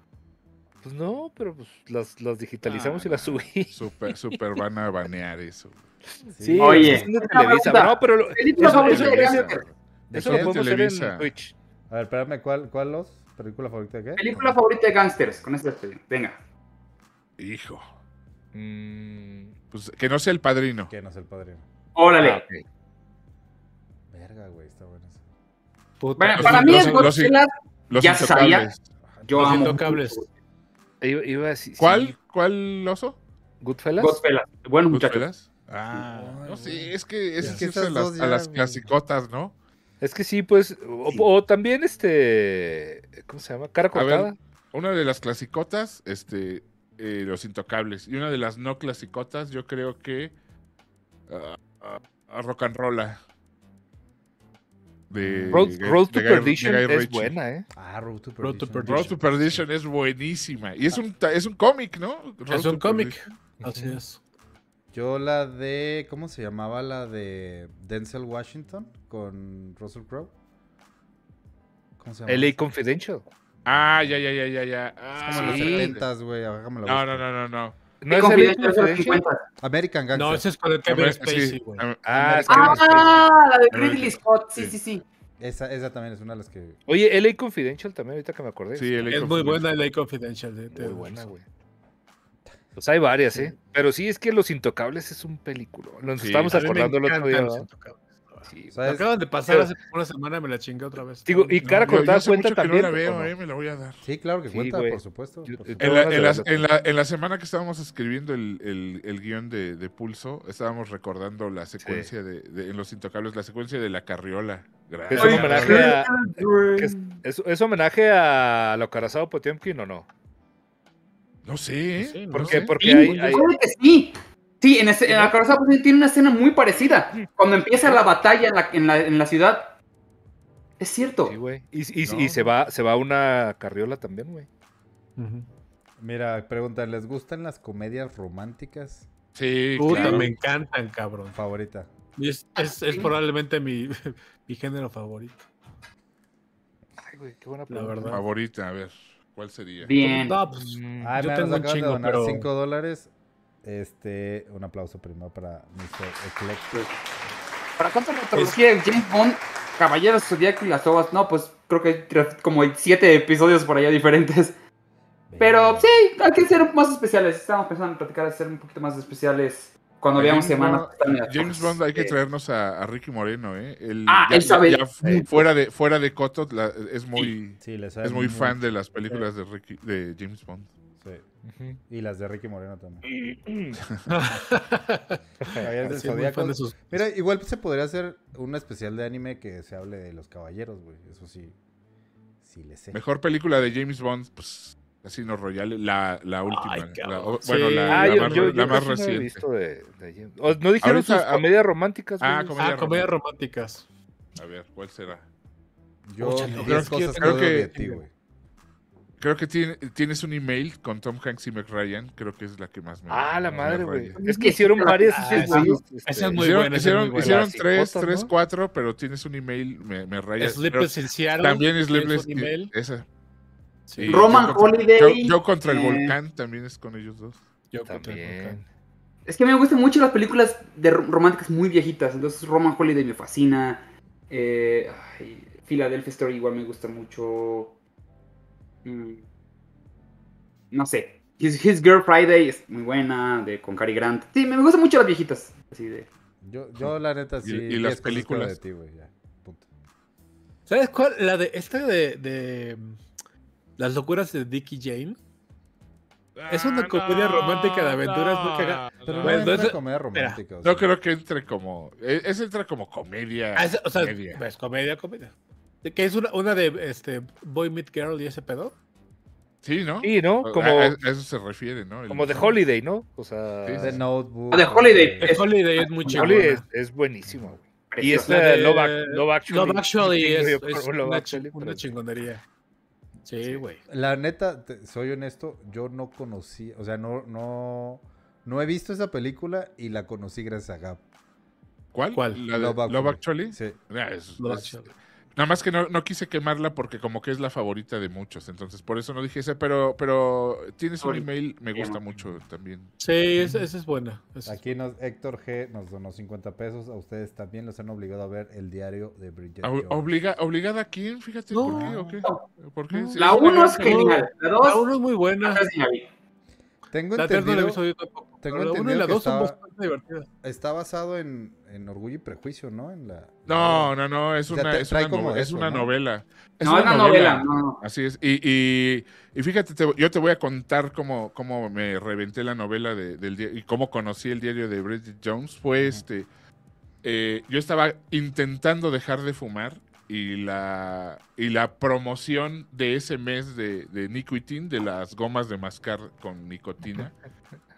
S4: Pues no, pero pues las, las digitalizamos
S3: Ah,
S4: y las
S3: no.
S4: subí.
S3: Super, super van a banear eso.
S4: Sí,
S2: Oye,
S4: es de
S2: una
S4: Televisa.
S2: pregunta.
S4: No, pero lo-
S2: Película
S4: Eso-
S2: favorita
S4: eso-
S2: de
S3: Este,
S4: eso-
S2: Gamer.
S5: ¿De
S4: eso
S5: qué?
S4: lo podemos hacer
S3: Televisa.
S4: en Twitch.
S5: A ver, espérame, ¿cuál, cuál los? ¿Película favorita de qué? Ah,
S2: Película favorita de gangsters. Con eso despedimos. Venga.
S3: Hijo.
S4: Mm,
S3: Pues que no sea el padrino.
S5: ¿Quién es el padrino?
S2: Órale.
S4: ah, ok.
S5: Verga, güey, está bueno eso.
S2: Bueno,
S3: Los-
S2: para mí
S3: los-
S2: es
S3: los-
S2: Godzilla.
S3: Los
S2: Ya se sabía.
S3: intocables.
S2: Yo
S5: Ah,
S1: Los
S2: amo.
S1: Intocables.
S4: Iba, iba a decir-
S3: ¿Cuál?
S4: sí,
S3: ¿Cuál oso?
S4: Goodfellas.
S2: Godzilla. Bueno, muchachos.
S3: ¿Goodfellas? Ah,
S5: Ay,
S3: no sé,
S5: güey.
S3: es que es,
S1: Ya.
S3: que
S5: Es que
S3: irse a
S5: esas
S3: las,
S5: dos
S3: a
S5: ya,
S3: las
S5: güey.
S3: clasicotas, ¿no?
S4: Es que sí, pues. O,
S2: Sí.
S4: o también este. ¿Cómo se llama? Cara
S3: A ver.
S4: cortada.
S3: Una de las clasicotas, este, eh, Los Intocables. Y una de las no clasicotas, yo creo que ah, ah, ah, Rock and Rolla. De,
S4: Road,
S3: de-
S4: Road to
S3: de Guy- de
S4: Perdition
S3: Guy
S4: es
S3: Ritchie.
S4: buena, ¿eh?
S5: Ah, Road to Perdition.
S1: Road to Perdition.
S3: Road to Perdition es buenísima. Y es un, ta- es un cómic, ¿no? Road
S1: Es
S3: to
S1: un cómic.
S3: Perdition.
S1: Así es.
S5: Yo la de. ¿Cómo se llamaba la de Denzel Washington con Russell Crowe? ¿Cómo se llamaba?
S4: LA Confidential.
S3: Ah, ya, ya, ya, ya, ya. Ah,
S5: Como en los
S4: sí.
S5: 70 güey. ah, déjame la
S3: No,
S5: busco.
S3: no, no, no, no.
S4: ¿No es LA
S2: Confidential de los
S4: Confidential?
S2: 50.
S5: American Gangster.
S1: No, ese es con el
S3: A ver,
S1: Kevin
S3: sí,
S1: Spacey, güey.
S3: a ver,
S4: Ah, es que no es
S2: Ah, la de
S3: Sí.
S2: Ridley Scott. Sí, sí, sí.
S5: esa, esa también es una de las que.
S4: Oye, LA Confidential también, ahorita que me acordé.
S3: sí, el
S1: Es muy buena eh, el Confidential. de- de-
S4: Muy buena, güey. Pues hay varias, ¿eh? Pero sí, es que Los Intocables es un película. Nos
S3: Sí.
S4: estábamos
S1: A mí me
S4: acordando el otro día.
S1: encantan los
S4: ¿verdad?
S1: Intocables.
S4: Sí,
S5: ¿Sabes?
S1: Me acaban de pasar
S4: Pero-
S1: hace como una semana, me la chingué otra vez.
S4: Digo, y cara
S3: Yo, yo
S4: cortada
S3: hace
S4: cuenta
S3: mucho que
S4: también.
S3: no la
S4: ¿o
S3: veo,
S4: no?
S3: eh, me la voy a dar.
S5: Sí, claro que
S4: Sí,
S5: cuenta,
S4: güey.
S5: por supuesto.
S4: Yo-
S5: por
S4: yo-
S5: supuesto.
S3: En
S4: Tengo
S3: la,
S4: ganas
S3: en
S4: de
S3: las-
S4: verla
S3: en la- en la semana que estábamos escribiendo el, el- el guión de, de Pulso, estábamos recordando la secuencia de, de- en Los Intocables, la secuencia de la carriola.
S4: Es
S3: Gracias.
S4: un
S2: Oye,
S4: homenaje a-
S2: Dream.
S4: que es- ¿Es, es homenaje a lo carazado Potemkin o no?
S3: No sé, ¿eh?
S1: Sí, no
S4: ¿Por
S3: No
S4: qué?
S3: sé.
S4: Porque
S2: Sí,
S4: hay, hay-
S2: claro que sí. Sí, en, ese, en la carroza pues, tiene una escena muy parecida. Cuando empieza la batalla en la, en la, en la ciudad. Es cierto.
S4: sí, güey. Y, y-
S3: No.
S4: y se va se va una carriola también, güey.
S1: Ujú.
S5: Mira, pregunta, ¿les gustan las comedias románticas?
S3: Sí,
S1: Puta,
S3: claro.
S1: me encantan, cabrón.
S5: Favorita.
S1: Y Es,
S4: Ah,
S1: es- es probablemente mi, mi género favorito.
S4: Ay, güey, qué buena
S1: La
S4: pregunta.
S1: verdad.
S3: Favorita, a ver, ¿cuál sería?
S2: Bien.
S1: No, pues,
S4: Mm,
S1: Yo
S5: Ay,
S1: tengo
S5: mira, nos
S1: un
S5: acaban de
S1: chingo,
S5: donar
S1: pero-
S5: 5 dólares. Este, un aplauso primero para Mr. Eclectic.
S2: ¿Para cuánto retrología de James Bond, Caballeros Zodíaco y las Ovas? No, pues creo que hay tres- como hay siete episodios por allá diferentes. Pero sí, hay que ser más especiales. Estábamos pensando en platicar de ser un poquito más especiales cuando
S3: James
S2: veamos semanas.
S3: Bond-
S2: que están en las
S3: James
S2: cosas.
S3: Bond hay que
S2: Eh,
S3: traernos a, a Ricky Moreno, ¿eh? Él,
S2: Ah, él sabe.
S3: fu- fuera de fuera de Coto la- es muy
S5: Sí, le sabe
S3: es muy fan de las
S5: sí.
S3: películas de Ricky de James Bond.
S5: Sí. Y las de Ricky Moreno también. Caballeros del
S1: Soy muy
S5: Zodiaco.
S1: fan de sus- Ah,
S5: Mira, igual se podría hacer un especial de anime que se hable de los caballeros, güey. Eso sí. Sí le sé.
S3: Mejor película de James Bond, pues Casino Royale, la, la última.
S1: cabrón.
S3: la- o-
S1: Sí.
S3: Bueno, la,
S1: Ah,
S3: la
S1: yo-
S3: más,
S1: yo-
S3: la más
S4: casi No, he
S3: reciente.
S4: visto de, de James- O, ¿no dijeron
S3: Ahorita,
S4: sus
S3: ah,
S4: comedias románticas?
S3: ah,
S4: güey?
S3: como-
S1: Ah, comedias románticas.
S3: A ver, ¿cuál será?
S5: Yo
S1: Óchale,
S5: diez
S3: creo que-
S5: cosas
S3: creo
S5: que
S3: que-
S5: odio de ti, güey.
S3: Creo que tiene- tienes un email con Tom Hanks y McRyan, creo que es la que más me
S4: Ah, la
S3: más me
S4: madre, güey.
S3: raya.
S4: Es que hicieron varias.
S1: Ah,
S4: esos
S1: sí.
S4: güeyes,
S1: Esa es
S4: este,
S1: muy
S3: Hicieron,
S1: buena, esa es
S3: hicieron,
S1: muy buena.
S3: hicieron
S4: Las
S3: tres,
S4: cicotas,
S3: tres,
S4: ¿no?
S3: cuatro, pero tienes un email, me, me rayas. Pero
S1: Sleepers in Seattle.
S3: También
S1: es
S3: es
S1: un
S3: Sleepless,
S1: email.
S3: esa.
S1: Sí.
S3: Y
S2: Roman
S3: yo contra-
S2: Holiday,
S3: Yo, yo contra el
S2: eh,
S3: volcán también es con ellos dos.
S1: Yo contra el volcán.
S4: También.
S2: Es que me gustan mucho las películas de rom- románticas muy viejitas. Entonces, Roman Holiday me fascina. Eh, ay, Philadelphia Story igual me gusta mucho. Mm, No sé. His, His Girl Friday es muy buena, de, con Cary Grant. Sí, me me gustan mucho las viejitas. Así de,
S5: Yo, yo la neta sí.
S3: y
S5: diez
S3: las
S5: cosas que odio
S3: películas.
S5: de ti, güey, ya. Punto.
S2: Pues,
S1: ¿Sabes cuál? La de esta de, de mm, las locuras de Dickie Jane. Es una Ah, comedia no, romántica de aventuras muy no, cagada.
S5: Pero
S1: Bueno,
S5: no
S2: pues,
S5: es una
S1: entonces-
S5: comedia romántica. o sea.
S3: No creo que entre como. e- Esa entra como comedia.
S1: Ah, es- o sea,
S3: media.
S1: es comedia, comedia. De Que es una, una de este Boy Meet Girl y ese pedo.
S3: Sí, ¿no?
S4: Sí, ¿no?
S3: A-
S4: Como,
S1: ah,
S3: A, a eso se refiere, ¿no? El-
S4: como The Holiday, ¿no? O sea,
S3: Sí,
S5: The
S3: sí.
S5: Notebook.
S2: Ah, de Holiday.
S5: o-
S1: El Holiday es muy
S4: The
S1: chido.
S4: Holiday es, es buenísima, güey. Y
S2: preciosa.
S4: es
S1: La
S4: la
S1: de-
S4: de Love, Ac- Love Actually.
S1: Love Actually es,
S4: Yo creo
S1: es
S4: que Love
S1: una,
S4: Actually,
S1: una
S4: pero-
S1: chingonería. Sí, güey.
S5: La neta, te- soy honesto, yo no conocí, o sea, no, no, no he visto esa película y la conocí gracias a Gap.
S3: ¿Cuál?
S1: ¿Cuál?
S3: ¿La de Love, Actually?
S5: Sí.
S3: Ah, es-
S1: Love
S3: es-
S1: Actually.
S3: Nada más que no, no quise quemarla porque como que es la favorita de muchos, entonces por eso no dije esa, pero, pero tienes un
S2: Favorita.
S3: email, me gusta
S2: Llama.
S3: mucho también.
S1: Sí, esa esa es buena. esa es-
S5: Aquí nos, Héctor G nos donó 50 pesos, a ustedes también los han obligado a ver el diario de Bridget
S3: Ob-
S5: Jones.
S3: Obliga, ¿Obligada a quién? Fíjate, ¿por qué?
S1: No.
S3: ¿O qué? ¿Por qué? Sí,
S2: La
S3: una
S2: 1 es
S3: gran-
S2: genial. La 2
S1: La 1 Ah, es muy buena.
S5: Tengo
S1: La 3 no la he visto
S5: entendido,
S1: yo tampoco.
S5: tengo
S1: pero la 1 y
S5: entendido
S1: la
S5: que
S1: 2 son
S5: estaba-
S1: bastante divertidas.
S5: está basado en, en Orgullo y Prejuicio, ¿no? En la,
S3: No, no, no, es
S5: O sea,
S3: una,
S5: te-
S3: es
S5: trae
S3: una,
S5: como
S3: no- es
S5: eso,
S3: una
S5: ¿no?
S3: novela. Es
S2: No, es una novela. No, no.
S3: Así es. Y, y, y fíjate, te- yo te voy a contar cómo, cómo me reventé la novela de- del día y cómo conocí el diario de Bridget Jones. Fue este. eh, yo estaba intentando dejar de fumar y la, y la promoción de ese mes de, de Nicotin, de las gomas de mascar con nicotina,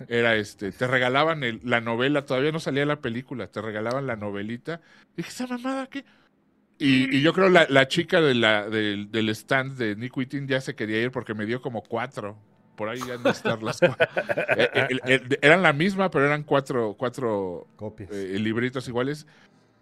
S3: era este. Te regalaban el- la novela, todavía no salía la película, te regalaban la novelita. Dije, esa mamada, ¿qué? Y, y yo creo la, la chica de la, del, del stand de Nick Whitting ya se quería ir porque me dio como cuatro. Por ahí ya no estar las cuatro. Eh, eh, eh, eh, eran la misma, pero eran cuatro, cuatro
S5: copias.
S3: eh, libritos iguales.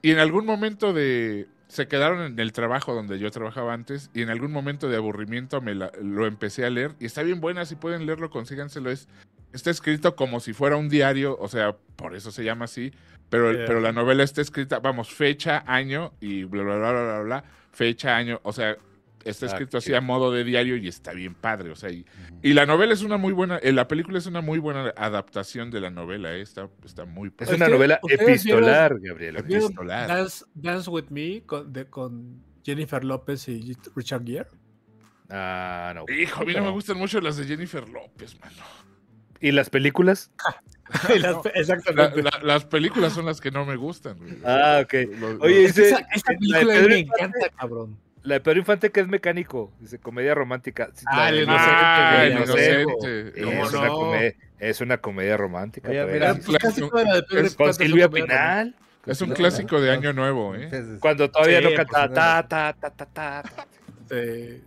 S3: Y en algún momento de... Se quedaron en el trabajo donde yo trabajaba antes y en algún momento de aburrimiento me la- lo empecé a leer. Y está bien buena, si pueden leerlo, consíganselo. Es, está escrito como si fuera un diario, o sea, por eso se llama así. Pero,
S1: Ya.
S3: pero la novela está escrita, vamos, fecha, año y bla, bla, bla, bla, bla, bla, fecha, año. O sea, está
S4: Ah,
S3: escrito así
S4: chido.
S3: a modo de diario y está bien padre. O sea, y,
S5: Ujú.
S3: y la novela es una muy buena, eh, la película es una muy buena adaptación de la novela. eh, Está, está muy
S4: Es
S3: padre.
S1: Ustedes
S4: una novela
S1: vieron-
S4: epistolar, Gabriel.
S3: Epi-
S1: ¿Vieron
S3: pistolar.
S1: Dance, Dance with Me con, de- con Jennifer López y Richard Gere.
S4: Ah, no.
S3: Hijo, a mí no
S4: No.
S3: me gustan mucho las de Jennifer López, mano.
S4: ¿Y las películas?
S1: Y las-
S3: La-
S1: Exactamente.
S3: la- las películas son las que no me gustan. güey.
S4: Ah, ok.
S3: Lo-
S4: Oye,
S3: lo-
S1: Es que
S4: dice,
S1: esa, esa película a
S4: la de
S1: mí
S4: Pedro
S1: me
S4: Infante.
S1: encanta, cabrón.
S4: La de Pedro Infante que es mecánico, dice comedia romántica. Sí,
S1: Ah,
S4: la de
S1: el
S3: ah,
S1: inocente,
S4: güey,
S3: el inocente.
S1: ¿Cómo
S4: Es,
S1: no?
S4: una come- es una comedia romántica.
S5: Oye,
S4: pero
S5: mira,
S4: sí, sí.
S1: Pues casi toda la de Pedro
S3: es
S1: Infante
S4: con
S1: son
S4: Silvia
S1: comedias
S4: pues, Pinal,
S3: Es un
S5: No,
S3: clásico
S5: no,
S3: de
S5: no.
S3: año nuevo, ¿eh?
S5: Entonces,
S4: cuando todavía
S1: Sí,
S4: no
S1: por
S4: cantaba
S5: supuesto.
S4: ta, ta, ta, ta, ta, ta.
S1: románticas. Eh,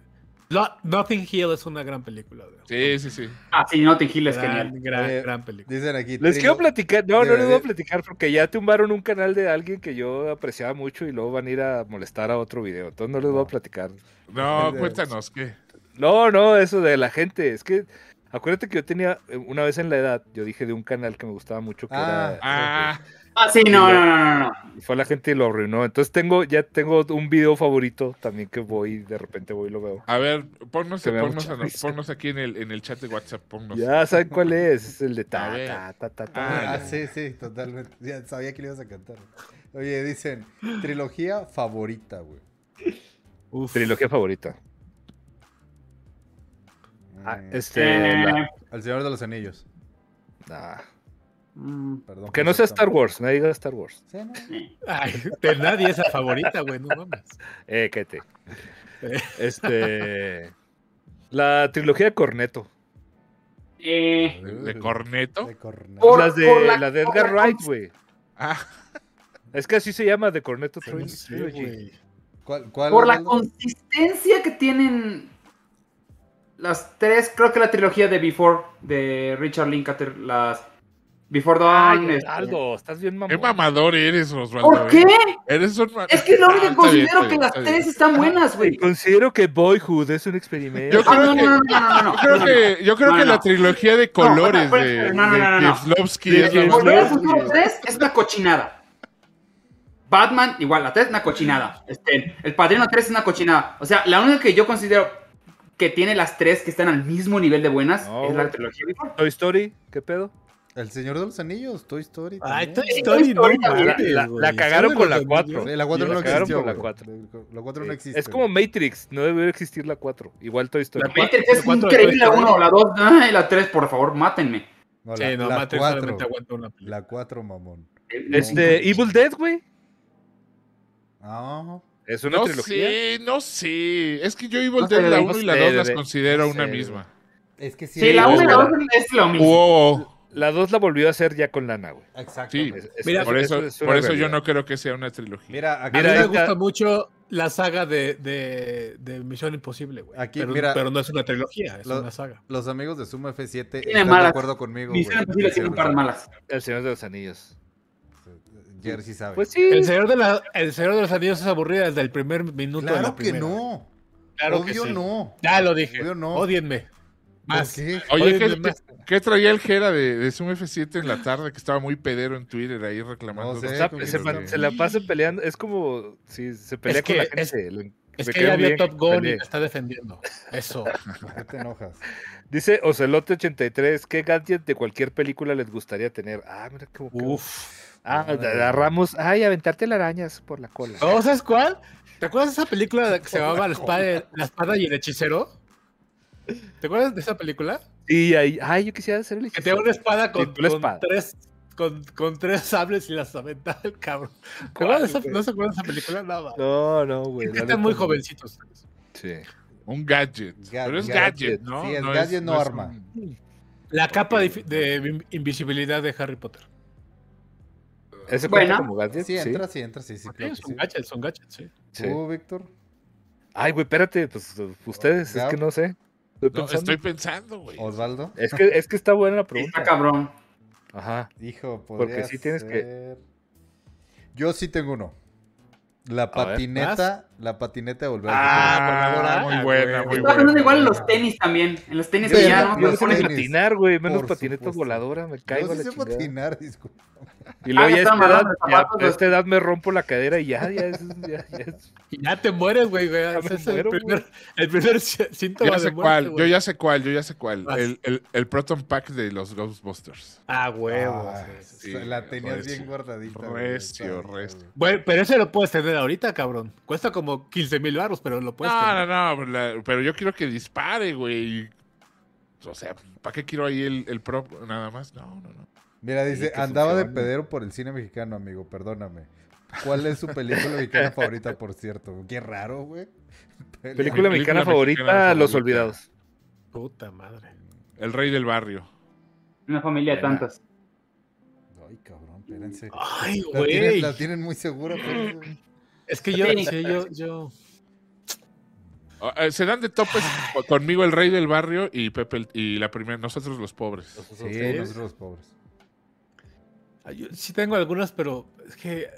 S1: Lo- Nothing Hill es una gran película. güey.
S3: Sí, sí, sí.
S2: Ah, sí, Notting Hill es genial.
S1: Gran, gran,
S5: Oye,
S1: gran película.
S5: Dicen aquí.
S4: Les
S5: Trino-
S4: quiero platicar, no, no les voy
S5: Debería-
S4: a platicar porque ya tumbaron un canal de alguien que yo apreciaba mucho y luego van a ir a molestar a otro video, entonces no les voy a platicar.
S3: No,
S5: Es de-
S3: cuéntanos, ¿qué?
S4: No, no, eso de la gente, es que Acuérdate que yo tenía, eh, una vez en la edad, yo dije de un canal que me gustaba mucho que
S5: Ah.
S4: era...
S3: Ah,
S2: Ah, sí, no, no, no, no, no.
S4: Y fue la gente y lo arruinó. Entonces tengo, ya tengo un video favorito también que voy, de repente voy y lo veo.
S3: a ver, ponnos,
S4: Que me da
S3: ponnos
S4: mucha
S3: a-
S4: risa.
S3: ponnos aquí en el, en el chat de WhatsApp, ponnos.
S4: Ya saben cuál es, es el de
S3: A
S4: ta,
S3: ver.
S4: ta, ta, ta,
S3: Ah,
S4: ta.
S5: Ah, sí, sí, totalmente. Ya sabía que le ibas a cantar. Oye, dicen, trilogía favorita, güey.
S1: Uf.
S4: Trilogía favorita. Ah,
S5: Mm,
S4: este,
S2: Eh,
S4: la-
S5: El Señor de los Anillos.
S4: nah.
S2: mm,
S5: Perdón.
S4: Que
S5: por
S4: no sea
S5: ser tan-
S4: Star Wars, nadie diga Star Wars.
S5: Sí, no.
S1: Ay, de nadie esa favorita, güey, no mames.
S4: Eh, cállate.
S1: Eh.
S4: Este. La trilogía de Corneto.
S2: eh,
S3: ¿De corneto?
S5: De corneto.
S2: Por-
S4: las de,
S2: la-
S4: la, de
S2: por
S4: Edgar
S2: la-
S4: Wright, güey.
S3: Ah,
S4: Es que así se llama, de Corneto
S5: Pues
S1: Yo no
S4: Trilogy.
S1: sé, güey.
S5: ¿Cuál, cuál,
S2: por la
S5: Osvaldo?
S2: consistencia que tienen las tres, creo que la trilogía de Before, de Richard Linklater, las Before
S4: Ay,
S2: Dawn.
S3: ah,
S2: este-
S4: Aldo, estás bien
S3: qué
S4: mamón.
S3: mamador eres, Osvaldo.
S2: ¿Por qué?
S3: eh. Eres un ma-
S2: Es que es lo único
S3: Ah,
S2: que
S3: está bien,
S2: considero
S3: está
S2: que
S3: bien,
S2: las
S3: está bien.
S2: tres están buenas, güey.
S4: Considero que Boyhood es un experimento.
S3: Yo
S2: Ah,
S3: creo
S2: no, no,
S3: que-
S2: no, no, no, no,
S3: Creo
S2: Ah, no,
S3: que, yo creo
S2: No,
S3: que
S2: no,
S3: la
S2: no.
S3: trilogía de colores
S2: espera,
S3: de,
S2: espera, no, no,
S3: de
S2: no, no, no.
S3: Kieslowski
S4: De
S3: es la
S4: Kieslowski.
S3: más-
S2: Volver al
S4: no,
S2: futuro
S4: sí.
S2: 3 es una cochinada. Batman, igual, la 3 es una cochinada. Este, el Padrino 3 es una cochinada. O sea, la única que yo considero que tiene las tres que están al mismo nivel de buenas
S4: No,
S2: es la
S4: güey.
S2: trilogía de Before.
S4: Toy Story, ¿qué pedo?
S5: El Señor de los Anillos, Toy Story.
S1: Ay, Ah, Toy
S5: también.
S1: Story, no
S2: La-
S1: mames,
S4: la- la
S1: güey.
S4: cagaron
S1: ¿Saben
S4: con
S1: lo
S4: la
S1: que
S4: cuatro.
S1: me dio?
S5: Sí, La 4
S4: Y la
S5: no
S4: cagaron
S5: existió.
S4: por la
S5: güey.
S4: cuatro.
S5: La 4 no
S4: Eh,
S5: existe.
S4: es como Matrix, no debe existir la 4. Igual Toy Story.
S1: La-
S2: Matrix es
S1: cuatro de
S2: increíble
S1: Toy
S2: la
S1: Story.
S2: 1, la 2, ay, la 3, por favor, mátenme.
S5: No,
S1: Sí, no,
S5: la
S1: Matrix
S5: cuatro.
S1: solamente aguanta una película.
S5: La 4, mamón.
S4: Este, Evil Dead, güey.
S5: Ah,
S4: Es una
S3: No
S4: trilogía.
S3: sé, no sé. Es que yo Evil
S2: No
S3: Dead,
S2: sé,
S3: la
S2: no
S3: 1 y la 2
S4: sé,
S3: las
S4: bebé.
S3: considero
S4: No
S3: una
S4: sé,
S3: misma.
S5: es que sí.
S2: Sí, la
S4: Sí,
S2: 1 y la
S4: güey.
S2: 2 es lo mismo.
S3: Wow.
S4: La 2 la volvió a hacer ya con lana, güey.
S5: Exacto.
S3: Sí.
S4: Es- es-
S1: Mira,
S4: es-
S3: Por
S4: es-
S3: eso,
S4: es una
S3: por eso yo
S4: realidad.
S3: no creo que sea una trilogía.
S5: Mira,
S1: A mí
S5: acá
S4: Mira,
S1: me
S4: esta-
S1: gusta mucho la saga de, de, de Misión Imposible, güey.
S5: Aquí,
S1: pero,
S5: mira.
S1: pero no es una trilogía, es
S5: Lo-
S1: una saga.
S5: los amigos de Suma F7
S2: Tiene
S5: están de
S2: malas.
S5: acuerdo conmigo. güey.
S2: Misión Imposible tiene un par de malas.
S4: El Señor de los Anillos.
S5: Jersey sabe.
S4: Pues sí.
S1: El Señor de, la, el Señor de los Anillos es aburrida desde el primer minuto de
S5: claro
S1: la
S5: que
S1: primera.
S5: no.
S1: Claro que
S5: Obvio
S1: sí.
S5: no.
S1: Ya lo dije.
S5: Obvio no.
S1: Odienme. Más.
S5: ¿Por qué?
S3: Oye, ¿qué,
S1: Oye, me-
S3: qué- qué traía el Jera de, de Zoom F7 en la tarde que estaba muy pedero en Twitter ahí reclamando?
S5: No
S4: O
S5: sé,
S4: sea,
S5: como que
S4: se,
S5: lo
S4: pa-
S5: que-
S4: se la pasa peleando. Es como si se pelea
S1: Es que-
S4: con la
S1: es-
S4: gente. le-
S1: Es
S4: me
S1: que
S4: cae
S1: ya
S4: bien
S1: vio Top
S4: se
S1: Gun y
S4: pelee.
S1: la está defendiendo. Eso.
S5: ¿Por qué te enojas?
S4: Dice Ocelote83, ¿qué gadget de cualquier película les gustaría tener? Ah, mira qué qué-
S1: Uf.
S4: Ah,
S5: Madre.
S4: a Ramos. Ay, aventarte arañas por la cola.
S1: ¿No sabes cuál? ¿Te acuerdas de esa película que se llamaba La espada, la espada y el hechicero? ¿Te acuerdas de esa película?
S4: Sí, ahí. Ay, yo quisiera hacer el
S1: Que tenía una espada con,
S4: tú la
S1: con
S4: espada.
S1: tres con, con tres sables y las aventaba el cabrón. ¿Te
S4: ¿Cuál,
S1: acuerdas de esa-
S4: güey?
S1: ¿No se acuerdan de esa película? Nada.
S4: No, no, güey.
S1: Es que
S4: la
S1: están
S4: neta
S1: muy
S4: no.
S1: jovencitos. ustedes.
S4: Sí.
S3: Un gadget.
S5: Ga-
S3: Pero es
S5: gadget.
S3: gadget, ¿no?
S5: Sí, es gadget, no
S3: es
S5: arma.
S3: un-
S1: La capa de, de in- invisibilidad de Harry Potter.
S4: ¿Ese
S2: Bueno.
S4: cuenta como gadget?
S5: Sí,
S4: Sí,
S5: entra, sí, entra, sí, sí, claro que
S1: son
S5: sí.
S1: gadgets, son gadgets, sí.
S4: sí.
S5: ¿Tú, Víctor?
S4: Ay, güey, espérate. Pues ustedes, es
S5: Gab.
S4: que no sé. Estoy
S3: No,
S4: pensando.
S3: estoy pensando, güey.
S5: ¿Osvaldo?
S4: Es, que, es que está buena la
S2: Está
S4: pregunta.
S2: cabrón.
S4: Ajá.
S5: Hijo,
S4: Porque
S5: podría
S4: sí tienes que-
S5: ser- Yo sí tengo uno. La
S4: A ver,
S5: patineta, la patineta de volver al
S3: Ah,
S1: voladora,
S3: muy
S1: ah,
S3: buena,
S1: güey.
S3: muy
S2: Está
S3: buena.
S2: cabrón igual en los tenis también. En los tenis
S5: Yo-
S2: que
S5: yo-
S2: ya no
S5: yo-
S4: Yo no
S2: los
S4: sé
S5: pones-
S4: ni
S2: ponen.
S4: patinar, güey. Menos
S5: Por
S4: patinetas
S5: supuesto.
S4: voladoras. Me
S5: futuro.
S4: caigo a
S5: Yo
S4: la
S5: sí sé
S4: chingada.
S5: patinar, disculpa.
S4: Y luego
S2: Ah,
S4: ya,
S2: ya
S4: a
S2: estaban
S4: esta edad,
S2: hablando de
S4: ya- pues,
S2: zapatos,
S4: a esta edad me rompo la cadera y ya, ya es. Ya, ya es-
S1: Y ya te mueres, güey. güey.
S4: Ya
S1: Ese
S4: me
S1: es el,
S4: muero, güey.
S1: primer, el primer sí- síntoma
S3: Ya
S1: de
S3: sé
S1: muerte,
S3: cuál, yo
S1: güey.
S3: ya sé cuál, yo ya sé cuál.
S1: Vas.
S3: El, el, el Proton Pack de los Ghostbusters.
S1: Ah, huevo.
S5: Ah,
S1: sí.
S3: sí,
S5: la tenías
S3: recio,
S5: bien guardadita. güey,
S3: recio,
S5: estaba bien,
S3: recio.
S5: güey.
S1: Bueno, pero ese lo puedes tener ahorita, cabrón. Cuesta como 15 mil baros, pero lo puedes
S3: no,
S1: tener.
S3: no, no, pero la- pero yo quiero que dispare, güey. O sea, ¿para qué quiero ahí el, el prop nada más? No, no, no.
S5: Mira,
S3: Sí,
S5: dice,
S3: que
S5: andaba de
S3: funcione.
S5: pedero por el cine mexicano, amigo, perdóname. ¿Cuál es su película mexicana favorita, por cierto? Qué raro, güey.
S4: Película mexicana
S3: mexicana
S4: favorita, Los
S3: favorita.
S4: Olvidados.
S1: Puta madre.
S3: El rey del barrio.
S2: Una familia de
S4: Buena.
S2: tantas.
S5: Ay, cabrón, espérense.
S4: Ah,
S1: Ay,
S5: La tienen,
S1: güey.
S5: la tienen muy segura, pues, pero...
S1: Es que yo,
S2: Sí.
S1: sí, yo, yo.
S3: O- eh, Se dan de topes co- conmigo el rey del barrio y Pepe el- y la primera, nosotros los pobres.
S5: Sí, nosotros los pobres.
S1: Ay, yo sí tengo algunas, pero es que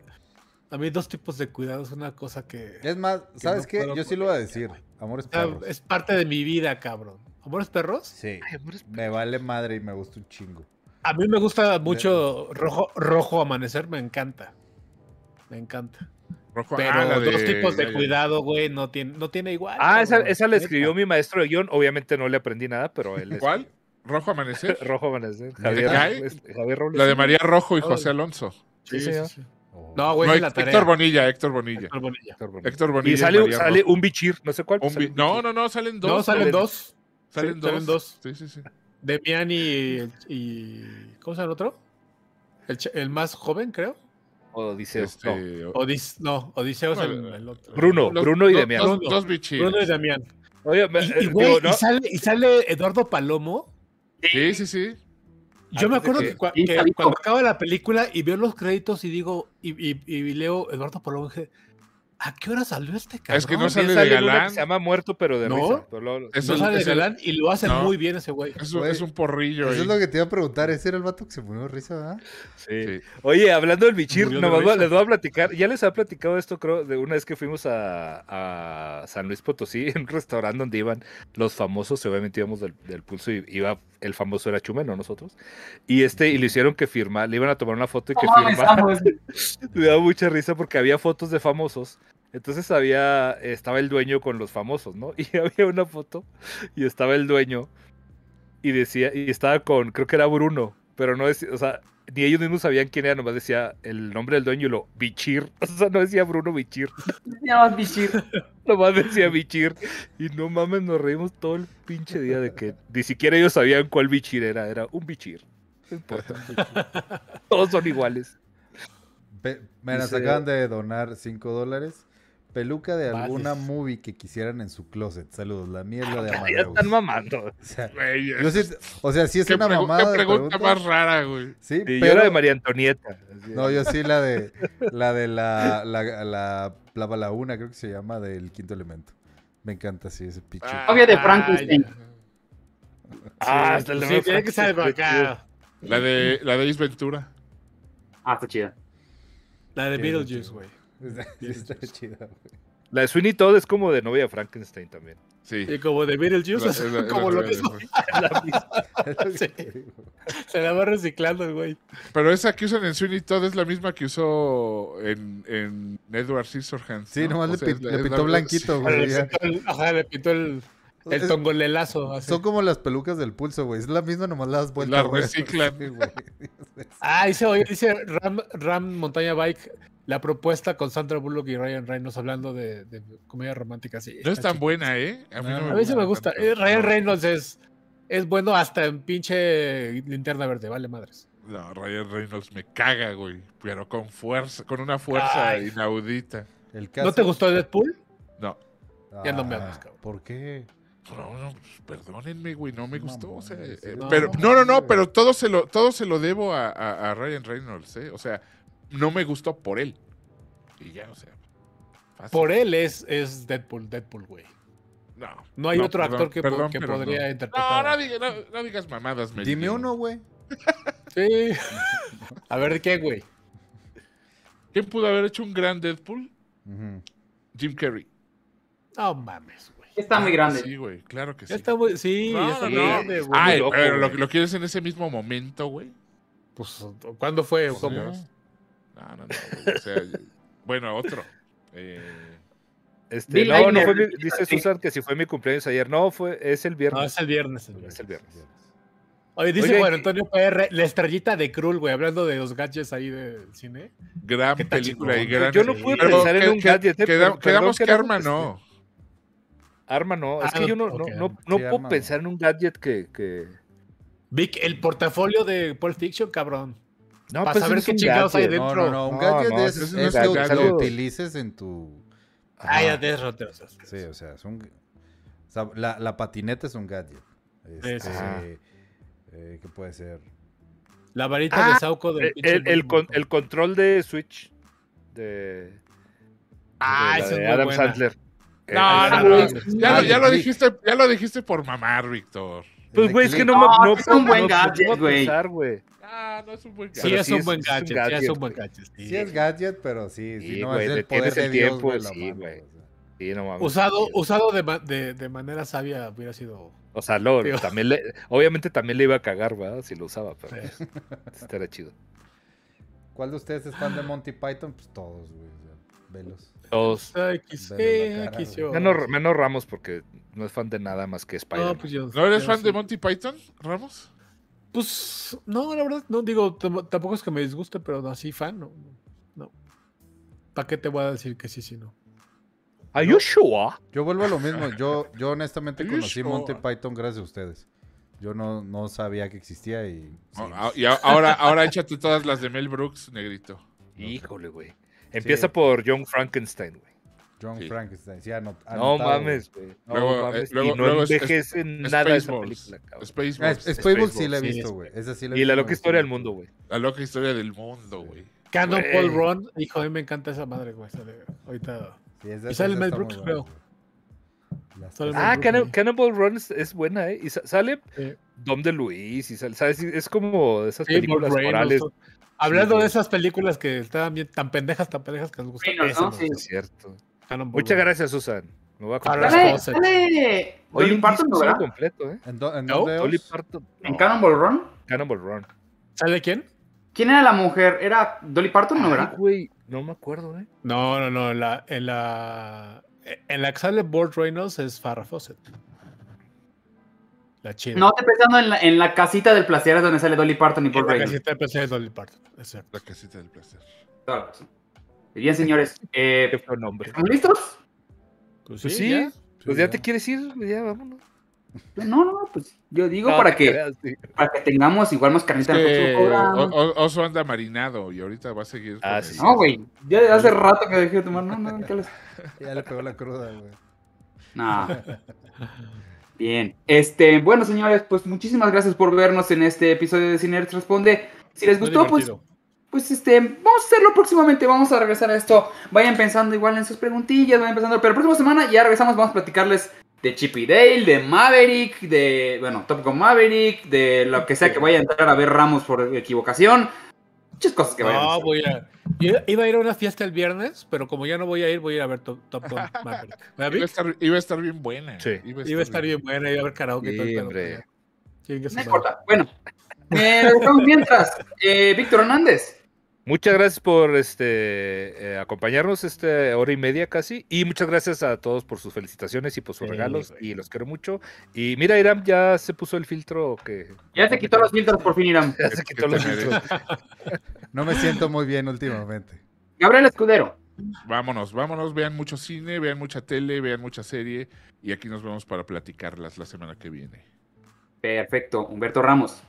S1: a mí dos tipos de cuidado es una cosa que
S5: Es más,
S1: Que
S5: ¿sabes
S1: no
S5: qué?
S1: puedo
S5: Yo sí lo
S1: con
S5: voy a
S1: ella,
S5: decir.
S1: güey.
S5: Amores
S1: o sea,
S5: perros.
S1: es parte de mi vida, cabrón. ¿Amores Perros?
S5: Sí.
S4: Ay, amores,
S5: Me vale madre y me gusta un chingo.
S1: A mí me gusta mucho rojo, rojo amanecer, me encanta. Me encanta.
S3: Rojo,
S1: Pero
S3: ah, la
S1: dos
S3: de-
S1: tipos
S3: la
S1: de cuidado, güey, no tiene, no tiene igual.
S4: Ah, esa,
S1: cabrón,
S4: esa la
S1: neta.
S4: escribió mi maestro de guión. Obviamente no le aprendí nada, pero él es.
S3: ¿Cuál? ¿Rojo Amanecer?
S4: Rojo Amanecer.
S3: cae?
S4: Javier, este, Javier Robles.
S3: La de María Rojo y
S1: Ay.
S3: José Alonso.
S1: Sí,
S4: Sí,
S1: sí,
S4: señor.
S1: sí.
S5: Oh.
S1: No, güey, esa
S3: No,
S1: es la tarea.
S3: Héctor Bonilla, Héctor Bonilla.
S1: Héctor Bonilla.
S4: Héctor Bonilla.
S3: Héctor Bonilla.
S4: Y
S3: y
S4: sale,
S3: María
S4: sale
S3: Rojo.
S4: un bichir, no sé cuál.
S3: Un
S4: sale
S3: vi-
S4: un
S3: No,
S4: bichir.
S3: no, no, salen dos.
S1: No, salen
S4: salen-
S1: dos.
S3: Salen
S1: sí,
S3: dos.
S1: salen dos.
S3: Sí, sí, sí.
S1: Demian y, y. ¿Cómo se llama el otro? El, ch- el más joven, creo.
S4: Odiseo. no.
S3: Este,
S1: Odis, no, Odiseo es el,
S3: Bueno,
S1: el otro.
S4: Bruno,
S3: los-
S4: Bruno y
S3: dos-
S4: Demián.
S3: Dos,
S1: Bruno.
S3: dos bichines.
S1: Bruno y Damián.
S4: Oye,
S1: Y,
S4: me-
S1: y,
S4: eh,
S1: güey,
S4: digo,
S1: y
S4: no,
S1: sale, y sale Eduardo Palomo.
S3: Sí, sí, sí. Ah,
S1: Yo me
S4: Antes de
S1: acuerdo
S4: que-
S1: que, cua-
S2: Sí,
S1: que
S2: Fabito.
S1: cuando acaba la película y veo los créditos y digo, y, y- y leo Eduardo Palomo, dije, ¿a qué hora salió este cabrón?
S3: que no
S4: también
S3: sale de
S4: sale en una
S3: galán.
S4: que se llama Muerto, pero de
S1: ¿No?
S4: risa. Pero luego-
S3: Es
S1: No
S3: un,
S1: sale de
S3: es, el-
S1: galán y lo hace
S3: No.
S1: muy bien ese güey.
S3: es un-
S5: Güey.
S3: es un porrillo.
S5: Eso
S3: ahí.
S5: es lo que te iba a preguntar. Ese era el vato que se murió de risa, ¿verdad?
S4: Sí.
S3: Sí.
S4: Oye, hablando del bichir,
S1: Murió de
S4: nomás
S1: risa.
S4: les voy a platicar. Ya les había platicado esto, creo, de una vez que fuimos a, a San Luis Potosí, en un restaurante donde iban los famosos, obviamente íbamos del, del pulso y iba, el famoso era Chumel, no nosotros. Y este, y le hicieron que firmar, le iban a tomar una foto y que
S2: No mames,
S4: firmara.
S2: amo ese-
S4: Me daba mucha risa porque había fotos de famosos. Entonces había, estaba el dueño con los famosos, ¿no? Y había una foto y estaba el dueño y decía, y estaba con, creo que era Bruno, pero no decía, o sea, ni ellos mismos sabían quién era, nomás decía el nombre del dueño y lo, Bichir. O sea, no decía Bruno Bichir,
S2: se llama Bichir.
S4: nomás decía Bichir. Y no mames, nos reímos todo el pinche día de que ni siquiera ellos sabían cuál Bichir era, era un Bichir. No importa. Todos son iguales.
S5: Pe- me las
S4: Dice-
S5: acaban de donar 5 dólares. Peluca de
S1: Vale.
S5: alguna movie que quisieran en su closet. Saludos, la mierda de
S4: Ah, Ya
S5: Amadeus.
S4: están mamando.
S5: O sea,
S3: Güey,
S5: yo sí- o sea, sí es
S3: qué
S5: una
S3: pregu- qué
S5: mamada de
S3: pregunta
S5: pregunta.
S3: más rara, güey.
S5: Sí,
S4: Y
S5: pero...
S4: yo la de María Antonieta. así.
S5: No, yo sí la de la de la la, la, la balaúna, creo que se llama del quinto elemento. Me encanta sí ese pinche.
S3: Ah,
S2: Novia de
S1: Ah,
S2: Frankenstein.
S1: ya.
S4: Ah,
S1: Sí,
S4: hasta el
S1: pues
S4: de
S1: sí,
S4: María
S1: tiene que ser
S4: Francisca,
S1: acá.
S3: La de, la de Ace Ventura.
S2: Ah, está chida.
S1: La de
S5: Sí,
S1: Beetlejuice,
S5: sí.
S1: güey.
S5: Sí, está chida, güey.
S4: La de Sweeney Todd es como de novia de Frankenstein también.
S3: Sí.
S1: Y como de Beetlejuice,
S3: La-
S1: o sea,
S3: la- la-
S1: Eh, como
S3: la-
S1: lo mismo.
S4: La misma.
S5: Es lo que
S1: Sí.
S5: te digo.
S1: Se la va reciclando el güey.
S3: Pero esa que usan en Sweeney Todd es la misma que usó en, en Edward Scissorhands.
S5: Sí, nomás
S3: O
S5: le,
S3: sea,
S5: pi-
S3: es la-
S5: le
S3: es la-
S5: pintó blanquito,
S1: Le
S5: güey. ya.
S1: pintó el- Ajá, le pintó el, el
S5: Es-
S1: tongolelazo. así.
S5: Son como las pelucas del pulso, güey. Es la misma, nomás las vueltas.
S3: Las
S5: güey.
S3: reciclan.
S5: Sí, güey.
S1: Ah, dice, oye, dice Ram, Ram Montaña Bike, la propuesta con Sandra Bullock y Ryan Reynolds hablando de, de comedia romántica. Sí,
S3: No es
S1: está
S3: tan buena, ¿eh? A mí no,
S5: No,
S1: A mí sí me gusta.
S3: tanto.
S1: Eh, Ryan Reynolds es, es bueno hasta en pinche linterna verde, vale madres.
S3: No, Ryan Reynolds me caga, güey. Pero con fuerza, con una fuerza
S1: Ay.
S3: inaudita.
S5: El caso-
S1: ¿No te gustó Deadpool?
S3: No.
S1: Ya no me
S5: Ah,
S1: hables, cabrón.
S5: ¿Por qué?
S3: No, no, pues, perdónenme, güey, no me
S5: No
S3: gustó. o sea,
S5: mames,
S3: eh,
S5: no
S3: pero,
S5: mames,
S3: no, no, no,
S5: güey.
S3: pero todo se lo, todo se lo debo a, a- a Ryan Reynolds, ¿eh? O sea, no me gustó por él. Y ya, o sea. fácil.
S1: Por él es, es Deadpool, Deadpool, güey.
S3: No.
S1: No hay
S3: No,
S1: otro
S3: perdón,
S1: actor que, po-
S3: perdón,
S1: que
S3: pero
S1: podría
S3: no. No,
S1: interpretar.
S3: no, diga- no- no digas mamadas, Mel.
S5: Dime uno, güey.
S1: Sí. A ver, ¿de qué, güey?
S3: ¿Quién pudo haber hecho un gran Deadpool?
S5: Ujú.
S3: Jim Carrey.
S1: No mames, güey.
S2: Está muy grande.
S3: Ah, Sí, güey, claro que sí.
S1: Ya está muy. Sí,
S3: No,
S1: ya está
S3: no,
S1: muy
S3: no.
S1: grande, güey.
S3: Ay,
S4: loco,
S3: pero lo,
S4: güey.
S3: lo quieres en ese mismo momento, güey.
S1: Pues, ¿cuándo fue o
S3: O
S1: cómo?
S3: sea, No, no, no. güey, o sea, bueno, otro. Eh,
S4: Este,
S2: Bill
S4: no, no
S2: Eisner.
S4: fue mi- dice Susan que si fue mi cumpleaños ayer. No, fue, es el
S1: No,
S4: viernes.
S1: es el viernes. el
S4: es
S1: viernes.
S4: el viernes.
S1: Oye, dice
S4: Oigan,
S1: Juan
S4: que-
S1: Antonio PR, la estrellita de Krull, güey, hablando de los gadgets ahí del cine.
S3: Gran
S1: Qué tan
S3: película y
S1: chingón.
S3: gran.
S4: Yo no pude
S1: Pero
S4: pensar en
S3: que-
S4: un
S3: que-
S4: gadget. eh,
S3: queda-
S4: pero- perdón
S3: quedamos que
S4: era un,
S3: arma
S4: este,
S3: no.
S4: Arma no. Es
S1: Ah,
S4: que yo no, no,
S1: ok,
S4: no,
S1: arma.
S4: no
S5: Sí,
S4: puedo
S5: arma,
S4: pensar en un gadget que. que...
S1: Vic, el portafolio de Pulp Fiction, cabrón.
S4: No,
S1: Para
S4: pues,
S1: saber
S4: es
S1: qué
S4: un
S1: chingados hay
S4: gadget.
S1: dentro.
S5: No, no, no. Un
S4: No,
S5: gadget
S4: no,
S5: es,
S3: eso es
S5: es
S3: un
S5: que
S3: gadget.
S5: lo utilices en tu.
S1: Ah, ya
S5: Ajá.
S1: te derroté, o sea,
S5: Sí, o sea, es un. o sea, la, la patineta es un gadget. Este,
S1: sí, sí.
S4: Ajá.
S5: eh, ¿Qué puede ser?
S1: La varita de
S4: Ah,
S1: Sauco del
S4: El,
S1: pinche
S4: el, el con-
S1: Batman.
S4: el control de Switch de,
S1: Ah,
S4: de la
S1: esa es
S4: de
S1: muy
S4: Adam
S1: buena.
S4: Sandler. Eh,
S3: No,
S1: Ah,
S3: no, no.
S1: sí.
S3: Ya, lo, ya lo
S5: Click.
S3: dijiste, ya lo dijiste por mamar, Víctor.
S4: Pues, güey, es que no
S2: No,
S4: me. No,
S2: es un buen
S4: no- no
S2: gadget,
S4: puedo
S2: güey.
S4: pensar, güey.
S3: Ah, no es un buen
S1: Sí,
S4: Pero
S1: es
S4: sí
S1: un
S4: es-
S1: buen
S4: es un
S1: gadget, sí, es
S4: gadget,
S1: un buen
S4: güey.
S1: gadget. sí.
S5: Sí es gadget, pero sí, sí,
S4: Sí,
S5: no
S4: güey,
S5: es
S4: le
S5: el
S4: tienes
S5: poder de
S4: el
S5: Dios,
S4: tiempo,
S5: güey, la
S4: sí,
S5: mano,
S4: güey.
S5: o sea.
S4: Sí, no mames.
S1: Usado, usado de, ma- de, de manera sabia hubiera sido
S4: O sea, luego,
S1: Digo.
S4: también le- obviamente también le iba a cagar, ¿verdad? Si lo usaba, pero
S1: Sí.
S4: estará chido.
S5: ¿Cuál de ustedes es
S4: Ah.
S5: fan de Monty Python? Pues todos, güey. o sea, velos.
S4: Todos.
S1: Ay, quis-
S5: Vele la
S1: eh,
S5: cara,
S1: quis
S5: güey.
S1: yo.
S4: Menos, menos Ramos porque no es fan de nada más que Spider-Man.
S1: No, pues yo-
S3: ¿No eres
S1: yo
S3: fan de
S1: sí.
S3: Monty Python, Ramos?
S1: Pues no, la verdad, no digo, tam- tampoco es que me disguste, pero no, así fan, no. no. ¿Para qué te voy a decir que sí, sí, no?
S4: ¿Are you sure?
S5: Yo vuelvo a lo mismo. Yo, yo honestamente
S3: Are you
S5: conocí
S3: sure?
S5: Monty Python gracias a ustedes. Yo no, no sabía que existía y. sí,
S3: Ah, y a- ahora, ahora échate todas las de Mel Brooks, negrito.
S4: Híjole, güey. Empieza por John Frankenstein, güey.
S5: John
S3: Sí.
S5: Frankenstein. Sí, anot-
S4: No
S5: anotado,
S4: mames, güey. No
S3: Luego,
S4: mames.
S3: eh, luego-
S4: y no
S3: luego es-
S4: envejece nada esa
S3: Spaceballs.
S4: película, cabrón.
S5: güey. Ah,
S3: Spaceballs.
S5: Sp- Spaceballs sí
S4: Spaceballs,
S5: la he
S1: sí,
S5: visto,
S1: es-
S5: güey. Esa sí la he
S4: Y la
S5: visto,
S4: loca
S5: me
S4: historia del
S5: gustó
S4: mundo,
S5: mucho.
S4: güey.
S3: La loca historia del mundo, güey.
S1: Canon
S4: Güey.
S1: Paul Ron, hijo, a mí me encanta esa madre, güey. esa de- Ahorita.
S5: Sí, esa-
S1: Y sale
S5: esa
S1: Mel
S5: está muy
S1: Brooks,
S5: buena,
S1: creo.
S5: güey. Las
S1: Sale
S5: tres-
S1: Mel
S4: Ah,
S1: Brooks,
S4: Canna-
S1: sí.
S4: Cannibal Run es, es buena, ¿eh? Y sa- sale
S1: Sí.
S4: Dom de Luis y sale, ¿sabes? es como de esas
S1: Sí, Bob
S4: películas
S1: Reynolds,
S4: morales.
S1: todo. Hablando
S4: güey.
S1: de esas películas que estaban bien tan pendejas, tan pendejas que nos gustan.
S2: Reynolds,
S1: esa
S2: ¿no?
S1: me
S2: Sí.
S1: gusta.
S4: Es cierto.
S1: Canon Paul
S4: Pues Muchas
S1: Ron.
S4: gracias, Susan. Me voy a
S1: Ahora
S4: comprar
S1: sí.
S2: Dale,
S4: las cosas.
S2: dale.
S4: Hoy
S2: Dolly
S4: un
S2: Parton,
S4: disco
S2: ¿no,
S4: solo
S2: ¿verdad?
S4: completo, ¿eh?
S5: ¿En, do- en
S1: No,
S5: dónde
S4: Dolly
S5: os?
S4: Parton.
S2: En
S4: no,
S2: Cannonball Run.
S4: Cannonball Run.
S1: ¿Sale quién?
S2: ¿Quién era la mujer? ¿Era Dolly Parton, no,
S4: Ay,
S2: verdad?
S4: güey, no me acuerdo, ¿eh?
S1: No, no, no. En la, en la, e, en la que sale Board Reynolds es Farrah Fawcett. La chida.
S2: No, estoy pensando en la, en la casita del placer es donde sale Dolly Parton y
S1: En
S2: Paul
S1: la
S2: Reynolds.
S1: casita de PC de Dolly Parton. Exacto.
S3: La casita del placer.
S2: Toda la razón. Bien, señores.
S4: ¿Qué
S2: Eh,
S4: fue el nombre?
S2: ¿Están listos?
S1: Pues
S4: Pues
S1: sí,
S4: sí,
S1: ya.
S4: pues
S5: Sí,
S4: ya
S5: ya.
S4: te quieres ir, ya vámonos.
S2: No, no, pues yo digo
S4: No,
S2: para
S4: te
S2: que
S4: creas, sí.
S2: para que tengamos igual más
S3: Es
S2: carnita en el
S3: que
S2: próximo programa.
S3: O- O- Oso anda marinado y ahorita va a seguir.
S4: Ah,
S3: con
S4: sí,
S3: el-
S4: sí.
S2: No, güey. Ya hace rato que dejé de tomar. No, no, ¿qué les-
S5: Ya le pegó la cruda, güey.
S2: No. Bien. Este, bueno, señores, pues muchísimas gracias por vernos en este episodio de Cine Nerds Responde. Si les
S1: Muy
S2: gustó, pues,
S1: divertido.
S2: pues este, vamos a hacerlo próximamente, vamos a regresar a esto. Vayan pensando igual en sus preguntillas, vayan pensando, pero la próxima semana ya regresamos, vamos a platicarles de Chip y Dale, de Maverick, de, bueno, Top Gun Maverick, de lo que sea que vaya a entrar a ver Ramos por equivocación. Muchas cosas que vayan a
S1: No,
S2: hacer.
S1: voy a. Yo iba a ir a una fiesta el viernes, pero como ya no voy a ir, voy a ir a ver Top, Top Gun Maverick. ¿Me
S3: Iba a
S1: vi?
S3: estar, iba a estar bien buena.
S4: Sí.
S1: Iba a estar bien buena, iba a ver karaoke y todo el
S4: Sí,
S1: pedo,
S4: hombre.
S1: pero ya. Chingue
S3: pues,
S1: su
S2: No
S1: madre.
S2: importa. Bueno, eh, regresamos mientras. Eh, Víctor Hernández.
S4: Muchas gracias por este eh, acompañarnos esta hora y media casi. Y muchas gracias a todos por sus felicitaciones y por sus
S1: Sí,
S4: regalos.
S1: güey.
S4: Y los quiero mucho. Y mira, Iram ya se puso el filtro que.
S2: Ya te quitó los filtros por fin, Irán.
S4: Ya se quitó los filtros.
S5: No me siento muy bien últimamente.
S2: Gabriel Escudero.
S3: Vámonos, vámonos. Vean mucho cine, vean mucha tele, vean mucha serie. Y aquí nos vemos para platicarlas la semana que viene.
S2: Perfecto. Humberto Ramos.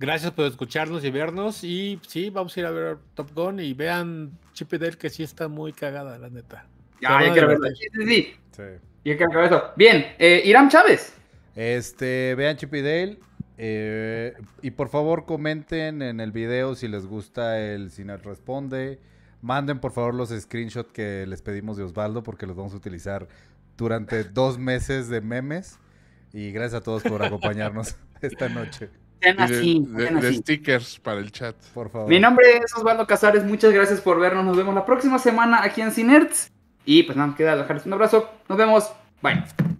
S1: Gracias por escucharnos y vernos. Y sí, vamos a ir a ver Top Gun y vean Chip y Dale, que sí está muy cagada, la neta. Se
S2: Ya,
S1: van
S2: ya
S1: a
S2: quiero verlo. Sí,
S1: divertir.
S2: sí, sí.
S5: Sí.
S2: Ya quiero ver eso. Bien, eh, Irán Chávez.
S5: Este, vean Chip y Dale. eh, y por favor comenten en el video si les gusta el Cine Responde. Manden por favor los screenshots que les pedimos de Osvaldo porque los vamos a utilizar durante dos meses de memes. Y gracias a todos por acompañarnos esta noche.
S2: Sean
S3: Y de-
S2: así,
S3: de-
S2: sean
S3: de
S2: así.
S3: stickers para el chat.
S5: Por favor.
S2: Mi nombre es Osvaldo Casares. Muchas gracias por vernos. Nos vemos la próxima semana aquí en Cinerts. Y pues nada, queda dejarles un abrazo. Nos vemos. Bye.